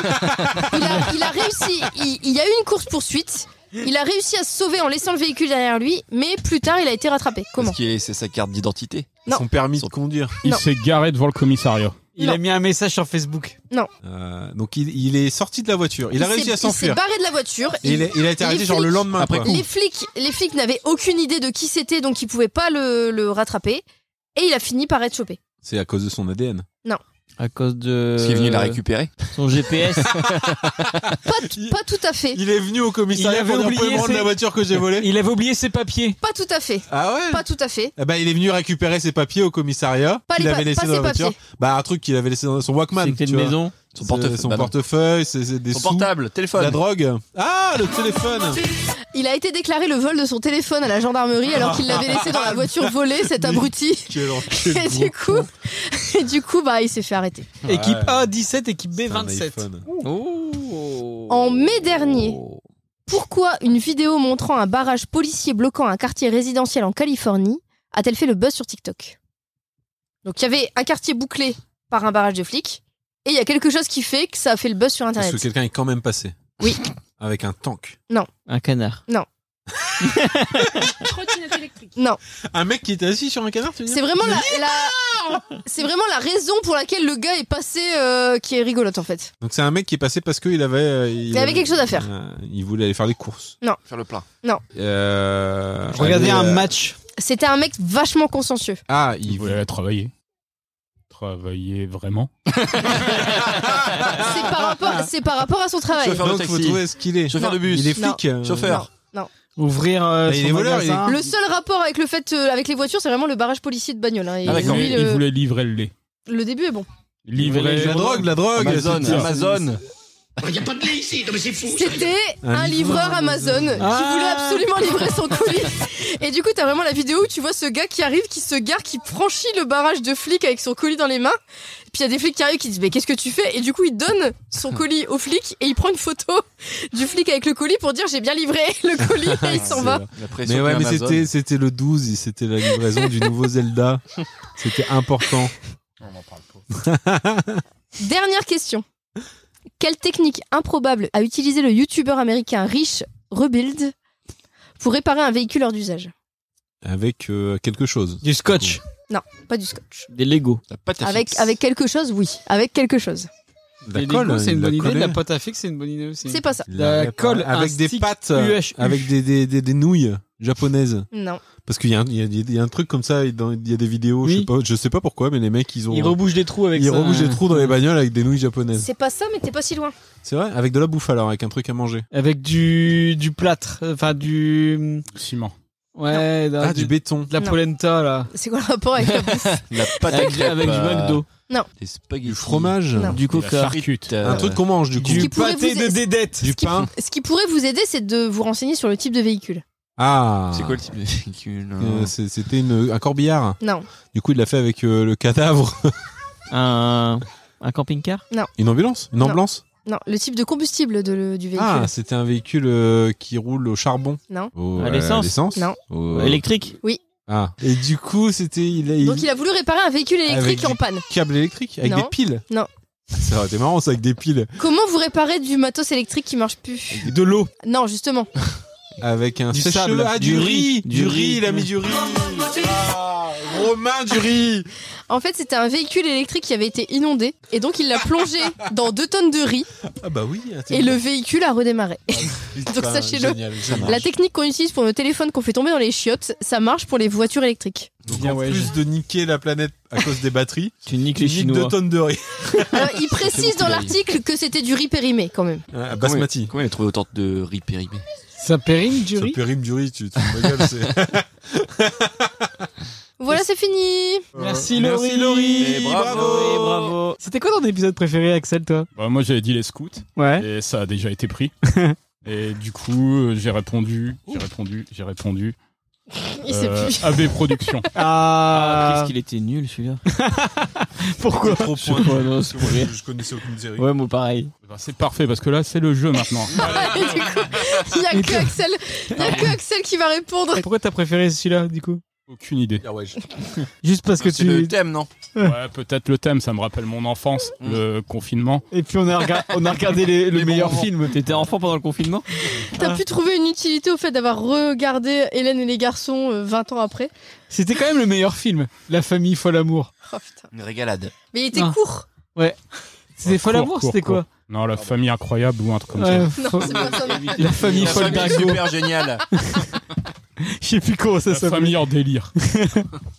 [SPEAKER 3] Il a, il a réussi. Il, il y a eu une course-poursuite. Il a réussi à se sauver en laissant le véhicule derrière lui, mais plus tard, il a été rattrapé. Comment
[SPEAKER 5] Parce qu'il a laissé sa carte d'identité.
[SPEAKER 3] Non.
[SPEAKER 2] Son permis
[SPEAKER 5] Son-
[SPEAKER 2] de conduire.
[SPEAKER 6] Il
[SPEAKER 3] Non.
[SPEAKER 6] s'est garé devant le commissariat.
[SPEAKER 1] Il a mis un message sur Facebook.
[SPEAKER 2] Euh, donc, il, il est sorti de la voiture. Il, a
[SPEAKER 3] s'est-
[SPEAKER 2] réussi à
[SPEAKER 3] Il
[SPEAKER 2] s'enfuir.
[SPEAKER 3] s'est barré de la voiture.
[SPEAKER 2] Et il,
[SPEAKER 3] Il-
[SPEAKER 2] est- il a été
[SPEAKER 3] il
[SPEAKER 2] arrêté
[SPEAKER 3] est
[SPEAKER 2] genre le
[SPEAKER 3] flic.
[SPEAKER 2] lendemain
[SPEAKER 5] Après
[SPEAKER 2] quoi.
[SPEAKER 5] coup.
[SPEAKER 3] Les flics, les flics n'avaient aucune idée de qui c'était, donc ils pouvaient pas le, le rattraper. Et il a fini par être chopé.
[SPEAKER 2] C'est à cause de son ADN.
[SPEAKER 9] À cause de.
[SPEAKER 5] Parce qu'il Euh, est venu la récupérer.
[SPEAKER 9] Son GPS.
[SPEAKER 3] Pas, t- pas tout à fait.
[SPEAKER 2] Il est venu au commissariat
[SPEAKER 1] Il avait
[SPEAKER 2] pour dire,
[SPEAKER 1] oublié
[SPEAKER 2] Pouvez me rendre
[SPEAKER 1] ses-
[SPEAKER 2] la voiture que j'ai volée.
[SPEAKER 1] Il avait oublié ses papiers.
[SPEAKER 3] Pas tout à fait.
[SPEAKER 2] Ah ouais
[SPEAKER 3] Pas tout à fait.
[SPEAKER 2] Eh ben, il est venu récupérer ses papiers au commissariat
[SPEAKER 3] Pas
[SPEAKER 2] qu'il
[SPEAKER 3] les pa-
[SPEAKER 2] avait laissé
[SPEAKER 3] pas
[SPEAKER 2] dans la
[SPEAKER 3] ses
[SPEAKER 2] voiture.
[SPEAKER 3] papiers.
[SPEAKER 2] Bah un truc qu'il avait laissé dans son Walkman,
[SPEAKER 9] C'est que t'es
[SPEAKER 2] tu
[SPEAKER 9] de
[SPEAKER 2] vois.
[SPEAKER 9] maison.
[SPEAKER 5] Son
[SPEAKER 2] C'est-
[SPEAKER 5] portefeuille.
[SPEAKER 2] son
[SPEAKER 5] bah non.
[SPEAKER 2] portefeuille, c'est c'est des
[SPEAKER 5] Son
[SPEAKER 2] sous,
[SPEAKER 5] portable, téléphone.
[SPEAKER 2] la drogue. Ah le téléphone.
[SPEAKER 3] Il a été déclaré le vol de son téléphone à la gendarmerie alors qu'il l'avait laissé dans la voiture volée, cet abruti.
[SPEAKER 2] Quel enculé.
[SPEAKER 3] Et du coup, et du coup, bah, il s'est fait arrêter.
[SPEAKER 1] Équipe A 17, équipe B
[SPEAKER 2] C'est un
[SPEAKER 1] 27.
[SPEAKER 2] iPhone.
[SPEAKER 9] Oh.
[SPEAKER 3] En mai dernier, pourquoi une vidéo montrant un barrage policier bloquant un quartier résidentiel en Californie a-t-elle fait le buzz sur TikTok Donc il y avait un quartier bouclé par un barrage de flics, et il y a quelque chose qui fait que ça a fait le buzz sur
[SPEAKER 2] Parce
[SPEAKER 3] Internet.
[SPEAKER 2] que quelqu'un est quand même passé.
[SPEAKER 3] Oui.
[SPEAKER 2] Avec un tank.
[SPEAKER 9] Un canard.
[SPEAKER 8] Trottinette électrique.
[SPEAKER 2] Un mec qui était assis sur un canard, tu
[SPEAKER 3] C'est vraiment la, la- c'est vraiment la raison pour laquelle le gars est passé euh, qui est rigolote en fait.
[SPEAKER 2] Donc c'est un mec qui est passé parce qu'il avait. euh, Il,
[SPEAKER 3] avait quelque chose à faire.
[SPEAKER 2] euh, il voulait aller faire des courses.
[SPEAKER 5] Faire le plein.
[SPEAKER 2] Euh,
[SPEAKER 1] Regardez
[SPEAKER 2] allez,
[SPEAKER 1] un
[SPEAKER 2] euh,
[SPEAKER 1] match.
[SPEAKER 3] C'était un mec vachement consciencieux.
[SPEAKER 2] Ah,
[SPEAKER 6] Il
[SPEAKER 2] il voulait.
[SPEAKER 6] voulait travailler. Travailler vraiment.
[SPEAKER 2] Ah.
[SPEAKER 3] C'est par rapport, c'est par rapport à son travail.
[SPEAKER 5] Chauffeur de
[SPEAKER 2] Donc faut
[SPEAKER 5] taxi.
[SPEAKER 2] trouver ce qu'il est.
[SPEAKER 5] Chauffeur de bus.
[SPEAKER 2] Il est
[SPEAKER 3] Non.
[SPEAKER 2] flic. euh,
[SPEAKER 5] Chauffeur.
[SPEAKER 1] Ouvrir euh,
[SPEAKER 2] Et il
[SPEAKER 1] son
[SPEAKER 2] est voleur, il est-
[SPEAKER 1] magasin.
[SPEAKER 3] Le seul rapport avec le fait, euh, avec les voitures, c'est vraiment le barrage policier de bagnole. hein. Et
[SPEAKER 5] Ah,
[SPEAKER 6] il,
[SPEAKER 5] d'accord.
[SPEAKER 3] lui,
[SPEAKER 6] voulait, il euh,
[SPEAKER 3] le-
[SPEAKER 6] voulait livrer le lait.
[SPEAKER 3] le début est bon.
[SPEAKER 6] Livrer
[SPEAKER 2] La drogue, la drogue.
[SPEAKER 5] Amazon.
[SPEAKER 2] c'est- c'est-
[SPEAKER 5] Amazon.
[SPEAKER 3] C'était un,
[SPEAKER 2] Un
[SPEAKER 3] livreur
[SPEAKER 2] livreur
[SPEAKER 3] Amazon qui
[SPEAKER 1] Ah.
[SPEAKER 3] voulait absolument livrer son colis. Et du coup, t'as vraiment la vidéo où tu vois ce gars qui arrive, qui se gare, qui franchit le barrage de flics avec son colis dans les mains. Puis il y a des flics qui arrivent qui disent Mais qu'est-ce que tu fais Et du coup, il donne son colis au flic et il prend une photo du flic avec le colis pour dire J'ai bien livré le colis et il s'en va.
[SPEAKER 5] La pression
[SPEAKER 2] Mais ouais,
[SPEAKER 5] de
[SPEAKER 2] mais
[SPEAKER 5] Amazon.
[SPEAKER 2] c'était c'était le 12, et c'était la livraison du nouveau Zelda. C'était important.
[SPEAKER 3] Dernière question Quelle technique improbable a utilisé le youtubeur américain riche Rebuild pour réparer un véhicule hors d'usage
[SPEAKER 2] Avec euh, quelque chose.
[SPEAKER 1] Du scotch.
[SPEAKER 3] Pas du scotch.
[SPEAKER 9] Des Lego.
[SPEAKER 5] La pâte à
[SPEAKER 3] Avec,
[SPEAKER 5] fixe.
[SPEAKER 3] avec quelque chose, oui. Avec quelque chose.
[SPEAKER 2] La
[SPEAKER 1] Et du
[SPEAKER 2] colle,
[SPEAKER 1] coup, c'est
[SPEAKER 2] il
[SPEAKER 1] une
[SPEAKER 2] l'a
[SPEAKER 1] bonne idée.
[SPEAKER 2] collé.
[SPEAKER 1] La pâte à fixe, c'est une bonne idée aussi.
[SPEAKER 3] C'est pas ça.
[SPEAKER 2] Il l'a
[SPEAKER 1] La
[SPEAKER 2] réparé.
[SPEAKER 1] colle,
[SPEAKER 2] avec
[SPEAKER 1] un
[SPEAKER 2] des
[SPEAKER 1] stick
[SPEAKER 2] pâtes, euh,
[SPEAKER 1] UHU.
[SPEAKER 2] avec des, des, des, des nouilles japonaises.
[SPEAKER 3] Non.
[SPEAKER 2] Parce qu'il y, a un- il y a- il y a un truc comme ça, dans- il y a des vidéos, je,
[SPEAKER 1] Oui.
[SPEAKER 2] sais pas, je sais pas pourquoi, mais les mecs, ils ont.
[SPEAKER 1] Il rebouche des trous avec
[SPEAKER 2] ils
[SPEAKER 1] ça.
[SPEAKER 2] rebouchent des trous dans les bagnoles avec des nouilles japonaises.
[SPEAKER 3] C'est pas ça, mais t'es pas si loin.
[SPEAKER 2] C'est vrai Avec de la bouffe alors, avec un truc à manger.
[SPEAKER 1] Avec du, du plâtre. Enfin, du.
[SPEAKER 6] Ciment.
[SPEAKER 1] Ouais, d'un-
[SPEAKER 2] Ah, du béton.
[SPEAKER 1] de la
[SPEAKER 3] Non.
[SPEAKER 1] polenta, là.
[SPEAKER 3] C'est quoi le rapport avec la
[SPEAKER 5] La pâte à
[SPEAKER 9] Avec,
[SPEAKER 5] crêpes.
[SPEAKER 9] avec du
[SPEAKER 5] euh,
[SPEAKER 9] McDo.
[SPEAKER 5] Des spaghettis.
[SPEAKER 2] Du fromage.
[SPEAKER 3] Non.
[SPEAKER 9] Du
[SPEAKER 5] La
[SPEAKER 9] coca.
[SPEAKER 5] charcute. euh,
[SPEAKER 2] Un truc qu'on mange du coup.
[SPEAKER 3] qui
[SPEAKER 1] Du
[SPEAKER 3] pourrait
[SPEAKER 1] pâté
[SPEAKER 3] vous-
[SPEAKER 1] de dédette.
[SPEAKER 2] Du
[SPEAKER 3] Ce qui-
[SPEAKER 2] pain.
[SPEAKER 3] Ce qui pourrait vous aider, c'est de vous renseigner sur le type de véhicule.
[SPEAKER 2] Ah.
[SPEAKER 5] C'est quoi le type de véhicule
[SPEAKER 2] Euh,
[SPEAKER 5] hein
[SPEAKER 2] c'est- C'était une- un corbillard.
[SPEAKER 3] Non,
[SPEAKER 2] Du coup, il l'a fait avec euh, le cadavre.
[SPEAKER 9] Un, un camping-car
[SPEAKER 2] Une ambulance Une
[SPEAKER 3] Non.
[SPEAKER 2] ambulance
[SPEAKER 3] non, le type de combustible de le- du véhicule.
[SPEAKER 2] Ah, c'était un véhicule euh, qui roule au charbon.
[SPEAKER 3] Non.
[SPEAKER 2] Au- euh,
[SPEAKER 9] À l'essence
[SPEAKER 3] Non.
[SPEAKER 2] Au-
[SPEAKER 9] Électrique
[SPEAKER 2] Ah. Et du coup, c'était. Il a,
[SPEAKER 3] Donc il a voulu réparer un véhicule électrique
[SPEAKER 2] Avec du-
[SPEAKER 3] en panne.
[SPEAKER 2] câble électrique avec
[SPEAKER 3] Non.
[SPEAKER 2] des piles.
[SPEAKER 3] Non.
[SPEAKER 2] Ça aurait été marrant, ça, avec des piles.
[SPEAKER 3] Comment vous réparez du matos électrique qui marche plus
[SPEAKER 2] De l'eau.
[SPEAKER 3] Non, justement.
[SPEAKER 2] Avec un
[SPEAKER 9] Du
[SPEAKER 2] sèche-
[SPEAKER 9] sable.
[SPEAKER 2] Ah, du,
[SPEAKER 9] Du
[SPEAKER 2] riz.
[SPEAKER 9] riz.
[SPEAKER 2] Du
[SPEAKER 9] Du
[SPEAKER 2] riz,
[SPEAKER 9] riz.
[SPEAKER 2] il a mis du riz. Ah, Romain, du riz.
[SPEAKER 3] En fait, c'était un véhicule électrique qui avait été inondé et donc il l'a plongé dans deux tonnes de riz
[SPEAKER 2] Ah, bah oui.
[SPEAKER 3] et le véhicule a redémarré. donc sachez-le. La technique qu'on utilise pour nos téléphones qu'on fait tomber dans les chiottes, ça marche pour les voitures électriques.
[SPEAKER 2] Donc,
[SPEAKER 1] Bien,
[SPEAKER 2] en
[SPEAKER 1] ouais,
[SPEAKER 2] plus de niquer la planète à cause des batteries,
[SPEAKER 9] Tu niques
[SPEAKER 2] tu
[SPEAKER 9] les
[SPEAKER 2] niques deux
[SPEAKER 9] Chinois.
[SPEAKER 2] tonnes de riz.
[SPEAKER 3] Alors, Euh, il précise dans l'article que c'était du riz périmé quand même.
[SPEAKER 2] Ah,
[SPEAKER 5] Comment il-
[SPEAKER 2] Basmati.
[SPEAKER 5] Comment il a trouvé autant de riz périmé
[SPEAKER 1] Ça périme du
[SPEAKER 2] Ça
[SPEAKER 1] riz
[SPEAKER 2] périme du riz, tu, tu me gueules, c'est-
[SPEAKER 3] Voilà, c'est fini.
[SPEAKER 1] Merci,
[SPEAKER 2] Merci,
[SPEAKER 1] Laurie.
[SPEAKER 2] Laurie.
[SPEAKER 5] Et bravo.
[SPEAKER 9] Oui, bravo.
[SPEAKER 1] C'était quoi ton épisode préféré, Axel, toi
[SPEAKER 6] Bah, moi, j'avais dit les scouts.
[SPEAKER 1] Ouais.
[SPEAKER 6] Et ça a déjà été pris. Et du coup, euh, j'ai répondu, j'ai répondu, j'ai répondu.
[SPEAKER 3] Il sait
[SPEAKER 6] Euh,
[SPEAKER 3] plus.
[SPEAKER 6] AB Productions.
[SPEAKER 9] Ah,
[SPEAKER 1] Ah,
[SPEAKER 9] qu'est-ce qu'il était nul celui-là.
[SPEAKER 1] pourquoi
[SPEAKER 2] Trop
[SPEAKER 9] Je sais pas, non, c'est pour rien.
[SPEAKER 2] Je connaissais aucune série.
[SPEAKER 9] Ouais, moi pareil.
[SPEAKER 6] Bah, c'est parfait parce que là, c'est le jeu maintenant.
[SPEAKER 3] Et du coup, il y a que Axel, il y a que Axel qui va répondre.
[SPEAKER 1] Pourquoi t'as préféré celui-là, du coup
[SPEAKER 6] Aucune idée.
[SPEAKER 5] Ah ouais, je-
[SPEAKER 1] Juste parce que
[SPEAKER 5] C'est le
[SPEAKER 1] tu.
[SPEAKER 5] thème, non
[SPEAKER 6] Ouais, peut-être le thème, ça me rappelle mon enfance,
[SPEAKER 5] Mm.
[SPEAKER 6] le confinement.
[SPEAKER 1] Et puis on a, rega- on a regardé les- le
[SPEAKER 9] Les
[SPEAKER 1] meilleur
[SPEAKER 9] bons
[SPEAKER 1] film.
[SPEAKER 9] T'étais enfant pendant le confinement
[SPEAKER 3] T'as pu trouver une utilité au fait d'avoir regardé Hélène et les garçons euh, 20 ans après.
[SPEAKER 1] C'était quand même le meilleur film. La famille, folle amour.
[SPEAKER 3] Oh putain.
[SPEAKER 5] Une régalade.
[SPEAKER 3] Mais il était
[SPEAKER 1] Ah.
[SPEAKER 3] court.
[SPEAKER 1] C'était
[SPEAKER 6] Ouais,
[SPEAKER 1] folle
[SPEAKER 6] court,
[SPEAKER 1] amour,
[SPEAKER 6] court,
[SPEAKER 1] c'était quoi
[SPEAKER 6] Non,
[SPEAKER 3] Ah
[SPEAKER 6] la famille incroyable ou un truc comme ça.
[SPEAKER 1] Ouais,
[SPEAKER 3] Non,
[SPEAKER 1] fo-
[SPEAKER 3] c'est pas ça. non.
[SPEAKER 1] La famille
[SPEAKER 5] La
[SPEAKER 1] folle
[SPEAKER 5] famille
[SPEAKER 1] dingo.
[SPEAKER 5] super géniale.
[SPEAKER 1] Je sais plus comment ça
[SPEAKER 6] La
[SPEAKER 1] s'appelle.
[SPEAKER 6] famille en délire.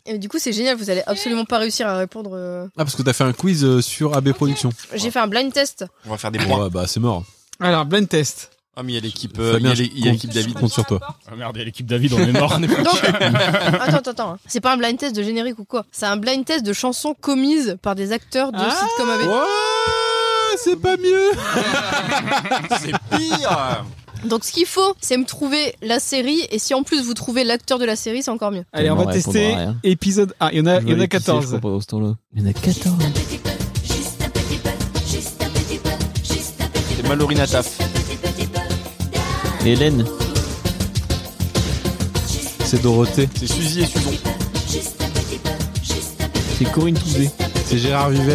[SPEAKER 3] Et du coup, c'est génial, vous allez absolument pas réussir à répondre. euh.
[SPEAKER 2] Ah, parce que t'as fait un quiz euh, sur AB Productions.
[SPEAKER 3] J'ai fait un blind test.
[SPEAKER 5] On va faire des points.
[SPEAKER 2] Ouais, bah c'est mort.
[SPEAKER 1] Alors, blind test.
[SPEAKER 5] Ah, mais il y a l'équipe
[SPEAKER 2] euh, Fabien, il y a les- il y a l'équipe
[SPEAKER 5] l'équipe
[SPEAKER 2] David.
[SPEAKER 5] David.
[SPEAKER 2] Je compte sur toi.
[SPEAKER 6] Ah merde, et l'équipe David, on est mort.
[SPEAKER 3] Donc, attends, attends, attends. C'est pas un blind test de générique ou quoi C'est un blind test de chansons commises par des acteurs de
[SPEAKER 1] Ah
[SPEAKER 3] sitcom avec.
[SPEAKER 2] Ouais, c'est pas mieux.
[SPEAKER 5] C'est pire
[SPEAKER 3] Donc, ce qu'il faut, c'est me trouver la série. Et si en plus vous trouvez l'acteur de la série, c'est encore mieux.
[SPEAKER 1] Allez, on va
[SPEAKER 9] Tellement répondre
[SPEAKER 1] tester
[SPEAKER 9] à rien.
[SPEAKER 1] épisode 1. Il y en a,
[SPEAKER 9] Je
[SPEAKER 1] il
[SPEAKER 9] vais
[SPEAKER 1] y en a
[SPEAKER 9] aller pisser, je
[SPEAKER 1] 14.
[SPEAKER 9] crois, pendant ce temps-là. Il y en a 14.
[SPEAKER 5] C'est Malorina Taf.
[SPEAKER 9] Hélène,
[SPEAKER 2] C'est Dorothée.
[SPEAKER 5] C'est Suzy et Suzon.
[SPEAKER 9] c'est Corinne Touzé.
[SPEAKER 2] C'est Gérard Vives.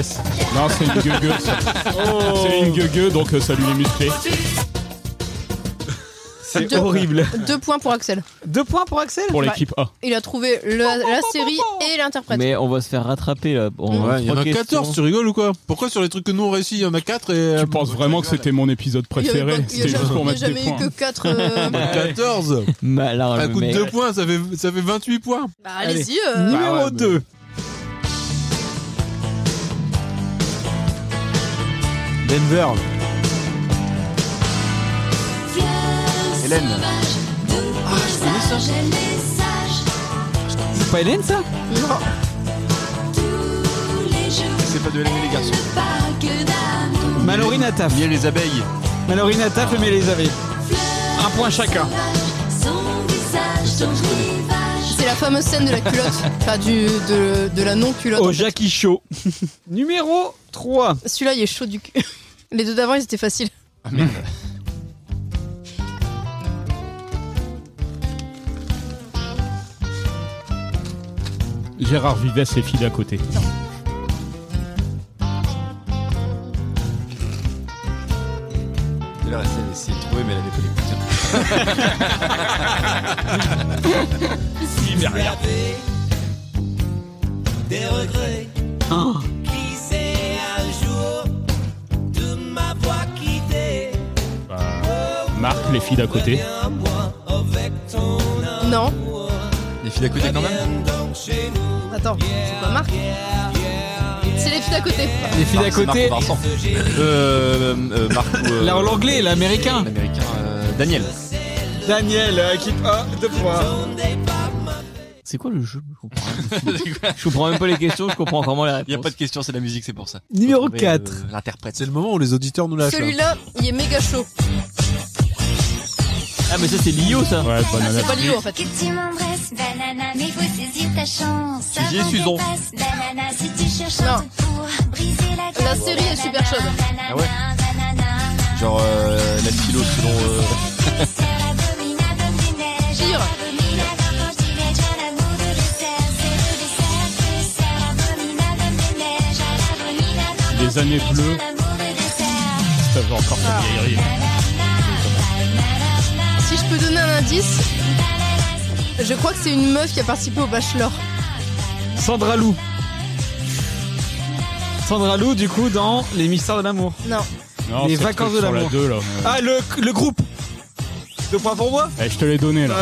[SPEAKER 6] non, c'est une gueugue.
[SPEAKER 3] Oh.
[SPEAKER 6] C'est une gueugue, donc euh, salut les musclés.
[SPEAKER 1] C'est
[SPEAKER 3] Deux-
[SPEAKER 1] horrible.
[SPEAKER 3] Deux points pour Axel.
[SPEAKER 1] Deux points pour Axel
[SPEAKER 6] Pour l'équipe A.
[SPEAKER 3] Il a trouvé la, la série et l'interprète.
[SPEAKER 9] Mais on va se faire rattraper là. En
[SPEAKER 2] Ouais, il y en
[SPEAKER 9] trois
[SPEAKER 2] a
[SPEAKER 9] questions.
[SPEAKER 2] 14, tu rigoles ou quoi Pourquoi sur les trucs que nous on réussit, il y en a 4 et. euh,
[SPEAKER 6] Tu penses vraiment que c'était mon épisode
[SPEAKER 3] Il y avait pas-
[SPEAKER 6] préféré
[SPEAKER 3] il y a
[SPEAKER 6] C'était juste pour
[SPEAKER 3] jamais, il y a
[SPEAKER 6] mettre
[SPEAKER 3] jamais
[SPEAKER 6] des
[SPEAKER 3] eu
[SPEAKER 6] points. Bah,
[SPEAKER 3] que 4.
[SPEAKER 2] euh, 14
[SPEAKER 9] Malin,
[SPEAKER 2] Un
[SPEAKER 9] le
[SPEAKER 2] coup de
[SPEAKER 9] mec.
[SPEAKER 2] 2 points, ça fait, ça fait 28 points.
[SPEAKER 3] Bah, allez-y. euh,
[SPEAKER 2] Numéro
[SPEAKER 5] Ah
[SPEAKER 1] ouais, mais-
[SPEAKER 2] 2. Denver.
[SPEAKER 5] Hélène.
[SPEAKER 1] C'est pas Hélène ça
[SPEAKER 5] C'est pas de Hélène et les garçons.
[SPEAKER 1] Malorine Attaf.
[SPEAKER 5] Miel et les abeilles.
[SPEAKER 1] Malorine Attaf, le mais les avait. Un point chacun.
[SPEAKER 3] C'est la fameuse scène de la culotte, enfin du, de, de la non-culotte.
[SPEAKER 6] Oh,
[SPEAKER 1] Au Jackie Show. Numéro 3.
[SPEAKER 3] Celui-là, il est chaud du cul. Les deux d'avant, ils étaient faciles.
[SPEAKER 6] Gérard Vives et filles d'à côté.
[SPEAKER 5] Elle a essayé de trouver, mais elle avait pas les bouquins.
[SPEAKER 6] Bah, Marc, les filles d'à côté.
[SPEAKER 3] Non,
[SPEAKER 5] Les filles à côté quand même
[SPEAKER 3] attends, c'est pas Marc. C'est les filles d'à côté.
[SPEAKER 1] Les filles d'à
[SPEAKER 5] C'est Marc
[SPEAKER 1] côté.
[SPEAKER 5] Vincent. Euh, euh, Marc ou. euh,
[SPEAKER 1] Là, L'anglais, l'américain.
[SPEAKER 5] L'américain. euh, Daniel.
[SPEAKER 1] Daniel, euh, équipe A, 2 points.
[SPEAKER 9] C'est quoi le jeu Je comprends rien. Je comprends même pas les questions, je comprends encore moins les réponses.
[SPEAKER 5] Il n'y a pas de question, c'est la musique, c'est pour ça.
[SPEAKER 1] Numéro
[SPEAKER 5] Trouver,
[SPEAKER 1] 4.
[SPEAKER 5] euh, L'interprète.
[SPEAKER 2] C'est le moment où les auditeurs nous lâchent. là.
[SPEAKER 3] Celui-là, il est méga chaud.
[SPEAKER 9] Ah, mais ça, c'est Lio, ça.
[SPEAKER 6] Ouais,
[SPEAKER 3] Ah,
[SPEAKER 6] banana
[SPEAKER 3] c'est pas Lilo en fait.
[SPEAKER 10] Que tu m'embrasses, banana, mais faut saisir ta chance.
[SPEAKER 9] Tu dis
[SPEAKER 10] Avant
[SPEAKER 9] Suzon.
[SPEAKER 10] qu'elle passe, Banana, si tu cherches
[SPEAKER 3] Non.
[SPEAKER 10] un truc pour briser la glace.
[SPEAKER 3] série est super chaude.
[SPEAKER 10] Banana,
[SPEAKER 5] Ah ouais
[SPEAKER 10] banana,
[SPEAKER 5] Genre euh, la philo selon. euh,
[SPEAKER 10] Sœur abominable des neiges,
[SPEAKER 3] Pire.
[SPEAKER 10] abominable quand tu neiges, à l'amour de dessert, c'est le dessert que sœur abominable des neiges, à l'abominable quand
[SPEAKER 6] Des
[SPEAKER 10] tu
[SPEAKER 6] années
[SPEAKER 10] neiges,
[SPEAKER 6] bleues.
[SPEAKER 10] à l'amour de dessert.
[SPEAKER 6] Ça va encore faire vieillerie.
[SPEAKER 3] Si je peux donner un indice, je crois que c'est une meuf qui a participé au Bachelor.
[SPEAKER 9] euh,
[SPEAKER 1] Sandra Lou. Sandra Lou, du coup, dans Les Mystères de l'amour.
[SPEAKER 3] Non.
[SPEAKER 6] Non,
[SPEAKER 1] Les
[SPEAKER 6] c'est le
[SPEAKER 1] vacances
[SPEAKER 6] truc
[SPEAKER 1] de
[SPEAKER 6] sur la
[SPEAKER 1] l'amour.
[SPEAKER 6] deux, là.
[SPEAKER 1] Ah, le, le groupe Deux points pour moi
[SPEAKER 6] Eh, je te l'ai donné, là.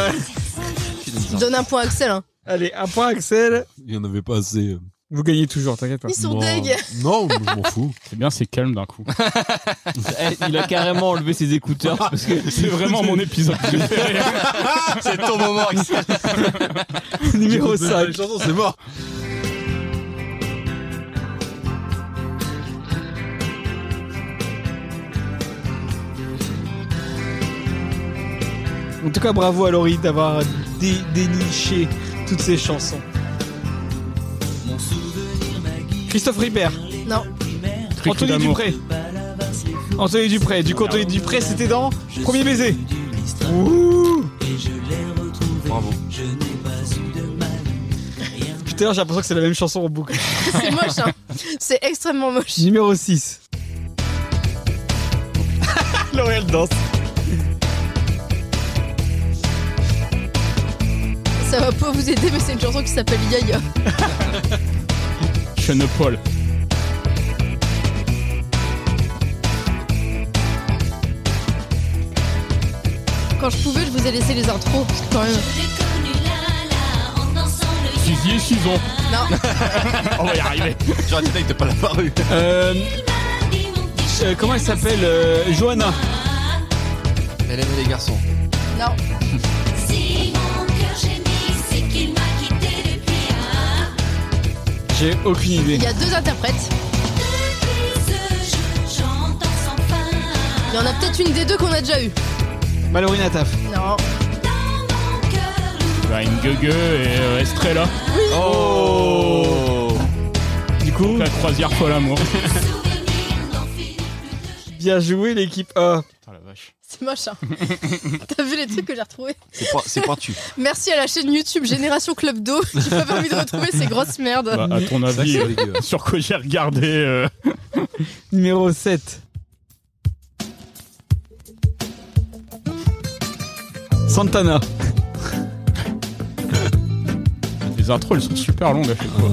[SPEAKER 3] Donne un point à Axel. hein.
[SPEAKER 1] Allez, un point Axel.
[SPEAKER 2] hein. Il y en avait pas assez. euh.
[SPEAKER 1] Vous gagnez toujours, t'inquiète pas.
[SPEAKER 3] Ils sont
[SPEAKER 2] Bon.
[SPEAKER 3] deg.
[SPEAKER 2] Non, je m'en fous.
[SPEAKER 6] C'est bien, c'est calme d'un coup.
[SPEAKER 9] Eh, Il a carrément enlevé ses écouteurs parce que
[SPEAKER 6] C'est vraiment mon épisode.
[SPEAKER 5] C'est ton moment. Axel.
[SPEAKER 1] Numéro
[SPEAKER 2] Ah,
[SPEAKER 1] 5.
[SPEAKER 2] les chansons, c'est mort.
[SPEAKER 1] En tout cas, bravo à Laurie d'avoir dé- déniché toutes ces chansons. Christophe Ripper,
[SPEAKER 3] Non.
[SPEAKER 6] Cri-cri
[SPEAKER 1] Anthony
[SPEAKER 6] d'amour.
[SPEAKER 1] Dupré. Anthony Dupré, du coup, Anthony Dupré, c'était dans Premier baiser. Ouh
[SPEAKER 5] Bravo.
[SPEAKER 1] Putain, j'ai l'impression que c'est la même chanson en boucle.
[SPEAKER 3] C'est moche. Hein. C'est extrêmement moche.
[SPEAKER 1] Numéro 6. L'Oréal danse.
[SPEAKER 3] Ça va pas vous aider, mais c'est une chanson qui s'appelle Yaya.
[SPEAKER 6] Sean Paul.
[SPEAKER 3] Quand je pouvais, je vous ai laissé les intros. Parce que quand même.
[SPEAKER 6] Suzy et Suzon.
[SPEAKER 3] Non.
[SPEAKER 6] On va y arriver.
[SPEAKER 5] Genre, t'as t'as pas la paru.
[SPEAKER 1] Euh, euh, comment elle s'appelle euh, Johanna.
[SPEAKER 5] Elle aime les garçons.
[SPEAKER 3] Non.
[SPEAKER 10] Si mon cœur gémit, c'est qu'il m'a quitté depuis un.
[SPEAKER 1] J'ai aucune idée.
[SPEAKER 3] Il y a deux interprètes.
[SPEAKER 10] Depuis ce jour, j'entends sans fin.
[SPEAKER 3] Il y en a peut-être une des deux qu'on a déjà eue.
[SPEAKER 1] Mallory Nataf.
[SPEAKER 3] Non.
[SPEAKER 10] Dans mon cœur lourd,
[SPEAKER 6] Bah, une gueugue et euh, Estrella.
[SPEAKER 5] Oh
[SPEAKER 1] Du coup,
[SPEAKER 6] La croisière folle amour.
[SPEAKER 10] souvenir n'en finit plus de
[SPEAKER 1] bien joué l'équipe A.
[SPEAKER 6] Putain, la vache.
[SPEAKER 3] C'est moche. Hein. T'as vu les trucs que j'ai retrouvés
[SPEAKER 5] C'est point- C'est pointu.
[SPEAKER 3] Merci à la chaîne YouTube Génération Club d'eau qui m'a permis de retrouver ces grosses merdes.
[SPEAKER 6] Bah, à ton
[SPEAKER 2] Ça,
[SPEAKER 6] avis,
[SPEAKER 2] c'est
[SPEAKER 6] euh,
[SPEAKER 2] dégueu.
[SPEAKER 6] sur quoi j'ai regardé euh,
[SPEAKER 1] Numéro 7. Santana.
[SPEAKER 6] Les intros, elles sont super longues à chaque fois.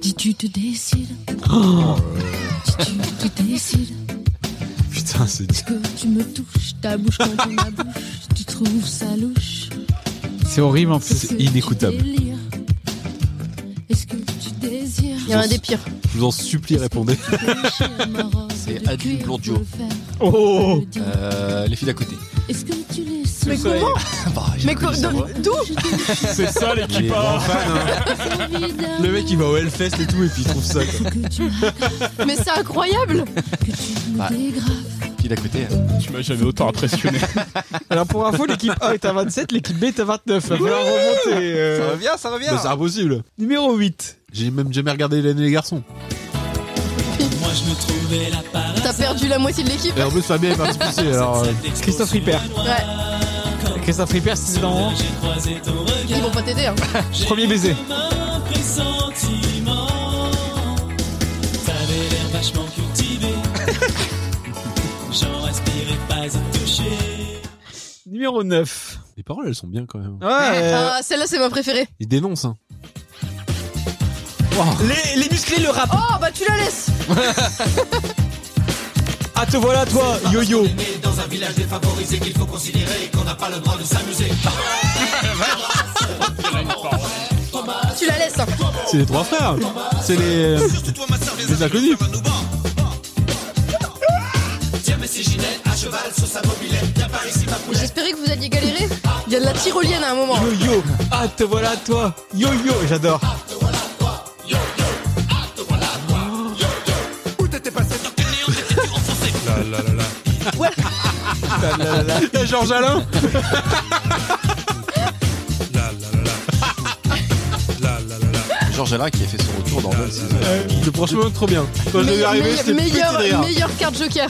[SPEAKER 10] Si tu te décides, si tu te décides,
[SPEAKER 2] Putain, c'est
[SPEAKER 10] que tu me touches, ta bouche contre ma bouche, tu trouves ça louche.
[SPEAKER 1] C'est horrible en
[SPEAKER 10] Est-ce que tu
[SPEAKER 2] inécoutable.
[SPEAKER 10] délires Est-ce que tu désires
[SPEAKER 3] Il y en a des pires.
[SPEAKER 2] Je vous en supplie, répondez.
[SPEAKER 5] C'est
[SPEAKER 10] C'est
[SPEAKER 5] Adeline Bourdieu.
[SPEAKER 1] Oh
[SPEAKER 5] Euh, les filles d'à côté.
[SPEAKER 10] Est-ce que tu les sens
[SPEAKER 3] Mais comment
[SPEAKER 5] Bah, j'ai
[SPEAKER 3] Mais
[SPEAKER 5] reconnu
[SPEAKER 3] co-
[SPEAKER 5] sa voix.
[SPEAKER 3] de- d'où
[SPEAKER 6] C'est ça l'équipe A.
[SPEAKER 2] Le mec, il va au Hellfest et tout, et puis il trouve ça. quoi.
[SPEAKER 3] Mais c'est incroyable
[SPEAKER 2] Ah.
[SPEAKER 5] Filles d'à côté.
[SPEAKER 6] Tu m'as jamais autant impressionné.
[SPEAKER 1] Alors pour info, l'équipe A est à 27, l'équipe B est à 29. Va falloir remonter. euh.
[SPEAKER 5] revient, ça revient.
[SPEAKER 2] Bah, c'est impossible.
[SPEAKER 1] Numéro 8.
[SPEAKER 2] J'ai même jamais regardé l'année les garçons. Ah,
[SPEAKER 3] T'as perdu la moitié de l'équipe.
[SPEAKER 2] Et en plus, Fabien est parti pousser, alors. euh,
[SPEAKER 1] Christophe Ripper.
[SPEAKER 3] Ouais,
[SPEAKER 1] Christophe Ripper, c'est dans
[SPEAKER 3] ils vont pas t'aider. Hein.
[SPEAKER 1] Premier baiser. Numéro 9.
[SPEAKER 2] Les paroles, elles sont bien quand même.
[SPEAKER 1] Ouais. euh,
[SPEAKER 3] Ah, celle-là, c'est ma préférée.
[SPEAKER 2] Ils dénoncent, hein.
[SPEAKER 1] les, les musclés, le rap.
[SPEAKER 3] Oh, bah tu la laisses
[SPEAKER 1] Ah, te voilà, toi, yo-yo.
[SPEAKER 3] Tu la laisses. hein.
[SPEAKER 2] C'est les trois frères. C'est les. euh, Les inconnus.
[SPEAKER 3] J'espérais que vous alliez galérer. Il y a de la tyrolienne à un moment. hein.
[SPEAKER 1] Yo-yo. Ah, te voilà, toi, yo-yo. J'adore.
[SPEAKER 2] Il y a Georges Alain
[SPEAKER 5] Georges Alain qui a fait son retour dans bonne saison.
[SPEAKER 2] Le prochain moment, trop bien. Quand je vais
[SPEAKER 3] Meilleur-
[SPEAKER 2] arriver, c'était pété de
[SPEAKER 3] meilleur,
[SPEAKER 2] rire.
[SPEAKER 3] meilleur carte joker.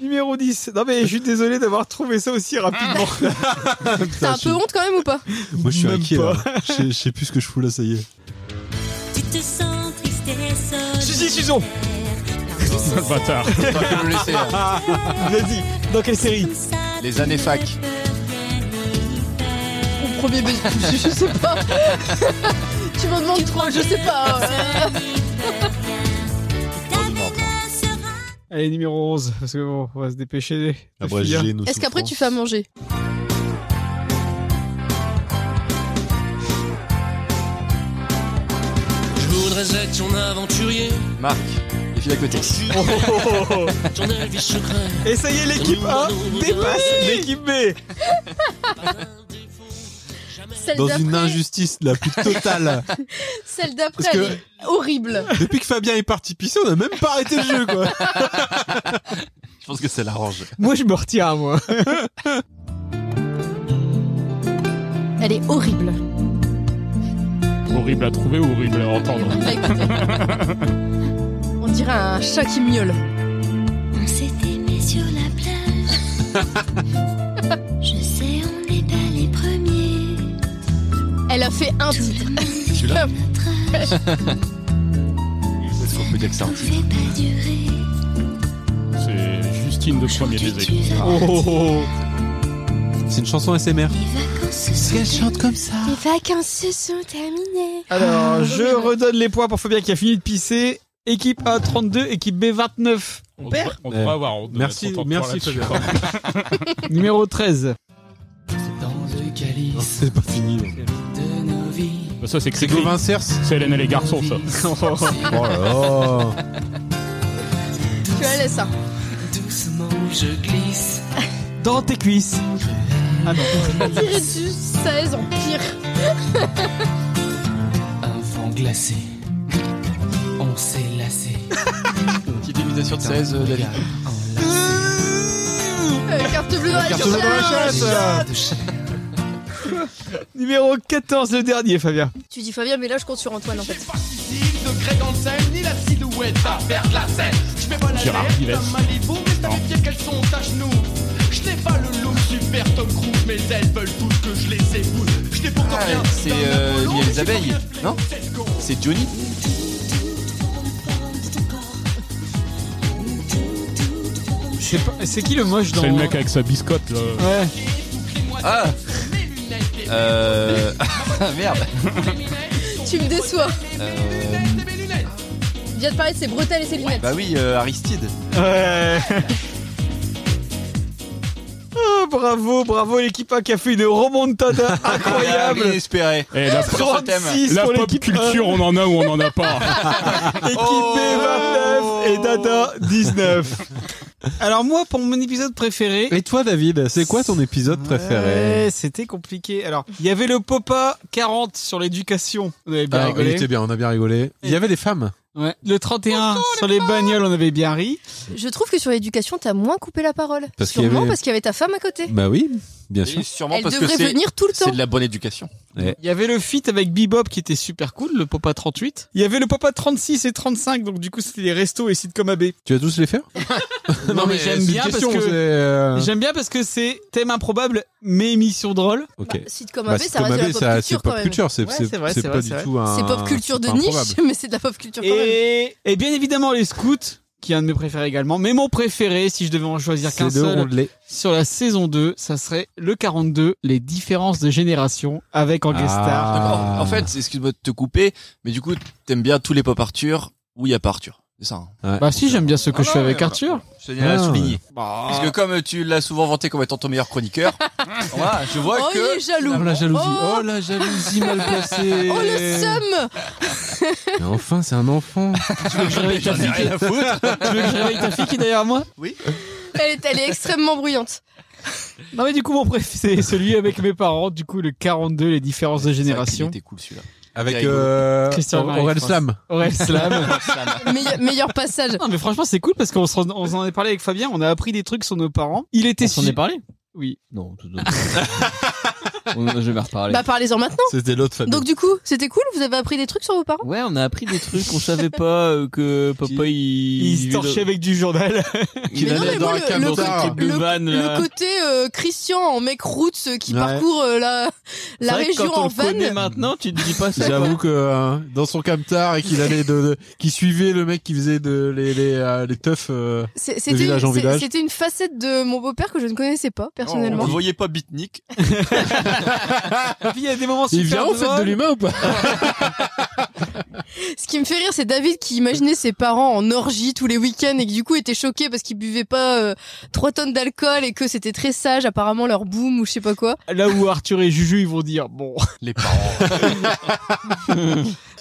[SPEAKER 1] Numéro 10. Non mais je suis désolé d'avoir trouvé ça aussi rapidement.
[SPEAKER 2] Ah.
[SPEAKER 3] T'as un peu honte quand même ou pas
[SPEAKER 2] Moi, je suis
[SPEAKER 1] Même
[SPEAKER 2] inquiet,
[SPEAKER 1] pas.
[SPEAKER 2] là. Je sais- je sais plus ce que je fous, là, ça y est.
[SPEAKER 10] Tu te sens triste et solitaire.
[SPEAKER 1] Suzy Suzon.
[SPEAKER 6] Bâtard.
[SPEAKER 5] Faut pas que nous le laisser, là.
[SPEAKER 1] Vas-y, dans quelle série
[SPEAKER 5] Les années fac.
[SPEAKER 3] Mon premier baiser. Je, je sais pas. tu m'en demandes trop, je sais pas. hein.
[SPEAKER 5] Heureusement.
[SPEAKER 1] Allez, numéro 11, parce que bon, on va se dépêcher.
[SPEAKER 2] Abrégé nos
[SPEAKER 3] Est-ce qu'après tu fais à manger
[SPEAKER 9] Je voudrais être ton aventurier,
[SPEAKER 5] Marc, les filles à côté.
[SPEAKER 9] ton avis secret.
[SPEAKER 1] Oh, Et ça y est, l'équipe A dépasse l'équipe B.
[SPEAKER 3] Celle
[SPEAKER 2] Dans une
[SPEAKER 3] d'après,
[SPEAKER 2] injustice la plus totale. Parce
[SPEAKER 3] celle d'après,
[SPEAKER 2] que-
[SPEAKER 3] elle est horrible.
[SPEAKER 2] Depuis que Fabien est parti pisser, on a même pas arrêté le jeu, quoi.
[SPEAKER 5] Je pense que ça l'arrange.
[SPEAKER 1] Moi, je me retire, moi.
[SPEAKER 3] Elle est horrible.
[SPEAKER 6] Horrible à trouver ou horrible à entendre
[SPEAKER 3] On dirait un chat qui miaule.
[SPEAKER 10] On s'est aimé sur la plage. Je sais, on n'est pas les premiers.
[SPEAKER 3] Elle a fait un
[SPEAKER 10] Tout
[SPEAKER 3] titre.
[SPEAKER 10] le monde a notre âge.
[SPEAKER 5] Est-ce qu'on peut dire que c'est
[SPEAKER 10] On
[SPEAKER 5] un
[SPEAKER 10] ne
[SPEAKER 5] titre
[SPEAKER 10] fait pas durer.
[SPEAKER 6] C'est Justine de premier
[SPEAKER 10] Aujourd'hui,
[SPEAKER 6] baiser.
[SPEAKER 10] tu vas
[SPEAKER 1] Oh, oh, oh.
[SPEAKER 2] C'est une chanson SMR.
[SPEAKER 10] Les vacances se sont terminées. Les vacances se sont terminées.
[SPEAKER 1] Alors, je redonne les points pour Fabien qui a fini de pisser. Équipe A 32, équipe B 29.
[SPEAKER 6] On
[SPEAKER 1] perd
[SPEAKER 6] devrait- On
[SPEAKER 3] Euh,
[SPEAKER 2] Ouais.
[SPEAKER 6] devrait avoir honte de
[SPEAKER 2] Merci,
[SPEAKER 6] notre
[SPEAKER 2] merci,
[SPEAKER 6] contemporain
[SPEAKER 2] Fabien.
[SPEAKER 6] là-dessus.
[SPEAKER 1] Numéro 13.
[SPEAKER 2] Non, C'est pas fini. là.
[SPEAKER 6] Bah, Ça, c'est
[SPEAKER 2] C'est
[SPEAKER 6] Cricri.
[SPEAKER 2] Gauvin Cerce.
[SPEAKER 6] C'est Hélène et les garçons, ça.
[SPEAKER 2] Oh là là.
[SPEAKER 3] Tu la laisses ça.
[SPEAKER 1] Dans tes cuisses. Ah non.
[SPEAKER 3] Tirer du 16 en pire.
[SPEAKER 5] Petite imitation de 16, euh, David.
[SPEAKER 3] Euh, carte bleue dans la
[SPEAKER 2] Carte bleue dans la
[SPEAKER 3] chatte.
[SPEAKER 1] Numéro 14, le dernier, Fabien.
[SPEAKER 3] Tu dis Fabien, mais là je compte sur Antoine en fait.
[SPEAKER 6] Gérard Pivet.
[SPEAKER 5] Ah, c'est euh, il y a les abeilles, non C'est Johnny
[SPEAKER 1] C'est pas- c'est qui le moche dans.
[SPEAKER 6] C'est le mec avec sa biscotte, là.
[SPEAKER 1] Ouais.
[SPEAKER 5] Ah Euh. Ah, merde
[SPEAKER 3] Tu me déçois.
[SPEAKER 5] Euh,
[SPEAKER 3] Viens de parler de ses bretelles et ses lunettes.
[SPEAKER 5] Bah oui, euh, Aristide.
[SPEAKER 1] Ouais. Ah, bravo, bravo l'équipe A qui a fait une remontada incroyable.
[SPEAKER 5] Inespéré.
[SPEAKER 6] Et Eh, la,
[SPEAKER 5] Sur ce thème.
[SPEAKER 1] 36
[SPEAKER 6] la
[SPEAKER 1] pour
[SPEAKER 6] pop
[SPEAKER 1] l'équipe A,
[SPEAKER 3] euh.
[SPEAKER 6] culture, on en a ou on en a pas.
[SPEAKER 1] équipe
[SPEAKER 5] Oh.
[SPEAKER 1] B 29 et Dada 19. Alors moi, pour mon épisode préféré,
[SPEAKER 2] Et toi, David, c'est quoi ton épisode préféré
[SPEAKER 1] Ouais, C'était compliqué. Alors, il y avait le Popa 40 sur l'éducation. On avait bien
[SPEAKER 2] Ah, Il
[SPEAKER 1] rigolé.
[SPEAKER 2] était bien, on a bien rigolé. Il y avait des femmes.
[SPEAKER 1] Ouais. Le 31 sur les bagnoles, on avait bien ri.
[SPEAKER 3] Je trouve que sur l'éducation, t'as moins coupé la parole.
[SPEAKER 2] Parce qu'il y
[SPEAKER 3] Sûrement
[SPEAKER 2] avait-
[SPEAKER 3] parce qu'il y avait ta femme à côté.
[SPEAKER 2] Bah oui, bien sûr.
[SPEAKER 5] Et sûrement
[SPEAKER 3] Elle
[SPEAKER 5] parce que
[SPEAKER 3] devrait
[SPEAKER 5] c'est
[SPEAKER 3] venir tout le
[SPEAKER 5] c'est
[SPEAKER 3] temps.
[SPEAKER 5] de la bonne éducation.
[SPEAKER 1] Il y avait le feat avec Bebop qui était super cool, le Popa 38. Il y avait le Popa 36 et 35, donc du coup, c'était les restos et sitcom AB.
[SPEAKER 2] Tu vas tous les faire
[SPEAKER 1] Non, mais j'aime
[SPEAKER 2] c'est une
[SPEAKER 1] bien parce
[SPEAKER 2] question,
[SPEAKER 1] que-
[SPEAKER 2] c'est, euh,
[SPEAKER 1] J'aime bien parce que c'est thème improbable, mais émission drôle.
[SPEAKER 2] Ok.
[SPEAKER 3] Sitcom
[SPEAKER 2] Bah,
[SPEAKER 3] AB,
[SPEAKER 2] c'est
[SPEAKER 3] ça reste
[SPEAKER 2] comme
[SPEAKER 3] de
[SPEAKER 2] AB,
[SPEAKER 3] la pop
[SPEAKER 2] ça-
[SPEAKER 3] culture
[SPEAKER 2] c'est
[SPEAKER 3] quand
[SPEAKER 2] pop
[SPEAKER 3] même.
[SPEAKER 2] culture, c'est
[SPEAKER 1] Ouais,
[SPEAKER 2] c'est-
[SPEAKER 1] c'est vrai,
[SPEAKER 2] c'est
[SPEAKER 1] c'est
[SPEAKER 2] pas
[SPEAKER 1] vrai,
[SPEAKER 2] du
[SPEAKER 1] c'est
[SPEAKER 2] tout un.
[SPEAKER 3] C'est pop culture
[SPEAKER 2] c'est
[SPEAKER 3] de
[SPEAKER 2] pas improbable.
[SPEAKER 3] niche, mais c'est de la pop culture quand même.
[SPEAKER 1] Et, et bien évidemment, les scouts, qui est un de mes préférés également. Mais mon préféré, si je devais en choisir qu'un
[SPEAKER 2] C'est deux
[SPEAKER 1] seul,
[SPEAKER 2] rondelets.
[SPEAKER 1] sur la saison 2, ça serait le 42, les différences de génération avec en guest star.
[SPEAKER 2] Ah.
[SPEAKER 5] En- En fait, excuse-moi de te couper, mais du coup, t'aimes bien tous les pop Arthur où il y a pas Arthur. C'est ça. hein.
[SPEAKER 1] Bah si, j'aime bien ce que
[SPEAKER 5] Ah
[SPEAKER 1] je fais
[SPEAKER 5] non,
[SPEAKER 1] avec
[SPEAKER 5] mais-
[SPEAKER 1] Arthur.
[SPEAKER 5] Je tiens à
[SPEAKER 2] Ah.
[SPEAKER 5] le souligner. Parce que comme tu l'as souvent vanté comme étant ton meilleur chroniqueur, voilà, je vois
[SPEAKER 3] Oh, il
[SPEAKER 5] que
[SPEAKER 3] est jaloux.
[SPEAKER 2] Oh la jalousie,
[SPEAKER 3] Oh.
[SPEAKER 2] oh la jalousie mal placée.
[SPEAKER 3] Oh le seum
[SPEAKER 2] Mais enfin, c'est un enfant.
[SPEAKER 1] Tu veux que je réveille ta fille, qui... tu veux que je réveille ta fille qui est derrière moi
[SPEAKER 3] elle est, elle est extrêmement bruyante.
[SPEAKER 1] Non mais du coup, mon préf, c'est celui avec mes parents, du coup le 42, les différences de
[SPEAKER 5] C'est vrai qu'il
[SPEAKER 1] génération.
[SPEAKER 5] était cool celui-là.
[SPEAKER 2] Avec
[SPEAKER 5] Terrible.
[SPEAKER 2] euh, Aurel Slam.
[SPEAKER 1] Aurel Slam.
[SPEAKER 3] Meille- meilleur passage.
[SPEAKER 1] Non, mais franchement, c'est cool parce qu'on s'en- on s'en est parlé avec Fabien, on a appris des trucs sur nos parents. Il était
[SPEAKER 4] On s'en
[SPEAKER 1] su-
[SPEAKER 4] est parlé
[SPEAKER 1] Oui.
[SPEAKER 4] Non, tout On- Je vais reparler.
[SPEAKER 3] Bah parlez-en maintenant.
[SPEAKER 2] C'était l'autre Fabien.
[SPEAKER 3] Donc du coup, c'était cool. Vous avez appris des trucs sur vos parents.
[SPEAKER 4] Ouais, on a appris des trucs, on savait pas euh, que papa il.
[SPEAKER 1] Il se
[SPEAKER 4] vivait
[SPEAKER 1] torchait avec du journal.
[SPEAKER 2] Qu'il
[SPEAKER 3] mais non, mais
[SPEAKER 2] allait dans
[SPEAKER 3] moi,
[SPEAKER 2] un
[SPEAKER 3] le- le
[SPEAKER 2] camotard.
[SPEAKER 4] dans- de
[SPEAKER 3] le-
[SPEAKER 4] van,
[SPEAKER 3] Le
[SPEAKER 4] là.
[SPEAKER 3] côté euh, Christian en mec roots euh, qui
[SPEAKER 2] Ouais.
[SPEAKER 3] parcourt euh, la,
[SPEAKER 4] C'est
[SPEAKER 3] la
[SPEAKER 4] vrai que
[SPEAKER 3] région
[SPEAKER 4] quand on
[SPEAKER 3] en
[SPEAKER 4] le connaît
[SPEAKER 3] van.
[SPEAKER 4] maintenant, tu te dis pas ça.
[SPEAKER 2] J'avoue que euh, dans son camtar et qu'il allait de, de- qui suivait le mec qui faisait de les les, euh, les teufs. euh,
[SPEAKER 3] C'est- C'était une,
[SPEAKER 2] village en
[SPEAKER 3] c'est-
[SPEAKER 2] village.
[SPEAKER 3] c'était une facette de mon beau-père que je ne connaissais pas personnellement.
[SPEAKER 5] On ne voyait pas Bitnik.
[SPEAKER 1] Et puis, il y a des moments super
[SPEAKER 2] Il vient en fait de
[SPEAKER 1] drôles.
[SPEAKER 2] l'humain ou pas
[SPEAKER 3] Ce qui me fait rire, c'est David qui imaginait ses parents en orgie tous les week-ends et qui du coup était choqué parce qu'ils buvaient pas euh, trois tonnes d'alcool et que c'était très sage apparemment leur boom ou je sais pas quoi.
[SPEAKER 1] Là où Arthur et Juju, ils vont dire bon.
[SPEAKER 5] Les parents.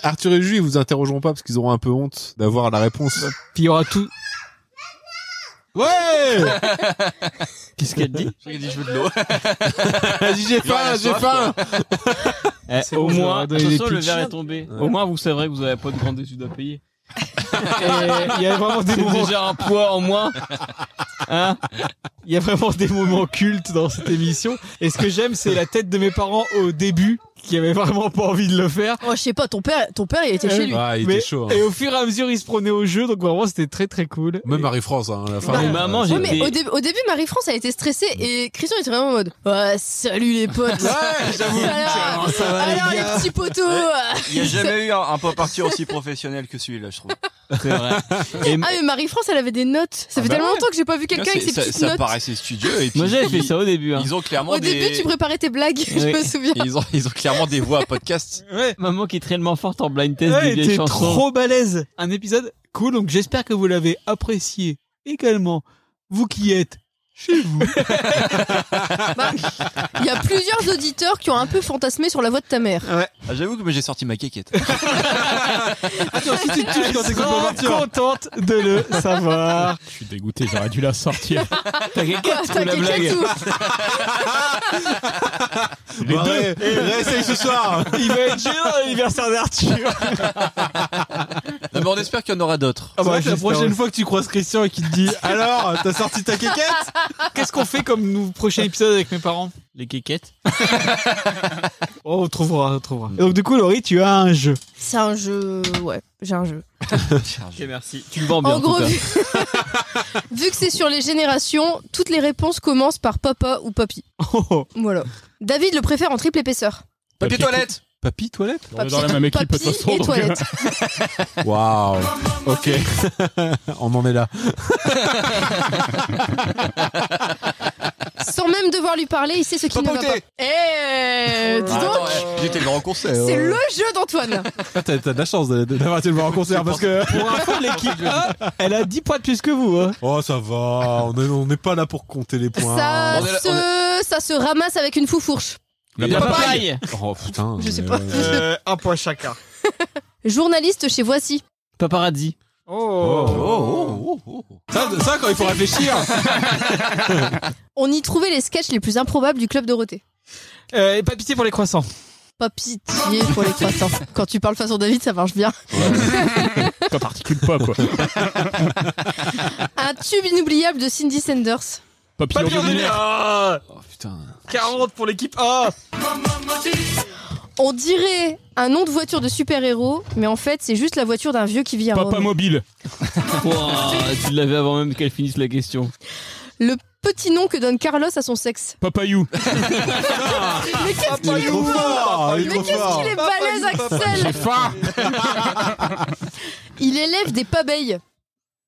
[SPEAKER 2] Arthur et Jules, ils vous interrogeront pas parce qu'ils auront un peu honte d'avoir la réponse.
[SPEAKER 1] Puis il y aura tout.
[SPEAKER 2] Ouais
[SPEAKER 4] Qu'est-ce qu'elle dit
[SPEAKER 5] J'ai dit je veux de l'eau.
[SPEAKER 2] Vas-y, j'ai
[SPEAKER 5] Genre,
[SPEAKER 2] faim,
[SPEAKER 5] la
[SPEAKER 2] j'ai
[SPEAKER 5] soif,
[SPEAKER 2] faim
[SPEAKER 4] Eh,
[SPEAKER 1] C'est
[SPEAKER 4] Au
[SPEAKER 1] bon, je leur
[SPEAKER 4] moins,
[SPEAKER 1] ai
[SPEAKER 4] de
[SPEAKER 1] donné
[SPEAKER 4] toute
[SPEAKER 1] des
[SPEAKER 4] façon, le
[SPEAKER 1] pitchs.
[SPEAKER 4] verre est tombé. Au moins, vous savrez que vous avez pas de grande étude à payer.
[SPEAKER 1] Et il y a vraiment des
[SPEAKER 4] C'est
[SPEAKER 1] moments,
[SPEAKER 4] déjà un poids en moins. Hein
[SPEAKER 1] il y a vraiment des moments cultes dans cette émission. Et ce que j'aime, c'est la tête de mes parents au début, qui avaient vraiment pas envie de le faire.
[SPEAKER 3] Oh, je sais pas, ton père, ton père il était chez lui.
[SPEAKER 2] Ah, il
[SPEAKER 1] Mais-
[SPEAKER 2] était
[SPEAKER 4] Oh.
[SPEAKER 2] chaud. hein.
[SPEAKER 1] Et au fur et à mesure, ils se prenaient au jeu, donc vraiment, c'était très très cool.
[SPEAKER 2] Même Marie-France, hein, à la fin.
[SPEAKER 4] Bah, maman,
[SPEAKER 2] Ouais,
[SPEAKER 4] j'ai-
[SPEAKER 3] Ouais, mais
[SPEAKER 4] J'étais-
[SPEAKER 3] au, dé- au début, Marie-France a été stressée et Christian était vraiment en mode Ouais, Salut les potes Alors, Ah, alors, les, petits poteaux euh.
[SPEAKER 5] Il n'y a jamais eu un, un pop partir aussi professionnel que celui-là, je trouve.
[SPEAKER 4] C'est vrai. Et
[SPEAKER 3] Ah, mais Marie-France, elle avait des notes.
[SPEAKER 5] Ah
[SPEAKER 3] Ça fait
[SPEAKER 5] bah
[SPEAKER 3] tellement longtemps que j'ai pas vu quelqu'un avec ses
[SPEAKER 5] ça,
[SPEAKER 3] petites
[SPEAKER 5] ça
[SPEAKER 3] notes.
[SPEAKER 5] paraissait studieux. Et puis,
[SPEAKER 4] moi, j'avais fait
[SPEAKER 5] ils,
[SPEAKER 4] ça au début. Hein.
[SPEAKER 5] Ils ont clairement
[SPEAKER 3] Au
[SPEAKER 5] des...
[SPEAKER 3] début, tu préparais tes blagues, je
[SPEAKER 4] Oui.
[SPEAKER 3] me souviens.
[SPEAKER 5] ils, ont, ils ont clairement des voix à podcast.
[SPEAKER 4] Maman qui est tellement forte en blind test
[SPEAKER 1] Ouais,
[SPEAKER 4] des vieilles
[SPEAKER 1] était
[SPEAKER 4] chansons.
[SPEAKER 1] Eh, trop balèze. Un épisode cool, donc j'espère que vous l'avez apprécié également. Vous qui êtes chez vous.
[SPEAKER 3] Bah, Il y a plusieurs auditeurs qui ont un peu fantasmé sur la voix de ta mère.
[SPEAKER 5] Ah, J'avoue que j'ai sorti ma quéquette.
[SPEAKER 1] si tu te touches quand t'écoutes Pop Culture. contente de le savoir.
[SPEAKER 6] Je suis dégoûté, j'aurais dû la sortir.
[SPEAKER 3] Quoi, t'as
[SPEAKER 4] la blague.
[SPEAKER 3] quelqu'un tout
[SPEAKER 6] Les
[SPEAKER 2] Bah,
[SPEAKER 6] deux.
[SPEAKER 2] ré-
[SPEAKER 1] eh,
[SPEAKER 2] Réessaye ce soir
[SPEAKER 1] Il va être gênant à l'anniversaire d'Arthur.
[SPEAKER 5] Non, mais on espère qu'il y en aura d'autres.
[SPEAKER 1] Ah bah,
[SPEAKER 2] C'est vrai que La
[SPEAKER 1] j'espère
[SPEAKER 2] prochaine
[SPEAKER 1] aussi.
[SPEAKER 2] fois que tu croises Christian et qu'il te dit « Alors, t'as sorti ta quéquette
[SPEAKER 1] Qu'est-ce qu'on fait comme nous, prochain épisode avec mes parents
[SPEAKER 4] Les quéquettes.
[SPEAKER 1] Oh, on trouvera, on trouvera. Et donc du coup, Laurie, tu as un jeu.
[SPEAKER 3] C'est un jeu. Ouais, j'ai un jeu.
[SPEAKER 4] Ok, merci. Tu le vends Oh, bien.
[SPEAKER 3] En gros,
[SPEAKER 4] tout cas.
[SPEAKER 3] vu... vu que c'est sur les générations, toutes les réponses commencent par papa ou papy.
[SPEAKER 1] Oh,
[SPEAKER 3] Voilà. David le préfère en triple épaisseur.
[SPEAKER 5] Papier toilette !»
[SPEAKER 2] Papy, toilette
[SPEAKER 6] On est dans la même équipe de toute
[SPEAKER 3] papy
[SPEAKER 6] façon.
[SPEAKER 3] et
[SPEAKER 6] donc,
[SPEAKER 3] toilette.
[SPEAKER 2] Waouh Ok. On en est là.
[SPEAKER 3] Sans même devoir lui parler, il sait ce qui ne va pas. Eh, dis
[SPEAKER 5] Ah, attends,
[SPEAKER 3] donc,
[SPEAKER 5] eh, J'étais le grand conseil.
[SPEAKER 3] c'est le jeu d'Antoine.
[SPEAKER 2] Ah, T'as t'as de la chance d'aller- d'avoir été le voir en concert parce que...
[SPEAKER 1] pour info, l'équipe A, elle a 10 points de plus que vous. hein.
[SPEAKER 2] Oh, ça va, on est- on n'est pas là pour compter les points.
[SPEAKER 3] Ça
[SPEAKER 5] On est là-
[SPEAKER 3] se, ça se ramasse avec une foufourche.
[SPEAKER 2] La
[SPEAKER 4] La
[SPEAKER 2] papaye.
[SPEAKER 4] papaye.
[SPEAKER 2] Oh putain.
[SPEAKER 3] Je sais
[SPEAKER 2] mais
[SPEAKER 3] pas.
[SPEAKER 2] ouais.
[SPEAKER 1] Euh, un point chacun.
[SPEAKER 3] Journaliste chez Voici.
[SPEAKER 4] Paparazzi.
[SPEAKER 1] Oh.
[SPEAKER 5] Oh, oh, oh.
[SPEAKER 2] Ça, ça, quand il faut réfléchir.
[SPEAKER 3] On y trouvait les sketchs les plus improbables du club Dorothée.
[SPEAKER 1] Euh, et pas pitié pour les croissants.
[SPEAKER 3] Pas pitié pour les croissants. Quand tu parles façon David, ça marche bien.
[SPEAKER 6] Pas particule pas, quoi.
[SPEAKER 3] Un tube inoubliable de Cindy Sanders.
[SPEAKER 6] Papillon,
[SPEAKER 1] Papillon
[SPEAKER 6] de
[SPEAKER 1] de
[SPEAKER 6] lumière.
[SPEAKER 1] lumière.
[SPEAKER 5] Oh, putain.
[SPEAKER 1] 40 pour l'équipe A.
[SPEAKER 3] On dirait un nom de voiture de super-héros, mais en fait, c'est juste la voiture d'un vieux qui vit à
[SPEAKER 6] Papa
[SPEAKER 3] Rome.
[SPEAKER 6] mobile.
[SPEAKER 4] Ouah, tu l'avais avant même qu'elle finisse la question.
[SPEAKER 3] Le petit nom que donne Carlos à son sexe.
[SPEAKER 6] Papa You.
[SPEAKER 2] Ah,
[SPEAKER 3] Mais qu'est-ce qu'il
[SPEAKER 2] Il est
[SPEAKER 3] est
[SPEAKER 2] trop
[SPEAKER 3] bon
[SPEAKER 2] fort. Ah, Il
[SPEAKER 3] Mais
[SPEAKER 2] est trop
[SPEAKER 3] qu'est-ce qu'il
[SPEAKER 2] fort.
[SPEAKER 3] est balèze, Axel Il élève des pabeilles.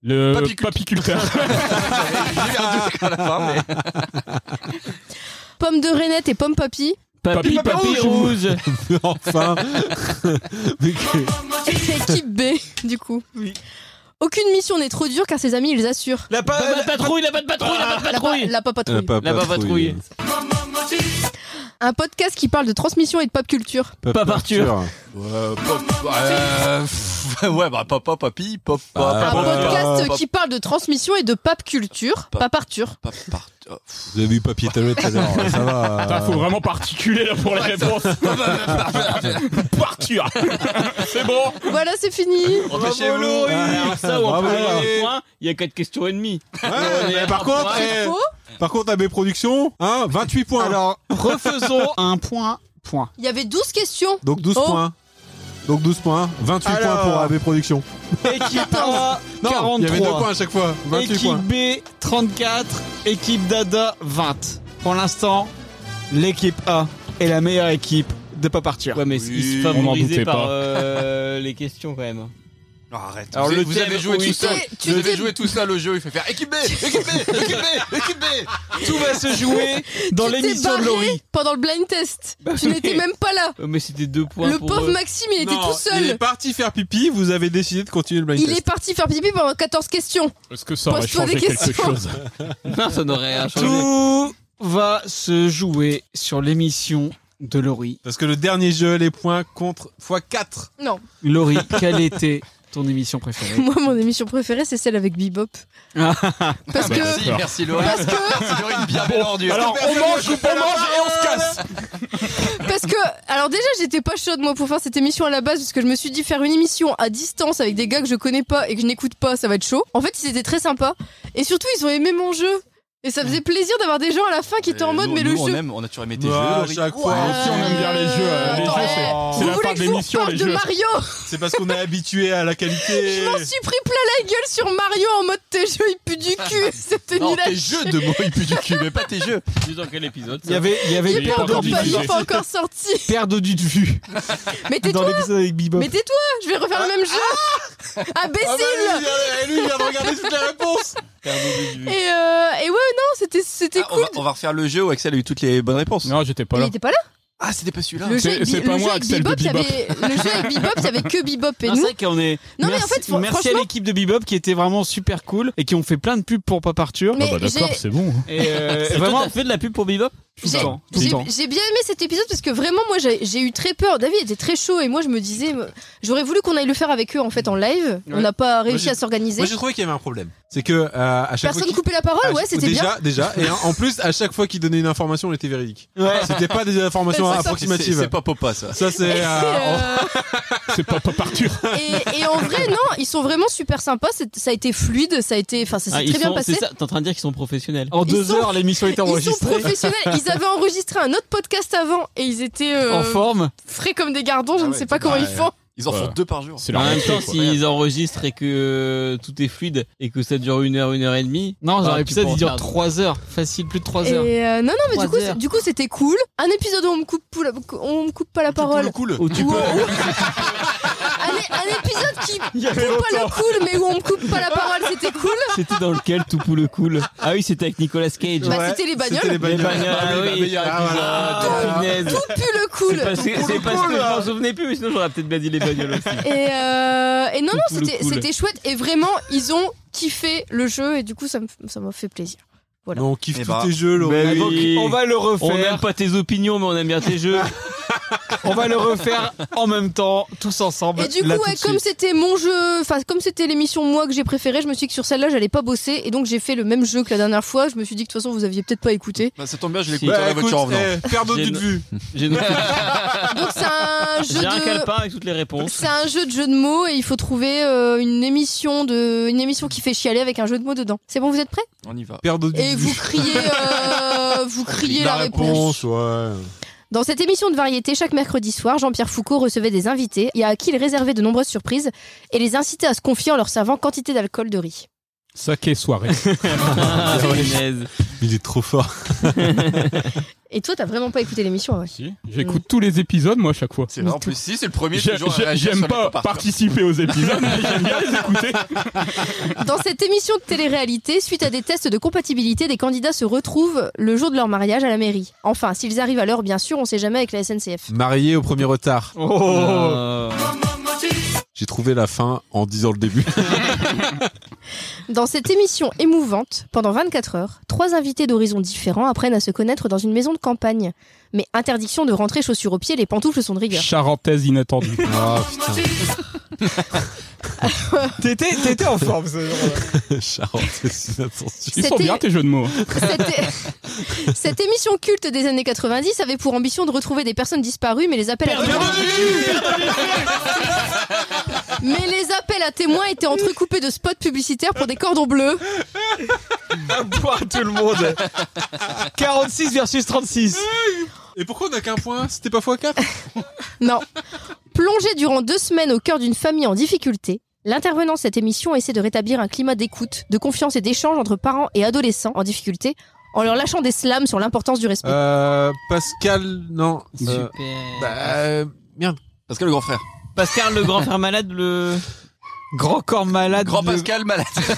[SPEAKER 6] Le
[SPEAKER 5] Papiculteur.
[SPEAKER 6] papiculteur.
[SPEAKER 5] J'ai eu un doute à la fin, mais-
[SPEAKER 3] Pomme de Renette et Pomme Papy.
[SPEAKER 4] Papy,
[SPEAKER 6] Papy,
[SPEAKER 4] papy rouge.
[SPEAKER 2] Enfin. Mais que-
[SPEAKER 3] Équipe B, du coup. Aucune mission n'est trop dure car ses amis, ils assurent.
[SPEAKER 1] La
[SPEAKER 4] Pas
[SPEAKER 1] pa-
[SPEAKER 4] de patrouille, la pas de patrouille, la pas de
[SPEAKER 3] La, pa-
[SPEAKER 4] patrouille.
[SPEAKER 3] la papatrouille.
[SPEAKER 4] La papatrouille.
[SPEAKER 3] Un podcast qui parle de transmission et de pop culture.
[SPEAKER 4] Papa Arthur.
[SPEAKER 5] Ouais, pop- euh, pff, ouais, bah papa, papy, pop, pop,
[SPEAKER 2] Ah,
[SPEAKER 3] Un
[SPEAKER 2] Pop-
[SPEAKER 3] podcast
[SPEAKER 5] bah, pop-
[SPEAKER 3] qui parle de transmission et de pop culture.
[SPEAKER 5] Pop-
[SPEAKER 3] Paparture.
[SPEAKER 5] pop- par- oh, pff,
[SPEAKER 2] Vous avez vu papier
[SPEAKER 6] Ah,
[SPEAKER 2] toilette tout à l'heure, ça va.
[SPEAKER 6] Putain, faut vraiment particuler là pour les réponses. lecture. c'est bon.
[SPEAKER 3] Voilà, c'est fini.
[SPEAKER 9] Bravo, Laurie.
[SPEAKER 1] Ah,
[SPEAKER 9] Alors ça, on
[SPEAKER 2] Bravo,
[SPEAKER 9] peut
[SPEAKER 2] Laurie.
[SPEAKER 9] gagner des points. Il y a 4 questions et demie.
[SPEAKER 2] Ouais, mais par contre, eh,
[SPEAKER 3] Faux.
[SPEAKER 2] par contre, AB Productions, hein, 28 points.
[SPEAKER 1] Alors, refaisons un point, point.
[SPEAKER 3] Il y avait 12 questions.
[SPEAKER 2] Donc 12
[SPEAKER 3] Oh.
[SPEAKER 2] points. Donc 12 points, 28
[SPEAKER 1] Alors.
[SPEAKER 2] points pour AB Productions.
[SPEAKER 1] Équipe A,
[SPEAKER 2] Non, il y avait 2 points
[SPEAKER 1] 43.
[SPEAKER 2] à chaque fois. 28
[SPEAKER 1] Équipe
[SPEAKER 2] points.
[SPEAKER 1] B, 34. Équipe Dada, 20. Pour l'instant, l'équipe A est la meilleure équipe de pas partir.
[SPEAKER 9] Ouais, mais
[SPEAKER 5] Oui,
[SPEAKER 9] ils se
[SPEAKER 6] on m'en doutait
[SPEAKER 9] favorisaient par
[SPEAKER 6] pas.
[SPEAKER 9] euh, les questions quand même.
[SPEAKER 5] Non, arrête.
[SPEAKER 9] Alors,
[SPEAKER 5] vous,
[SPEAKER 9] le
[SPEAKER 5] avez- vous avez
[SPEAKER 9] thème
[SPEAKER 5] joué
[SPEAKER 9] où
[SPEAKER 5] tout
[SPEAKER 9] il
[SPEAKER 5] seul.
[SPEAKER 3] t'es- tu
[SPEAKER 5] Vous avez
[SPEAKER 3] t'es-
[SPEAKER 5] joué tout seul au jeu. Il fait faire équipe B, équipe B, équipe B, équipe B.
[SPEAKER 1] Tout va se jouer dans
[SPEAKER 3] Tu t'es
[SPEAKER 1] l'émission de
[SPEAKER 3] barré
[SPEAKER 1] Laurie.
[SPEAKER 3] Pendant le blind test, tu
[SPEAKER 9] oui.
[SPEAKER 3] n'étais même pas là.
[SPEAKER 1] Oh,
[SPEAKER 9] Euh, Mais c'était 2 points
[SPEAKER 3] Le
[SPEAKER 9] pour
[SPEAKER 3] pauvre
[SPEAKER 9] eux.
[SPEAKER 1] euh,
[SPEAKER 3] Maxime, il était
[SPEAKER 2] Non,
[SPEAKER 3] tout
[SPEAKER 2] Il est
[SPEAKER 3] seul.
[SPEAKER 2] parti faire pipi, vous avez décidé de continuer le blind
[SPEAKER 3] Il
[SPEAKER 2] test.
[SPEAKER 3] est parti faire pipi pendant 14 questions.
[SPEAKER 6] Est-ce que ça aurait
[SPEAKER 3] Pose-toi
[SPEAKER 6] changé
[SPEAKER 3] des
[SPEAKER 6] quelque
[SPEAKER 3] questions.
[SPEAKER 6] chose
[SPEAKER 9] Non, ça n'aurait rien changé.
[SPEAKER 1] Tout va se jouer sur l'émission de Laurie.
[SPEAKER 2] Parce que le dernier jeu, les points contre x4.
[SPEAKER 3] Non,
[SPEAKER 1] Laurie, quelle était ton émission préférée
[SPEAKER 3] moi, mon émission préférée, c'est celle avec Bebop. Parce que.
[SPEAKER 5] bah, Merci, merci Laurie.
[SPEAKER 3] Parce que,
[SPEAKER 5] Merci Laurie, une bien belle ordure.
[SPEAKER 1] Alors, on mange, on mange et on se casse
[SPEAKER 3] parce que, alors déjà j'étais pas chaude moi pour faire cette émission à la base parce que je me suis dit faire une émission à distance avec des gars que je connais pas et que je n'écoute pas, ça va être chaud. En fait ils étaient très sympas et surtout ils ont aimé mon jeu et ça faisait plaisir d'avoir des gens à la fin qui étaient en
[SPEAKER 5] Euh,
[SPEAKER 3] mode
[SPEAKER 5] nous-
[SPEAKER 3] mais le
[SPEAKER 5] nous, on
[SPEAKER 3] jeu
[SPEAKER 5] aime, on a toujours aimé tes
[SPEAKER 2] Ouais,
[SPEAKER 5] jeux.
[SPEAKER 2] à
[SPEAKER 5] Laurie.
[SPEAKER 2] chaque
[SPEAKER 3] Ouais.
[SPEAKER 2] fois.
[SPEAKER 6] Si on aime bien les jeux, euh, les
[SPEAKER 3] Attends,
[SPEAKER 6] jeux,
[SPEAKER 3] eh, vous
[SPEAKER 6] c'est- c'est la
[SPEAKER 3] voulez
[SPEAKER 6] part
[SPEAKER 3] que
[SPEAKER 6] de
[SPEAKER 3] je vous
[SPEAKER 6] l'émission,
[SPEAKER 3] reparle
[SPEAKER 6] les
[SPEAKER 3] de
[SPEAKER 6] jeux.
[SPEAKER 3] Mario
[SPEAKER 2] C'est parce qu'on est habitué à la qualité.
[SPEAKER 3] Je m'en suis pris plein la gueule sur Mario en mode tes jeux ils puent du cul Cette
[SPEAKER 5] Non,
[SPEAKER 3] nul à
[SPEAKER 5] tes jeux de mots, il pue du cul, mais pas tes jeux.
[SPEAKER 6] Ah
[SPEAKER 9] Tu es dans quel épisode
[SPEAKER 1] Il y avait, il y avait
[SPEAKER 3] chier.
[SPEAKER 6] Il est pas
[SPEAKER 1] perdu
[SPEAKER 3] Pardon,
[SPEAKER 6] encore
[SPEAKER 1] de
[SPEAKER 3] pas,
[SPEAKER 1] vue.
[SPEAKER 3] il est pas encore sorti
[SPEAKER 1] Perdu de vue
[SPEAKER 3] Mais
[SPEAKER 1] dans
[SPEAKER 3] tais-toi
[SPEAKER 1] l'épisode avec Bebop.
[SPEAKER 3] Mais tais-toi Je vais refaire le même jeu
[SPEAKER 2] Ah bah,
[SPEAKER 3] Imbécile
[SPEAKER 2] lui, il vient- lui, il vient de regarder toutes les réponses.
[SPEAKER 3] et, euh, et ouais non c'était c'était
[SPEAKER 5] Ah, on,
[SPEAKER 3] cool
[SPEAKER 5] va, on va refaire le jeu où Axel a eu toutes les bonnes réponses.
[SPEAKER 6] Non, j'étais pas
[SPEAKER 3] Mais
[SPEAKER 6] là.
[SPEAKER 3] il était pas là
[SPEAKER 5] Ah, c'était pas celui-là.
[SPEAKER 3] Le jeu
[SPEAKER 6] C'est-
[SPEAKER 3] avec Bi-
[SPEAKER 6] c'est pas
[SPEAKER 3] le
[SPEAKER 6] moi,
[SPEAKER 3] jeu avec
[SPEAKER 6] Axel,
[SPEAKER 3] Bebop,
[SPEAKER 6] de
[SPEAKER 3] il y avait- le jeu avec Bebop il y avait que Bebop
[SPEAKER 1] Non,
[SPEAKER 3] et
[SPEAKER 1] Ah, c'est
[SPEAKER 3] nous
[SPEAKER 1] vrai qu'on est.
[SPEAKER 3] Non, mais
[SPEAKER 1] merci,
[SPEAKER 3] en fait, fr-
[SPEAKER 1] merci à
[SPEAKER 3] franchement-
[SPEAKER 1] l'équipe de Bebop qui était vraiment super cool et qui ont fait plein de pubs pour Paparture.
[SPEAKER 3] Mais
[SPEAKER 6] Ah bah d'accord,
[SPEAKER 3] j'ai-
[SPEAKER 6] c'est bon.
[SPEAKER 1] Et euh,
[SPEAKER 9] Et
[SPEAKER 1] vraiment,
[SPEAKER 9] toi, t'as fait de la pub pour Bebop
[SPEAKER 1] tout le
[SPEAKER 3] j'ai-
[SPEAKER 1] temps, tout le
[SPEAKER 3] J'ai
[SPEAKER 1] temps.
[SPEAKER 3] j'ai bien aimé cet épisode parce que vraiment, moi, j'ai j'ai eu très peur. David était très chaud et moi, je me disais, euh, j'aurais voulu qu'on aille le faire avec eux en fait en live. On
[SPEAKER 1] Ouais.
[SPEAKER 3] n'a pas réussi
[SPEAKER 2] j'ai-
[SPEAKER 3] à s'organiser.
[SPEAKER 2] Moi j'ai trouvé qu'il y avait un problème. C'est que euh, à chaque fois.
[SPEAKER 3] Personne
[SPEAKER 2] qu'il-
[SPEAKER 3] coupait la parole,
[SPEAKER 2] à-
[SPEAKER 3] ouais, c'était bien.
[SPEAKER 2] déjà, déjà, et en plus, à chaque fois qu'il donnait une information, elle était véridique.
[SPEAKER 1] Ouais.
[SPEAKER 2] C'était pas des informations
[SPEAKER 3] C'est ça.
[SPEAKER 5] C'est
[SPEAKER 2] approximatives.
[SPEAKER 5] c'est pas Popa, ça.
[SPEAKER 2] Ça, c'est.
[SPEAKER 3] Et,
[SPEAKER 2] euh,
[SPEAKER 3] euh,
[SPEAKER 6] C'est pas pas Arthur.
[SPEAKER 3] et- et en vrai, non, ils sont vraiment super sympas. C'est- Ça a été fluide, ça a été, enfin, ça s'est
[SPEAKER 9] Ah, ils
[SPEAKER 3] très bien
[SPEAKER 9] sont-
[SPEAKER 3] passé.
[SPEAKER 9] c'est ça, T'es en train de dire qu'ils sont professionnels.
[SPEAKER 1] En
[SPEAKER 3] Ils
[SPEAKER 1] deux
[SPEAKER 3] sont-
[SPEAKER 1] heures, l'émission était
[SPEAKER 3] Ils sont
[SPEAKER 1] enregistrée.
[SPEAKER 3] professionnels. Ils avaient enregistré un autre podcast avant et ils étaient euh,
[SPEAKER 1] En forme.
[SPEAKER 3] frais comme des gardons. Je
[SPEAKER 5] Ah
[SPEAKER 3] ne
[SPEAKER 5] ouais,
[SPEAKER 3] sais pas
[SPEAKER 5] c'est-
[SPEAKER 3] comment
[SPEAKER 5] ah,
[SPEAKER 3] ils
[SPEAKER 5] ouais.
[SPEAKER 3] font.
[SPEAKER 5] Ils en font
[SPEAKER 6] Ouais.
[SPEAKER 5] deux par jour.
[SPEAKER 6] Bah, C'est
[SPEAKER 9] En
[SPEAKER 6] leur
[SPEAKER 9] même
[SPEAKER 6] métier,
[SPEAKER 9] temps,
[SPEAKER 6] quoi.
[SPEAKER 9] s'ils enregistrent et que euh, tout est fluide et que ça dure une heure, une heure et demie,
[SPEAKER 1] Non, genre
[SPEAKER 9] Ah, tu
[SPEAKER 1] l'épisode
[SPEAKER 9] peux en
[SPEAKER 1] il dure
[SPEAKER 9] faire-
[SPEAKER 1] 3 heures, facile plus de 3 heures.
[SPEAKER 3] Et euh, non, non, mais
[SPEAKER 9] Trois
[SPEAKER 3] du coup,
[SPEAKER 9] heures.
[SPEAKER 3] c'est- du coup, c'était cool. Un épisode où on me coupe, pou- la- on me coupe pas la parole.
[SPEAKER 2] Cool.
[SPEAKER 1] Où tu
[SPEAKER 3] Ou-
[SPEAKER 1] peux.
[SPEAKER 3] ou- un, é- un épisode qui coupe
[SPEAKER 1] Il y avait
[SPEAKER 3] pas le cool, mais où on me coupe pas la parole, c'était cool.
[SPEAKER 9] c'était dans lequel tout pour le cool Ah oui, c'était avec Nicolas Cage.
[SPEAKER 3] Bah,
[SPEAKER 2] Ouais,
[SPEAKER 3] c'était les
[SPEAKER 2] C'était les
[SPEAKER 3] bagnoles.
[SPEAKER 2] bagnoles.
[SPEAKER 9] bagnoles,
[SPEAKER 2] Ah oui,
[SPEAKER 9] oui.
[SPEAKER 2] bah, meilleur
[SPEAKER 9] Ah,
[SPEAKER 2] épisode.
[SPEAKER 9] voilà.
[SPEAKER 2] Ah,
[SPEAKER 9] Punaise.
[SPEAKER 3] Tout pue le
[SPEAKER 9] C'est
[SPEAKER 3] cool.
[SPEAKER 9] parce que, c'est parce que je m'en souvenais plus, mais sinon j'aurais peut-être bien dit les bagnoles aussi.
[SPEAKER 3] Et, euh, et non, non,
[SPEAKER 9] Tout pue le
[SPEAKER 3] c'était
[SPEAKER 9] cool.
[SPEAKER 3] c'était chouette. Et vraiment, ils ont kiffé le jeu et du coup, ça me ça m'a fait plaisir. Voilà.
[SPEAKER 2] Mais on kiffe
[SPEAKER 5] Eh
[SPEAKER 2] tous
[SPEAKER 5] bah.
[SPEAKER 2] tes jeux, Laurent.
[SPEAKER 9] Bah
[SPEAKER 1] Donc,
[SPEAKER 9] oui.
[SPEAKER 1] on va le
[SPEAKER 9] On
[SPEAKER 1] refaire.
[SPEAKER 9] n'aime pas tes opinions, mais on aime bien tes jeux.
[SPEAKER 1] On va le refaire en même temps, tous ensemble.
[SPEAKER 3] Et du coup,
[SPEAKER 1] Bah, là, tout
[SPEAKER 3] ouais,
[SPEAKER 1] de
[SPEAKER 3] comme
[SPEAKER 1] suite.
[SPEAKER 3] c'était mon jeu, enfin comme c'était l'émission moi que j'ai préférée, je me suis dit que sur celle-là, j'allais pas bosser et donc j'ai fait le même jeu que la dernière fois. Je me suis dit que de toute façon, vous aviez peut-être pas écouté.
[SPEAKER 5] Bah, ça tombe bien, je
[SPEAKER 9] Si.
[SPEAKER 5] l'écoute dans la voiture en venant.
[SPEAKER 2] eh, perdre
[SPEAKER 9] J'ai
[SPEAKER 2] de
[SPEAKER 9] une-
[SPEAKER 2] vue.
[SPEAKER 9] J'ai noté-
[SPEAKER 3] Donc c'est un jeu
[SPEAKER 9] j'ai un
[SPEAKER 3] de
[SPEAKER 9] calepin avec toutes les réponses.
[SPEAKER 3] C'est un jeu de jeu de mots et il faut trouver euh, une émission de une émission qui fait chialer avec un jeu de mots dedans. C'est bon, vous êtes prêts
[SPEAKER 5] On y va.
[SPEAKER 2] Perdre de vue.
[SPEAKER 3] Et vous criez euh, vous criez la, réponse.
[SPEAKER 2] réponse, ouais.
[SPEAKER 3] Dans cette émission de variété, chaque mercredi soir, Jean-Pierre Foucault recevait des invités et à qui il réservait de nombreuses surprises et les incitait à se confier en leur servant quantité d'alcool de riz.
[SPEAKER 6] Saké soirée.
[SPEAKER 9] Ah,
[SPEAKER 3] Oh.
[SPEAKER 9] punaise.
[SPEAKER 2] Il est trop fort.
[SPEAKER 3] Et toi, t'as vraiment pas écouté l'émission ouais.
[SPEAKER 6] Si, J'écoute tous les épisodes, moi, à chaque fois.
[SPEAKER 5] C'est vrai, en plus, si, c'est le premier
[SPEAKER 6] J'ai-
[SPEAKER 5] toujours à
[SPEAKER 6] j'ai-
[SPEAKER 5] réagir
[SPEAKER 6] J'aime
[SPEAKER 5] sur les
[SPEAKER 6] pas
[SPEAKER 5] comparatifs.
[SPEAKER 6] participer aux épisodes, mais j'aime bien les écouter.
[SPEAKER 3] Dans cette émission de télé-réalité, suite à des tests de compatibilité, des candidats se retrouvent le jour de leur mariage à la mairie. Enfin, s'ils arrivent à l'heure, bien sûr, on sait jamais avec la SNCF.
[SPEAKER 2] Marié au premier retard.
[SPEAKER 1] Oh.
[SPEAKER 9] Euh,
[SPEAKER 2] J'ai trouvé la fin en disant le début.
[SPEAKER 3] Dans cette émission émouvante, pendant 24 heures, trois invités d'horizons différents apprennent à se connaître dans une maison de campagne. Mais interdiction de rentrer
[SPEAKER 6] Ah.
[SPEAKER 3] chaussures aux pieds, les pantoufles sont de rigueur.
[SPEAKER 6] Charentaise inattendue.
[SPEAKER 2] Ah putain.
[SPEAKER 1] T'étais, t'étais en forme. ce jour-là.
[SPEAKER 6] Ils sont
[SPEAKER 3] C'était-
[SPEAKER 6] bien tes jeux de mots. hein.
[SPEAKER 3] Cette- Cette émission culte des années 90 avait pour ambition de retrouver des personnes disparues, mais les appels à témoins... mais les appels à témoins étaient entrecoupés de spots publicitaires pour des cordons bleus.
[SPEAKER 1] Un point à tout le monde. 46 versus 36.
[SPEAKER 2] Et pourquoi on n'a qu'un point C'était pas x4
[SPEAKER 3] Non. Plongé durant deux semaines au cœur d'une famille en difficulté, l'intervenant de cette émission essaie de rétablir un climat d'écoute, de confiance et d'échange entre parents et adolescents en difficulté en leur lâchant des slams sur l'importance du respect.
[SPEAKER 2] Euh, Pascal, non. Euh, bah, euh, merde.
[SPEAKER 5] Pascal le grand frère.
[SPEAKER 9] Pascal, le grand frère malade, le.
[SPEAKER 1] Grand corps malade.
[SPEAKER 5] Grand
[SPEAKER 1] Euh, de-
[SPEAKER 5] Pascal malade.
[SPEAKER 9] Grand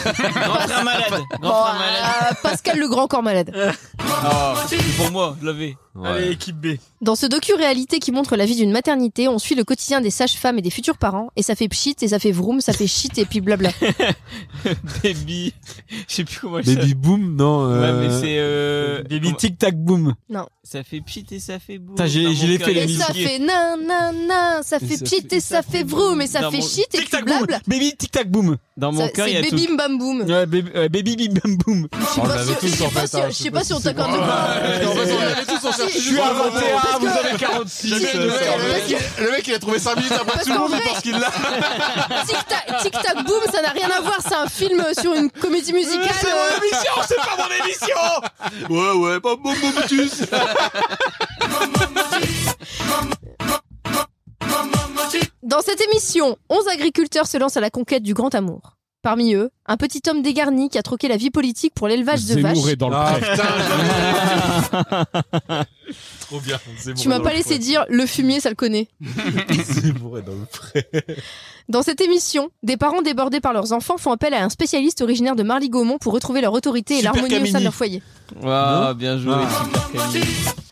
[SPEAKER 9] frère malade.
[SPEAKER 3] Bon,
[SPEAKER 9] Grand frère malade.
[SPEAKER 3] euh, Pascal le grand corps malade.
[SPEAKER 9] Pour moi, je l'avais.
[SPEAKER 5] Ouais.
[SPEAKER 9] équipe B.
[SPEAKER 3] Dans ce docu-réalité qui montre la vie d'une maternité, on suit le quotidien des sages-femmes et des futurs parents, et ça fait pchit, et ça fait vroom, ça fait shit, et puis blabla.
[SPEAKER 9] Baby. Je sais plus comment je
[SPEAKER 2] Baby Boom, non.
[SPEAKER 9] Ouais, mais
[SPEAKER 2] Euh...
[SPEAKER 9] c'est. Euh...
[SPEAKER 1] Baby
[SPEAKER 9] comment-
[SPEAKER 1] tic tac boom.
[SPEAKER 9] Ça fait pchit et ça fait boum.
[SPEAKER 1] Putain, j'ai-
[SPEAKER 9] Dans
[SPEAKER 1] j'ai
[SPEAKER 9] mon
[SPEAKER 1] les
[SPEAKER 9] cœur,
[SPEAKER 1] fait,
[SPEAKER 9] il y a
[SPEAKER 3] Et
[SPEAKER 9] des
[SPEAKER 1] les
[SPEAKER 3] ça
[SPEAKER 9] pieds.
[SPEAKER 3] fait nan nan nan, ça fait pchit, et ça fait vroom, et ça
[SPEAKER 9] Dans
[SPEAKER 3] fait
[SPEAKER 9] mon-
[SPEAKER 3] shit, et
[SPEAKER 1] Tic
[SPEAKER 3] puis
[SPEAKER 1] tac boom.
[SPEAKER 3] blabla.
[SPEAKER 1] Baby tic tac boom.
[SPEAKER 9] Dans mon
[SPEAKER 3] Ça-
[SPEAKER 9] cœur, il y
[SPEAKER 3] C'est
[SPEAKER 9] a tout.
[SPEAKER 3] baby bam boom.
[SPEAKER 1] Ouais, baby, euh, baby bim bam boom.
[SPEAKER 3] Je sais
[SPEAKER 2] on
[SPEAKER 3] pas
[SPEAKER 2] l'avait
[SPEAKER 3] si- je
[SPEAKER 2] tous, en
[SPEAKER 3] sais pas
[SPEAKER 2] fait,
[SPEAKER 3] si-
[SPEAKER 2] hein,
[SPEAKER 3] je sais pas si on
[SPEAKER 2] c'est
[SPEAKER 3] t'accorde
[SPEAKER 2] bon.
[SPEAKER 3] ou pas.
[SPEAKER 5] Non, mais on l'avait tous en cherchant
[SPEAKER 3] Si,
[SPEAKER 5] du
[SPEAKER 3] je
[SPEAKER 5] bon.
[SPEAKER 3] suis un
[SPEAKER 5] Parce que-
[SPEAKER 1] vous avez 46.
[SPEAKER 3] Parce que-
[SPEAKER 5] Le mec, le mec, il a trouvé 5 minutes après
[SPEAKER 3] Parce
[SPEAKER 5] tout le
[SPEAKER 3] qu'en
[SPEAKER 5] monde
[SPEAKER 3] vrai-
[SPEAKER 5] parce qu'il l'a.
[SPEAKER 3] Tic tac, tic tac boom, ça n'a rien à voir, c'est un film euh, sur une comédie musicale. euh,
[SPEAKER 5] Ouais, ouais, bon, bon, bon, Motus.
[SPEAKER 3] Dans cette émission, 11 agriculteurs se lancent à la conquête du grand amour. Parmi eux, un petit homme dégarni qui a troqué la vie politique pour l'élevage de vaches.
[SPEAKER 6] Zemmour est dans le
[SPEAKER 2] Ah
[SPEAKER 6] pré.
[SPEAKER 2] putain Trop bien.
[SPEAKER 3] Tu m'as pas laissé dire le fumier, ça le connaît.
[SPEAKER 2] Zemmour est dans le pré.
[SPEAKER 3] Dans cette émission, des parents débordés par leurs enfants font appel à un spécialiste originaire de Marly-Gaumont pour retrouver leur autorité et
[SPEAKER 2] Super
[SPEAKER 3] l'harmonie au sein
[SPEAKER 2] Camini.
[SPEAKER 3] de leur foyer.
[SPEAKER 9] Waouh, bien joué.
[SPEAKER 2] Ah.
[SPEAKER 9] super Camille.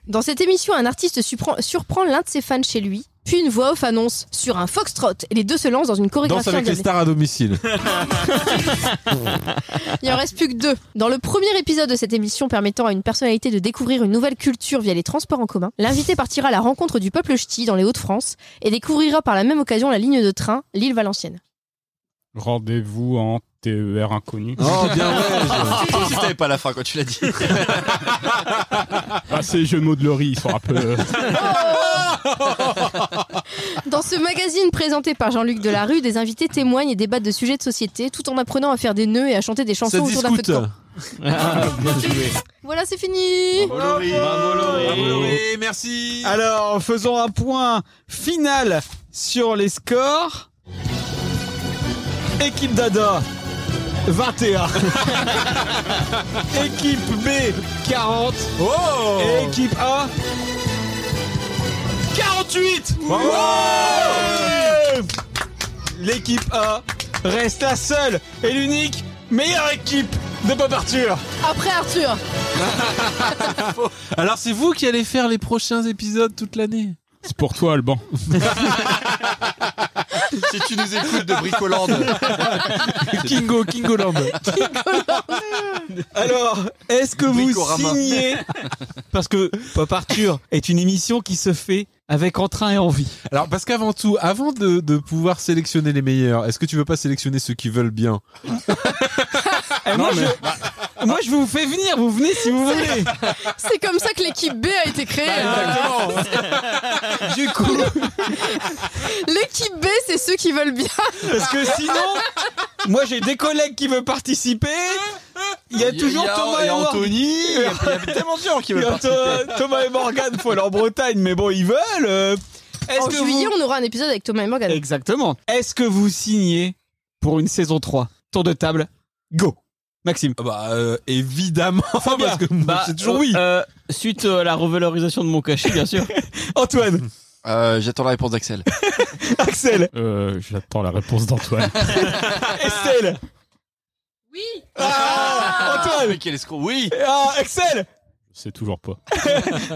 [SPEAKER 3] Dans cette émission, un artiste surprend, surprend l'un de ses fans chez lui, puis une voix off annonce sur un foxtrot et les deux se lancent dans une
[SPEAKER 2] Danse
[SPEAKER 3] chorégraphie
[SPEAKER 2] avec les
[SPEAKER 3] indienne.
[SPEAKER 2] stars à domicile.
[SPEAKER 3] Il en reste plus que deux. Dans le premier épisode de cette émission permettant à une personnalité de découvrir une nouvelle culture via les transports en commun, l'invité partira à la rencontre du peuple ch'ti dans les Hauts-de-France et découvrira par la même occasion la ligne de train Lille-Valenciennes.
[SPEAKER 6] Rendez-vous en TER inconnu.
[SPEAKER 2] Oh, bien ouais.
[SPEAKER 5] Toi aussi, t'avais pas la fin quand tu l'as dit.
[SPEAKER 6] Ah, ces jeux de mots de Laurie, ils sont un peu. euh,
[SPEAKER 3] Dans ce magazine présenté par Jean-Luc Delarue, des invités témoignent et débattent de sujets de société tout en apprenant à faire des nœuds et à chanter des chansons
[SPEAKER 2] Ça
[SPEAKER 3] autour d'un feu
[SPEAKER 2] discute.
[SPEAKER 3] de camp.
[SPEAKER 9] Ah, bien joué.
[SPEAKER 3] Voilà, c'est fini
[SPEAKER 9] Bravo, Laurie.
[SPEAKER 2] Bravo, Laurie, merci.
[SPEAKER 5] Ah,
[SPEAKER 1] Alors, faisons un point final sur les scores. Équipe Dada, 21. Équipe B, 40.
[SPEAKER 2] Oh
[SPEAKER 1] Et équipe A, 48.
[SPEAKER 2] Bravo
[SPEAKER 1] Ouais L'équipe A reste la seule et l'unique meilleure équipe de Pop Arthur.
[SPEAKER 3] Après Arthur
[SPEAKER 2] Alors c'est vous qui allez faire les prochains épisodes toute l'année
[SPEAKER 6] C'est pour toi, Alban.
[SPEAKER 5] si tu nous écoutes de Bricolande.
[SPEAKER 1] Kingo, Kingoland. Alors, est-ce que vous
[SPEAKER 5] Bricorama.
[SPEAKER 1] signez Parce que Pop Arthur est une émission qui se fait avec entrain et envie.
[SPEAKER 2] Alors parce qu'avant tout, avant de, de pouvoir sélectionner les meilleurs, est-ce que tu veux pas sélectionner ceux qui veulent bien
[SPEAKER 5] Ah
[SPEAKER 1] Et Eh, moi, je, moi, je vous fais venir, vous venez si vous voulez.
[SPEAKER 3] C'est comme ça que l'équipe B a été créée. hein.
[SPEAKER 1] Du coup,
[SPEAKER 3] L'équipe B, c'est ceux qui veulent bien.
[SPEAKER 1] parce que sinon, moi j'ai des collègues qui veulent participer. Il y a toujours
[SPEAKER 5] il y a-
[SPEAKER 1] Thomas
[SPEAKER 5] il y
[SPEAKER 1] et
[SPEAKER 5] a
[SPEAKER 1] Morgan.
[SPEAKER 5] Anthony. Il y a il y a tellement de gens qui
[SPEAKER 1] Il y
[SPEAKER 5] veulent
[SPEAKER 1] a
[SPEAKER 5] participer.
[SPEAKER 1] Tho- Thomas et Morgan, faut aller en Bretagne, mais bon, ils veulent. euh, Est-ce
[SPEAKER 3] En
[SPEAKER 1] que
[SPEAKER 3] juillet,
[SPEAKER 1] vous...
[SPEAKER 3] on aura un épisode avec Thomas et Morgan.
[SPEAKER 1] Exactement. Est-ce que vous signez pour une saison 3 Tour de table, go. Maxime.
[SPEAKER 2] Ah Bah euh, évidemment parce que moi,
[SPEAKER 9] Bah,
[SPEAKER 2] c'est toujours oui.
[SPEAKER 9] euh, suite à la revalorisation de mon cachet, bien sûr.
[SPEAKER 1] Antoine,
[SPEAKER 5] Euh, J'attends la réponse d'Axel.
[SPEAKER 1] Axel,
[SPEAKER 6] Euh, J'attends la réponse d'Antoine.
[SPEAKER 1] Estelle.
[SPEAKER 8] Oui
[SPEAKER 1] Ah, Antoine.
[SPEAKER 5] Mais quel escroc. Oui.
[SPEAKER 1] Ah, Axel,
[SPEAKER 6] C'est toujours pas.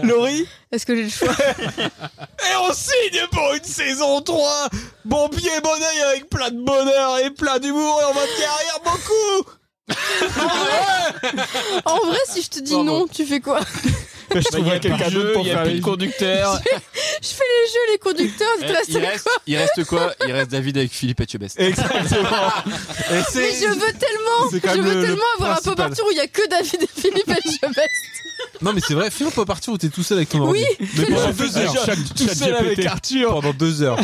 [SPEAKER 1] Laurie.
[SPEAKER 3] Est-ce que j'ai le choix
[SPEAKER 1] Et on signe pour une saison 3 Bon pied, bon oeil avec plein de bonheur et plein d'humour et on va derrière beaucoup
[SPEAKER 3] En vrai, si je te dis
[SPEAKER 1] Bravo.
[SPEAKER 3] non, tu fais quoi
[SPEAKER 2] Bah,
[SPEAKER 1] Je
[SPEAKER 9] Il y a plus de jeu, il y a plus de conducteur.
[SPEAKER 3] Je fais les jeux, les conducteurs, on était là,
[SPEAKER 5] Eh, Euh, il,
[SPEAKER 3] c'était
[SPEAKER 5] reste, il reste quoi Il reste David avec Philippe Etchebest.
[SPEAKER 2] Exactement. Et c'est-
[SPEAKER 3] Mais je veux tellement,
[SPEAKER 2] c'est quand
[SPEAKER 3] je
[SPEAKER 2] même
[SPEAKER 3] veux
[SPEAKER 2] le- le
[SPEAKER 3] tellement avoir un peu
[SPEAKER 2] principal.
[SPEAKER 3] partout où il y a que David et Philippe et Jebest.
[SPEAKER 2] Non, mais c'est vrai, fais-moi pas partir où t'es tout seul avec ton
[SPEAKER 3] Oui,
[SPEAKER 2] ordi. Mais pendant
[SPEAKER 9] Je
[SPEAKER 2] deux
[SPEAKER 9] fais
[SPEAKER 2] heures.
[SPEAKER 9] déjà tout seul avec
[SPEAKER 1] Arthur.
[SPEAKER 2] Pendant deux heures.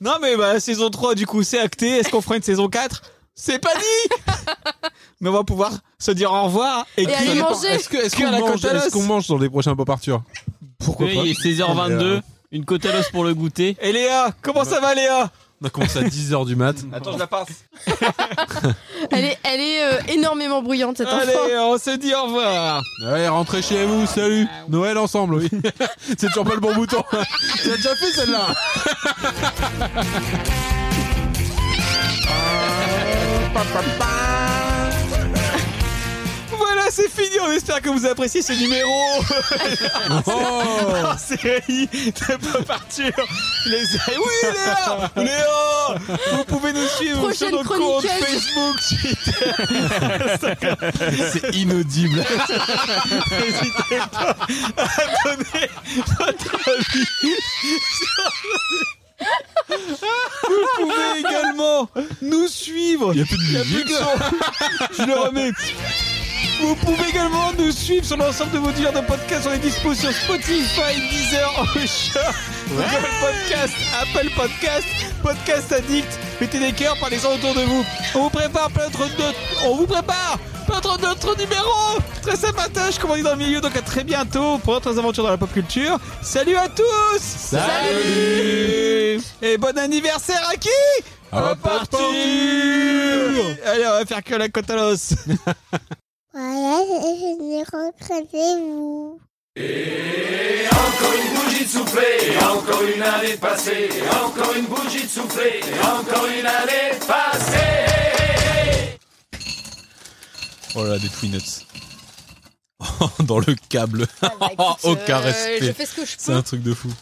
[SPEAKER 1] Non mais bah saison 3 du coup c'est acté, est-ce qu'on fera une saison 4 C'est pas dit Mais on va pouvoir se dire au revoir et,
[SPEAKER 3] Et aller
[SPEAKER 1] cuire-
[SPEAKER 3] manger.
[SPEAKER 1] Est-ce que- est-ce
[SPEAKER 2] Est-ce qu'on
[SPEAKER 1] qu'on
[SPEAKER 2] mange,
[SPEAKER 1] mange
[SPEAKER 2] est-ce qu'on mange dans les prochains Pop Arthur Pourquoi
[SPEAKER 9] Oui, il est 16h22, une côte à l'os pour le goûter.
[SPEAKER 1] Et Léa, comment
[SPEAKER 2] Bah.
[SPEAKER 1] ça va Léa
[SPEAKER 2] On a commencé à 10h du mat.
[SPEAKER 5] Attends, je la passe.
[SPEAKER 3] Elle est, elle est euh, énormément bruyante cette enfant.
[SPEAKER 1] Allez, on se dit au revoir
[SPEAKER 2] Allez, rentrez chez vous, salut
[SPEAKER 3] Ah
[SPEAKER 2] Noël ensemble, oui. C'est toujours pas le bon bouton. Tu l'as déjà fait celle-là
[SPEAKER 1] Voilà, c'est fini, on espère que vous appréciez ce numéro
[SPEAKER 2] Oh
[SPEAKER 1] en série de Pop Arthur Les- Oui Léa Léa Vous pouvez nous suivre
[SPEAKER 3] Prochaine
[SPEAKER 1] sur nos comptes
[SPEAKER 3] chroniqueuse.
[SPEAKER 1] Facebook, Twitter,
[SPEAKER 2] C'est inaudible.
[SPEAKER 1] N'hésitez pas à donner votre avis. Vous pouvez également nous suivre.
[SPEAKER 2] Il y a plus de
[SPEAKER 1] Il y a plus de son. Je le remets. Vous pouvez également nous suivre sur l'ensemble de vos divers de podcasts. On est dispo sur Spotify, Deezer, Ocha, Google Podcast, Apple Podcast, Podcast Addict. Mettez des cœurs, parlez-en autour de vous. On vous prépare plein d'autres, on vous prépare plein d'autres- d'autres numéros très sympatoches, comme on dit dans le milieu. Donc à très bientôt pour d'autres aventures dans la pop culture. Salut à tous. Salut. Et bon anniversaire à qui
[SPEAKER 2] Hop
[SPEAKER 1] partir Allez, on va faire que la Cotalos
[SPEAKER 10] Voilà, je vais rencontrer vous.
[SPEAKER 2] Oh là, des Tweenuts. Dans le câble.
[SPEAKER 3] Bah, écoute,
[SPEAKER 5] Oh,
[SPEAKER 2] Aucun
[SPEAKER 3] euh,
[SPEAKER 2] respect.
[SPEAKER 3] Je fais ce que je
[SPEAKER 2] C'est
[SPEAKER 3] peux.
[SPEAKER 2] un truc de fou.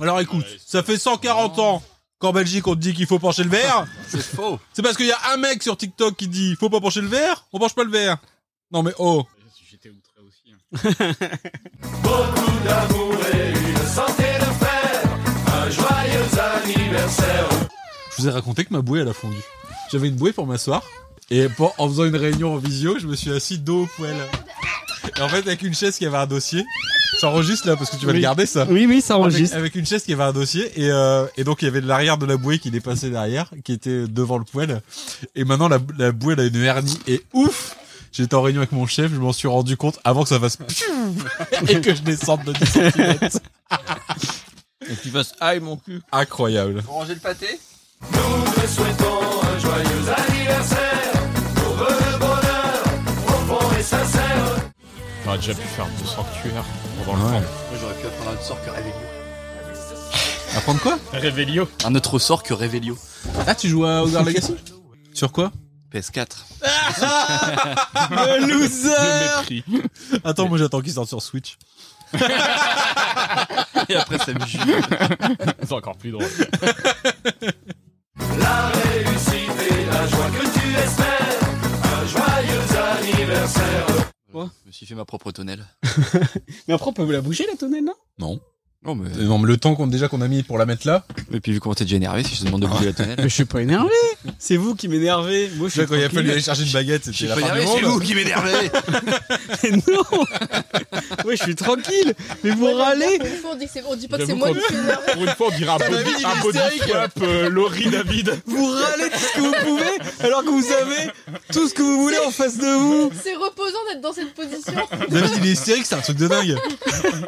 [SPEAKER 2] Alors écoute, ça fait 140 ans qu'en Belgique on te dit qu'il faut pencher le verre.
[SPEAKER 5] C'est faux.
[SPEAKER 2] C'est parce qu'il y a un mec sur TikTok qui dit faut pas pencher le verre, on penche pas le verre. Non mais oh.
[SPEAKER 6] J'étais outré aussi. hein.
[SPEAKER 2] Je vous ai raconté que ma bouée elle a fondu. J'avais une bouée pour m'asseoir et pour- en faisant une réunion en visio, je me suis assis dos au poêle. Et en fait avec une chaise qui avait un dossier. Ça enregistre là parce que tu vas le
[SPEAKER 1] Oui.
[SPEAKER 2] garder ça.
[SPEAKER 1] Oui, oui, ça
[SPEAKER 2] Avec, avec une chaise qui avait un dossier et, euh, et donc il y avait de l'arrière de la bouée qui dépassait derrière, qui était devant le poêle. Et maintenant la, la bouée elle a une hernie et ouf J'étais en réunion avec mon chef, je m'en suis rendu compte avant que ça fasse et que je descende de 10 cm.
[SPEAKER 9] Et qu'il fasse aïe mon cul.
[SPEAKER 2] Incroyable.
[SPEAKER 5] Ranger le pâté
[SPEAKER 6] J'aurais déjà pu faire 200 tueurs pendant
[SPEAKER 2] Ouais.
[SPEAKER 6] le
[SPEAKER 5] Moi, j'aurais pu apprendre un sort que Révélio.
[SPEAKER 2] Apprendre quoi
[SPEAKER 6] temps. Révélio.
[SPEAKER 5] Un autre sort que Révélio.
[SPEAKER 2] Ah, tu joues à Hogwarts Legacy Sur quoi
[SPEAKER 5] PS4.
[SPEAKER 1] Le loser
[SPEAKER 6] Mépris.
[SPEAKER 2] Attends, moi j'attends qu'il sorte sur Switch.
[SPEAKER 5] Et après, ça me jure.
[SPEAKER 6] C'est encore plus drôle.
[SPEAKER 5] Je me suis fait ma propre tonnelle.
[SPEAKER 1] Mais après, on peut la bouger la tonnelle, non
[SPEAKER 5] Non, mais.
[SPEAKER 2] Euh, Non, mais le temps qu'on déjà qu'on a mis pour la mettre là.
[SPEAKER 5] Et puis, vu comment t'es déjà énervé, si je te demande de bouger la tonnelle.
[SPEAKER 1] Mais je suis pas énervé C'est vous qui m'énervez Moi, je suis
[SPEAKER 2] quand il a fallu
[SPEAKER 1] tranquille.
[SPEAKER 2] aller chercher une baguette, c'était la fin du
[SPEAKER 5] c'est
[SPEAKER 2] monde.
[SPEAKER 5] vous qui m'énervez
[SPEAKER 1] Mais non Ouais, je suis tranquille Mais vous râlez
[SPEAKER 3] Des fois, on dit, que c'est- on dit pas que c'est
[SPEAKER 6] J'avoue
[SPEAKER 3] moi
[SPEAKER 6] qu'on-
[SPEAKER 3] qui suis énervée.
[SPEAKER 6] Pour une fois, on dira un body,
[SPEAKER 1] David, il est
[SPEAKER 6] un body
[SPEAKER 1] hystérique.
[SPEAKER 6] flap, euh, Laurie David.
[SPEAKER 1] Vous râlez tout ce que vous pouvez, alors que vous avez tout ce que vous voulez en face de vous
[SPEAKER 3] C'est reposant d'être dans cette position.
[SPEAKER 2] David, il est hystérique, c'est un truc de dingue.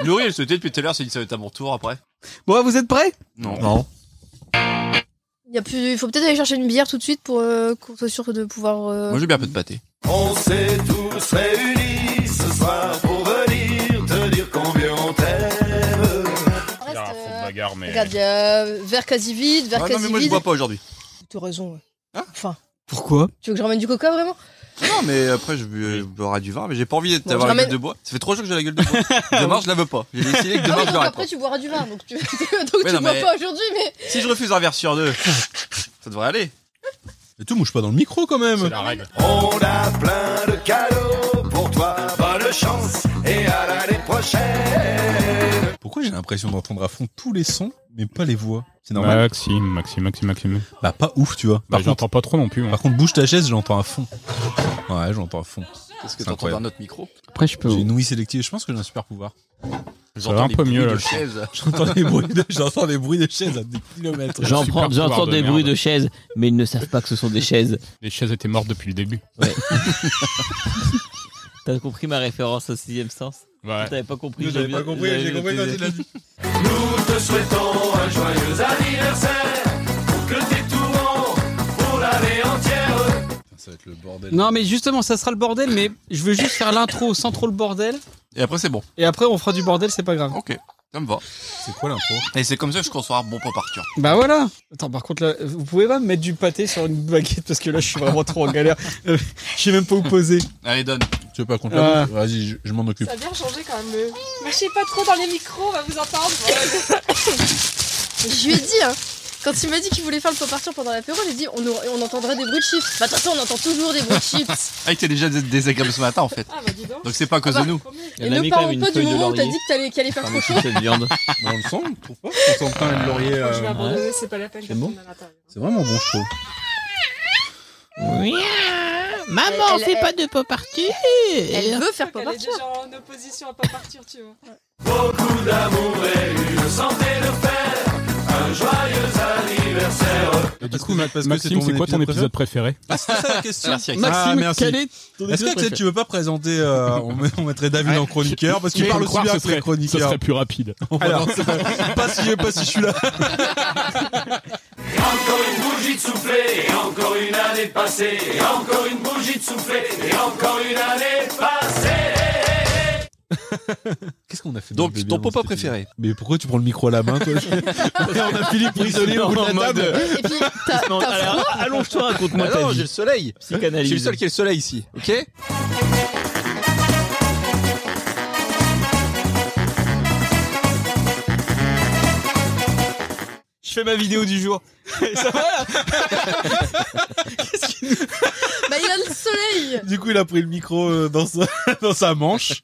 [SPEAKER 5] Laurie, elle se tait depuis tout à l'heure, elle s'est dit ça va être à mon tour après.
[SPEAKER 1] Bon, ah, vous êtes prêts
[SPEAKER 5] Non.
[SPEAKER 3] Il y a plus, il faut peut-être aller chercher une bière tout de suite pour euh, qu'on soit sûr de pouvoir. euh,
[SPEAKER 5] Moi, j'ai bien un peu de pâté.
[SPEAKER 11] On s'est tous réunis ce soir pour venir te dire combien on t'aime.
[SPEAKER 6] Il y
[SPEAKER 3] reste,
[SPEAKER 6] a un fond
[SPEAKER 3] euh,
[SPEAKER 6] de bagarre, mais.
[SPEAKER 3] Regarde, il y a euh, verre quasi vide, verre
[SPEAKER 5] Ah, non,
[SPEAKER 3] quasi
[SPEAKER 5] mais moi, je
[SPEAKER 3] vide.
[SPEAKER 5] bois pas aujourd'hui.
[SPEAKER 3] T'as raison. ouais. Enfin,
[SPEAKER 1] Pourquoi
[SPEAKER 3] tu veux que je ramène du coca vraiment
[SPEAKER 5] Non, mais après, je bu- je boirai du vin, mais j'ai pas envie
[SPEAKER 3] Bon, je
[SPEAKER 5] d'avoir la
[SPEAKER 3] ramène-
[SPEAKER 5] gueule de bois. Ça fait trois jours que j'ai la gueule de bois. Demain, je la veux pas. J'ai décidé que
[SPEAKER 3] Ah
[SPEAKER 5] demain,
[SPEAKER 3] oui,
[SPEAKER 5] je
[SPEAKER 3] donc
[SPEAKER 5] l'aurai
[SPEAKER 3] après
[SPEAKER 5] pas.
[SPEAKER 3] tu boiras du vin, donc tu, donc
[SPEAKER 5] Mais
[SPEAKER 3] tu
[SPEAKER 5] non,
[SPEAKER 3] bois
[SPEAKER 5] mais-
[SPEAKER 3] pas aujourd'hui, mais
[SPEAKER 5] Si je refuse un verre sur deux, ça devrait aller.
[SPEAKER 2] Et tout, mouche pas dans le micro quand même.
[SPEAKER 6] C'est la règle.
[SPEAKER 11] On a plein de cadeaux pour chance et à l'année prochaine.
[SPEAKER 2] Pourquoi j'ai l'impression d'entendre à fond tous les sons, mais pas les voix C'est normal.
[SPEAKER 6] Maxime, Maxime, Maxime, Maxime.
[SPEAKER 2] Bah, pas ouf, tu vois.
[SPEAKER 6] Bah, j'entends pas trop non plus.
[SPEAKER 2] Par contre, bouge ta chaise, j'entends à fond. Ouais, j'entends à fond.
[SPEAKER 5] Qu'est-ce
[SPEAKER 2] C'est
[SPEAKER 5] que t'entends
[SPEAKER 2] incroyable.
[SPEAKER 5] par notre micro
[SPEAKER 1] Après, je peux.
[SPEAKER 2] J'ai une ouïe sélective, je pense que j'ai un super pouvoir.
[SPEAKER 5] J'entends
[SPEAKER 6] un
[SPEAKER 5] les
[SPEAKER 6] peu
[SPEAKER 5] bruits
[SPEAKER 6] mieux,
[SPEAKER 5] de
[SPEAKER 6] là, je
[SPEAKER 5] chaises.
[SPEAKER 2] J'entends les bruits de, j'entends les bruits de chaises à des kilomètres.
[SPEAKER 9] J'en
[SPEAKER 6] Super
[SPEAKER 9] prends-
[SPEAKER 6] pouvoir
[SPEAKER 9] J'entends
[SPEAKER 6] de
[SPEAKER 9] des
[SPEAKER 6] merde.
[SPEAKER 9] bruits de chaises, mais ils ne savent pas que ce sont des chaises.
[SPEAKER 6] Les chaises étaient mortes depuis le début.
[SPEAKER 9] T'as compris ma référence au sixième sens
[SPEAKER 6] Ouais.
[SPEAKER 9] T'avais pas compris.
[SPEAKER 2] Nous, j'avais pas compris, j'ai compris quand il a dit.
[SPEAKER 11] Nous te souhaitons un joyeux anniversaire que tes tourments pour l'année entière.
[SPEAKER 2] Ça va être le bordel.
[SPEAKER 1] Non, mais justement, ça sera le bordel, mais je veux juste faire l'intro sans trop le bordel.
[SPEAKER 5] Et après, c'est bon.
[SPEAKER 1] Et après, on fera du bordel, c'est pas grave.
[SPEAKER 5] Ok, ça me va.
[SPEAKER 2] C'est quoi l'impro
[SPEAKER 5] Et c'est comme ça que je conçois un bon pop Arthur.
[SPEAKER 1] Bah voilà. Attends, par contre, là, vous pouvez pas me mettre du pâté sur une baguette parce que là, je suis vraiment trop en galère. Euh, Je sais même pas où poser.
[SPEAKER 5] Allez, donne.
[SPEAKER 2] Tu veux pas contre
[SPEAKER 1] Ah.
[SPEAKER 2] la bouffe Vas-y, je, je m'en occupe.
[SPEAKER 8] Ça a bien changé quand même. le- Mâchez pas trop dans les micros, on va vous entendre.
[SPEAKER 3] Je lui ai dit, hein, quand il m'a dit qu'il voulait faire le pop Arthur pendant l'apéro, j'ai dit on, aurait- on entendrait des bruits de chips. Bah, de toute façon, on entend toujours des bruits de chips.
[SPEAKER 5] Ah, il était déjà dés- désagréable ce matin en fait.
[SPEAKER 8] Ah bah dis donc.
[SPEAKER 5] Donc c'est pas à cause de nous.
[SPEAKER 3] Et ne parlons pas du moment où t'as dit que t'allais- qu'il allait faire trop chaud.
[SPEAKER 9] cette viande.
[SPEAKER 2] Mais on le sent, on trouve pas On sent pas le laurier.
[SPEAKER 8] Je vais
[SPEAKER 2] euh,
[SPEAKER 8] abandonner, c'est pas la peine.
[SPEAKER 2] C'est bon
[SPEAKER 8] retourner à l'intérieur.
[SPEAKER 2] C'est vraiment bon, je trouve.
[SPEAKER 3] Maman, fais pas
[SPEAKER 9] de pop party
[SPEAKER 3] Elle veut faire
[SPEAKER 8] Elle
[SPEAKER 3] pop
[SPEAKER 8] est
[SPEAKER 3] Arthur.
[SPEAKER 8] déjà en opposition à pas partir, tu vois.
[SPEAKER 11] Beaucoup d'amour et une santé de fer. Un joyeux anniversaire.
[SPEAKER 2] Et
[SPEAKER 6] Du coup, Ma- Maxime, c'est quoi ton épisode préféré
[SPEAKER 2] Ah, c'est ça la question.
[SPEAKER 5] Merci, Axel.
[SPEAKER 2] Ah,
[SPEAKER 1] Maxime,
[SPEAKER 2] merci.
[SPEAKER 1] quel est ton
[SPEAKER 2] Est-ce que
[SPEAKER 1] épisode
[SPEAKER 2] Axel, tu veux pas présenter euh, on, met- on mettrait David en chroniqueur parce qu'il
[SPEAKER 6] Mais
[SPEAKER 2] parle
[SPEAKER 6] je
[SPEAKER 2] aussi
[SPEAKER 6] crois
[SPEAKER 2] bien
[SPEAKER 6] que
[SPEAKER 2] que
[SPEAKER 6] ce
[SPEAKER 2] les
[SPEAKER 6] serait, ce
[SPEAKER 2] chroniqueurs.
[SPEAKER 6] serait plus rapide.
[SPEAKER 2] Alors, c'est pas, pas si pas si je suis là.
[SPEAKER 11] Encore une bougie de soufflé, et encore une année de passée, et encore une bougie de soufflé, et encore une année de passée.
[SPEAKER 2] Qu'est-ce qu'on a fait
[SPEAKER 5] Donc ton pop préféré.
[SPEAKER 2] Mais préféré. pourquoi tu prends le micro à la main toi On a Philippe prisonnier au bout de la table.
[SPEAKER 3] Et puis, t'as
[SPEAKER 9] Non,
[SPEAKER 3] Ah, t'as froid.
[SPEAKER 9] alors, Allonge-toi, raconte-moi
[SPEAKER 5] Ah
[SPEAKER 9] ta
[SPEAKER 5] non,
[SPEAKER 9] vie.
[SPEAKER 5] j'ai le soleil. Je
[SPEAKER 9] Psychanalyse.
[SPEAKER 5] suis le seul qui a le soleil ici, ok
[SPEAKER 1] Je fais ma vidéo du jour. Ça va là
[SPEAKER 3] Bah, il a le soleil.
[SPEAKER 2] Du coup, il a pris le micro euh, dans sa dans sa manche.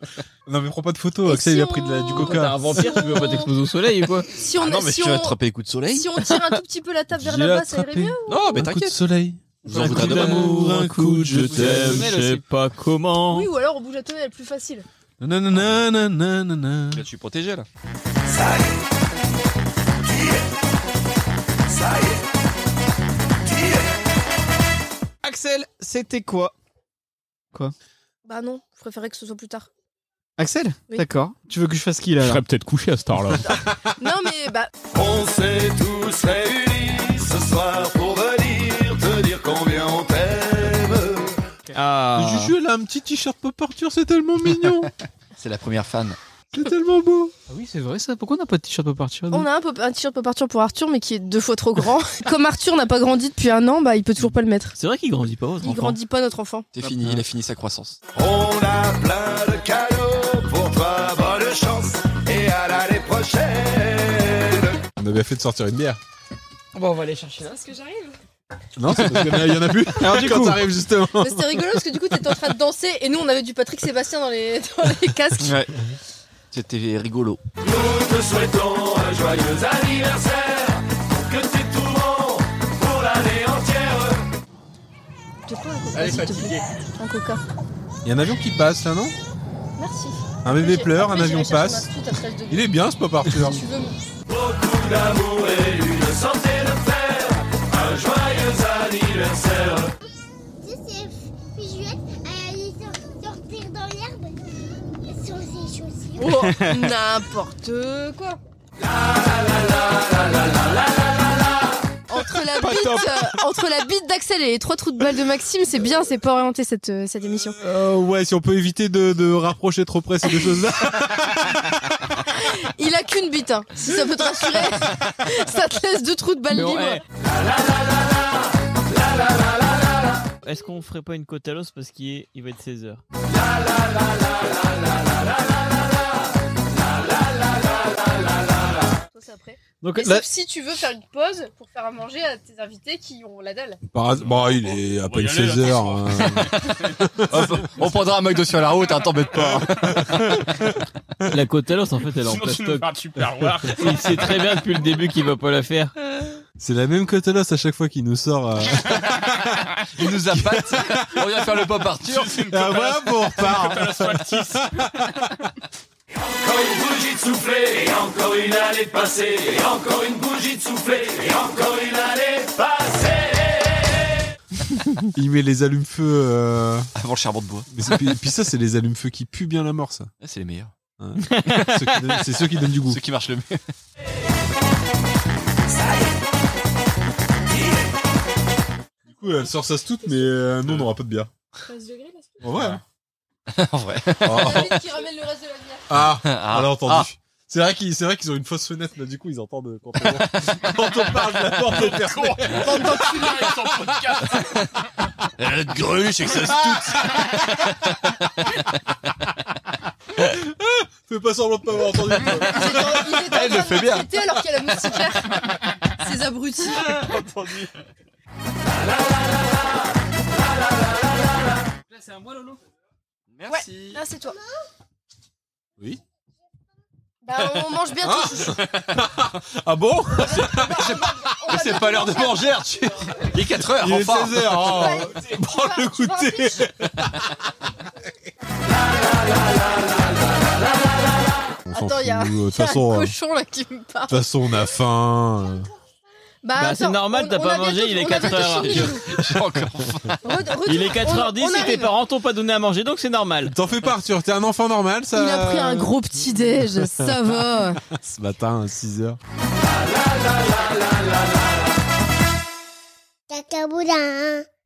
[SPEAKER 2] Non mais prends pas de photo,
[SPEAKER 3] Et
[SPEAKER 2] Axel
[SPEAKER 3] si
[SPEAKER 2] il a pris de la- du
[SPEAKER 3] on-
[SPEAKER 9] T'es un
[SPEAKER 2] coca.
[SPEAKER 9] vampire, tu peux pas t'exposer au soleil ou quoi
[SPEAKER 3] Si on,
[SPEAKER 5] Ah non, mais
[SPEAKER 3] si
[SPEAKER 5] tu vas
[SPEAKER 3] on,
[SPEAKER 5] attraper les coups de soleil.
[SPEAKER 3] si on tire un tout petit peu la table vers
[SPEAKER 2] J'ai
[SPEAKER 3] là-bas, ça irait
[SPEAKER 2] attrapé.
[SPEAKER 3] mieux.
[SPEAKER 5] Non, mais
[SPEAKER 2] Un coup de
[SPEAKER 5] t'inquiète.
[SPEAKER 2] soleil.
[SPEAKER 5] Je vous en voudrais demain.
[SPEAKER 9] un coup de je
[SPEAKER 2] t'aime,
[SPEAKER 9] je sais pas comment.
[SPEAKER 3] Oui, ou alors on bouge la tonnelle, plus facile.
[SPEAKER 2] Nanana, nanana, nanana.
[SPEAKER 5] Là, je suis protégé là.
[SPEAKER 11] Ça y est, qui est Ça y est, qui est
[SPEAKER 1] Axel, c'était quoi
[SPEAKER 3] Bah non, je préférais que ce soit plus tard.
[SPEAKER 1] Axel
[SPEAKER 3] Oui.
[SPEAKER 1] D'accord. Tu veux que je fasse qui là,
[SPEAKER 6] Je
[SPEAKER 1] alors
[SPEAKER 6] serais peut-être couché à cette heure-là.
[SPEAKER 3] Non, mais bah,
[SPEAKER 11] On s'est tous réunis ce soir pour venir te dire combien on t'aime.
[SPEAKER 9] Ah.
[SPEAKER 2] Juju, elle a un petit t-shirt Pop Arthur, c'est tellement mignon.
[SPEAKER 5] C'est la première fan.
[SPEAKER 2] c'est tellement beau.
[SPEAKER 1] Ah oui, c'est vrai ça. Pourquoi on n'a pas de t-shirt pour partir
[SPEAKER 3] on a un, pop- un t-shirt Pop Arthur pour Arthur, mais qui est deux fois trop grand. Comme Arthur n'a pas grandi depuis un an, bah il peut toujours pas le mettre.
[SPEAKER 9] C'est vrai qu'il grandit pas, votre
[SPEAKER 3] Il
[SPEAKER 9] enfant.
[SPEAKER 3] grandit pas notre enfant.
[SPEAKER 5] C'est fini, il a fini sa croissance.
[SPEAKER 11] On a plein de cadeaux pour toi, bonne chance et à l'année prochaine.
[SPEAKER 2] On avait fait de sortir une bière.
[SPEAKER 1] Bon, on va aller chercher
[SPEAKER 8] Est-ce que j'arrive
[SPEAKER 2] Non, c'est parce qu'il y en a- il y en a plus.
[SPEAKER 1] Alors du
[SPEAKER 2] Quand
[SPEAKER 1] coup,
[SPEAKER 2] t'arrives justement.
[SPEAKER 3] Mais c'était rigolo parce que du coup t'étais en train de danser et nous on avait du Patrick Sébastien dans les, dans les casques.
[SPEAKER 5] Ouais. C'était rigolo.
[SPEAKER 11] Nous te souhaitons un joyeux anniversaire, que t'es tout bon pour l'année entière.
[SPEAKER 3] J'ai pas un coca, s'il te plaît. Un coca.
[SPEAKER 2] Il y a un avion qui passe là, non
[SPEAKER 3] Merci.
[SPEAKER 2] Un bébé
[SPEAKER 3] J'ai-
[SPEAKER 2] pleure, un
[SPEAKER 3] après,
[SPEAKER 2] avion
[SPEAKER 3] j'irai chercher
[SPEAKER 2] passe.
[SPEAKER 3] ma frite après le demi.
[SPEAKER 2] Il est bien ce Pop Arthur.
[SPEAKER 3] Si tu veux, mon-
[SPEAKER 11] Beaucoup d'amour et une santé de fer, un joyeux anniversaire.
[SPEAKER 10] Si c'est Juliette, elle allait sor- sortir dans l'herbe sur ses chaussures.
[SPEAKER 3] Oh, n'importe quoi. Entre la bite, euh, entre la bite d'Axel et les trois trous de balle de Maxime, c'est bien, c'est pas orienté cette, euh, cette émission.
[SPEAKER 2] Euh, ouais, si on peut éviter de, de rapprocher trop près ces deux choses-là.
[SPEAKER 3] Il a qu'une bite, hein. si ça peut te rassurer. ça te laisse deux trous de balle
[SPEAKER 9] Mais on-
[SPEAKER 3] libres.
[SPEAKER 9] eh. Est-ce qu'on ferait pas une côte à l'os parce qu'il est... il va être 16h
[SPEAKER 3] Toi, c'est après. après.
[SPEAKER 1] Donc,
[SPEAKER 3] Et
[SPEAKER 1] là-
[SPEAKER 3] Sauf si tu veux faire une pause pour faire à manger à tes invités qui ont la dalle.
[SPEAKER 2] Par- Bon, il est à peine hein. 16h.
[SPEAKER 5] on prendra un McDo sur la route, hein, t'embête pas.
[SPEAKER 9] La côte à l'os, en fait, elle est en
[SPEAKER 5] Sinon, tu
[SPEAKER 9] plastoc.
[SPEAKER 5] nous feras un
[SPEAKER 6] superwar.
[SPEAKER 9] Il sait très bien depuis le début qu'il va pas la faire.
[SPEAKER 2] C'est la même côte à l'os à chaque fois qu'il nous sort. euh,
[SPEAKER 5] Il nous appâte. On vient faire le pop Arthur.
[SPEAKER 2] Ah, voilà pour part.
[SPEAKER 11] Encore une bougie de soufflé, et encore une année de passée, et encore une bougie de soufflé, et encore une année de passée.
[SPEAKER 2] il met les allumes-feu. euh,
[SPEAKER 5] Avant le charbon de bois.
[SPEAKER 2] mais c'est- puis, puis ça, c'est les allumes-feu qui puent bien la mort, ça.
[SPEAKER 5] Ah, C'est les meilleurs.
[SPEAKER 2] Hein. Ceux qui donnent- c'est ceux qui donnent du goût.
[SPEAKER 5] Ceux qui marchent le mieux.
[SPEAKER 2] Du coup, elle sort sa stout, mais euh, nous, on n'aura pas de bière.
[SPEAKER 8] 13 degrés, là, c'est
[SPEAKER 2] En vrai. hein.
[SPEAKER 5] Ah. en vrai.
[SPEAKER 2] Oh.
[SPEAKER 3] David qui ramène le reste de la bière.
[SPEAKER 2] Ah,
[SPEAKER 5] Ah.
[SPEAKER 2] elle a entendu.
[SPEAKER 5] Ah.
[SPEAKER 2] C'est vrai qu'ils, c'est vrai qu'ils ont une fausse fenêtre, là, du coup, ils entendent euh, quand on, quand on parle de la porte de
[SPEAKER 5] Elle a de greluche avec sa stout.
[SPEAKER 2] Fais pas semblant de pas avoir entendu.
[SPEAKER 3] Elle le fait bien. alors qu'elle a moustiquaire. Ces abrutis.
[SPEAKER 9] Là, c'est un moi, Lolo.
[SPEAKER 3] Ouais, là c'est toi.
[SPEAKER 2] Oui.
[SPEAKER 3] Bah on mange bien tout chouchou.
[SPEAKER 2] Ah bon?
[SPEAKER 3] On va
[SPEAKER 5] C'est
[SPEAKER 3] bientôt
[SPEAKER 5] pas l'heure de
[SPEAKER 3] manger.
[SPEAKER 5] manger, Arthur. Il est 4 heures,
[SPEAKER 2] Il est
[SPEAKER 5] enfin.
[SPEAKER 2] 16h, hein.
[SPEAKER 5] Prends
[SPEAKER 3] Tu
[SPEAKER 5] le
[SPEAKER 3] veux un
[SPEAKER 5] goûter.
[SPEAKER 3] fiche
[SPEAKER 2] On s'en
[SPEAKER 3] Attends, il y a,
[SPEAKER 2] fout, De toute
[SPEAKER 3] y a un
[SPEAKER 2] façon, euh, de
[SPEAKER 3] cochon là qui me parle.
[SPEAKER 2] toute façon, on a faim. euh.
[SPEAKER 9] Bah, c'est
[SPEAKER 3] attends,
[SPEAKER 9] normal,
[SPEAKER 3] on-
[SPEAKER 9] t'as
[SPEAKER 3] on
[SPEAKER 9] pas
[SPEAKER 3] a
[SPEAKER 9] mangé,
[SPEAKER 3] bientôt-
[SPEAKER 9] il est
[SPEAKER 3] on a
[SPEAKER 9] 4
[SPEAKER 3] bientôt
[SPEAKER 9] heures,
[SPEAKER 3] fini,
[SPEAKER 9] Arthur.
[SPEAKER 5] J'ai encore faim.
[SPEAKER 3] nous. Red- retour-
[SPEAKER 9] Il est
[SPEAKER 3] on-
[SPEAKER 9] 4h10
[SPEAKER 3] on
[SPEAKER 9] et tes
[SPEAKER 3] arrive.
[SPEAKER 9] parents t'ont pas donné à manger, donc c'est normal.
[SPEAKER 2] T'en fais pas, Arthur, t'es un enfant normal, ça.
[SPEAKER 3] Il a pris un gros petit déj, ça va.
[SPEAKER 2] Ce matin, à 6h.
[SPEAKER 10] Caca boudin. hein.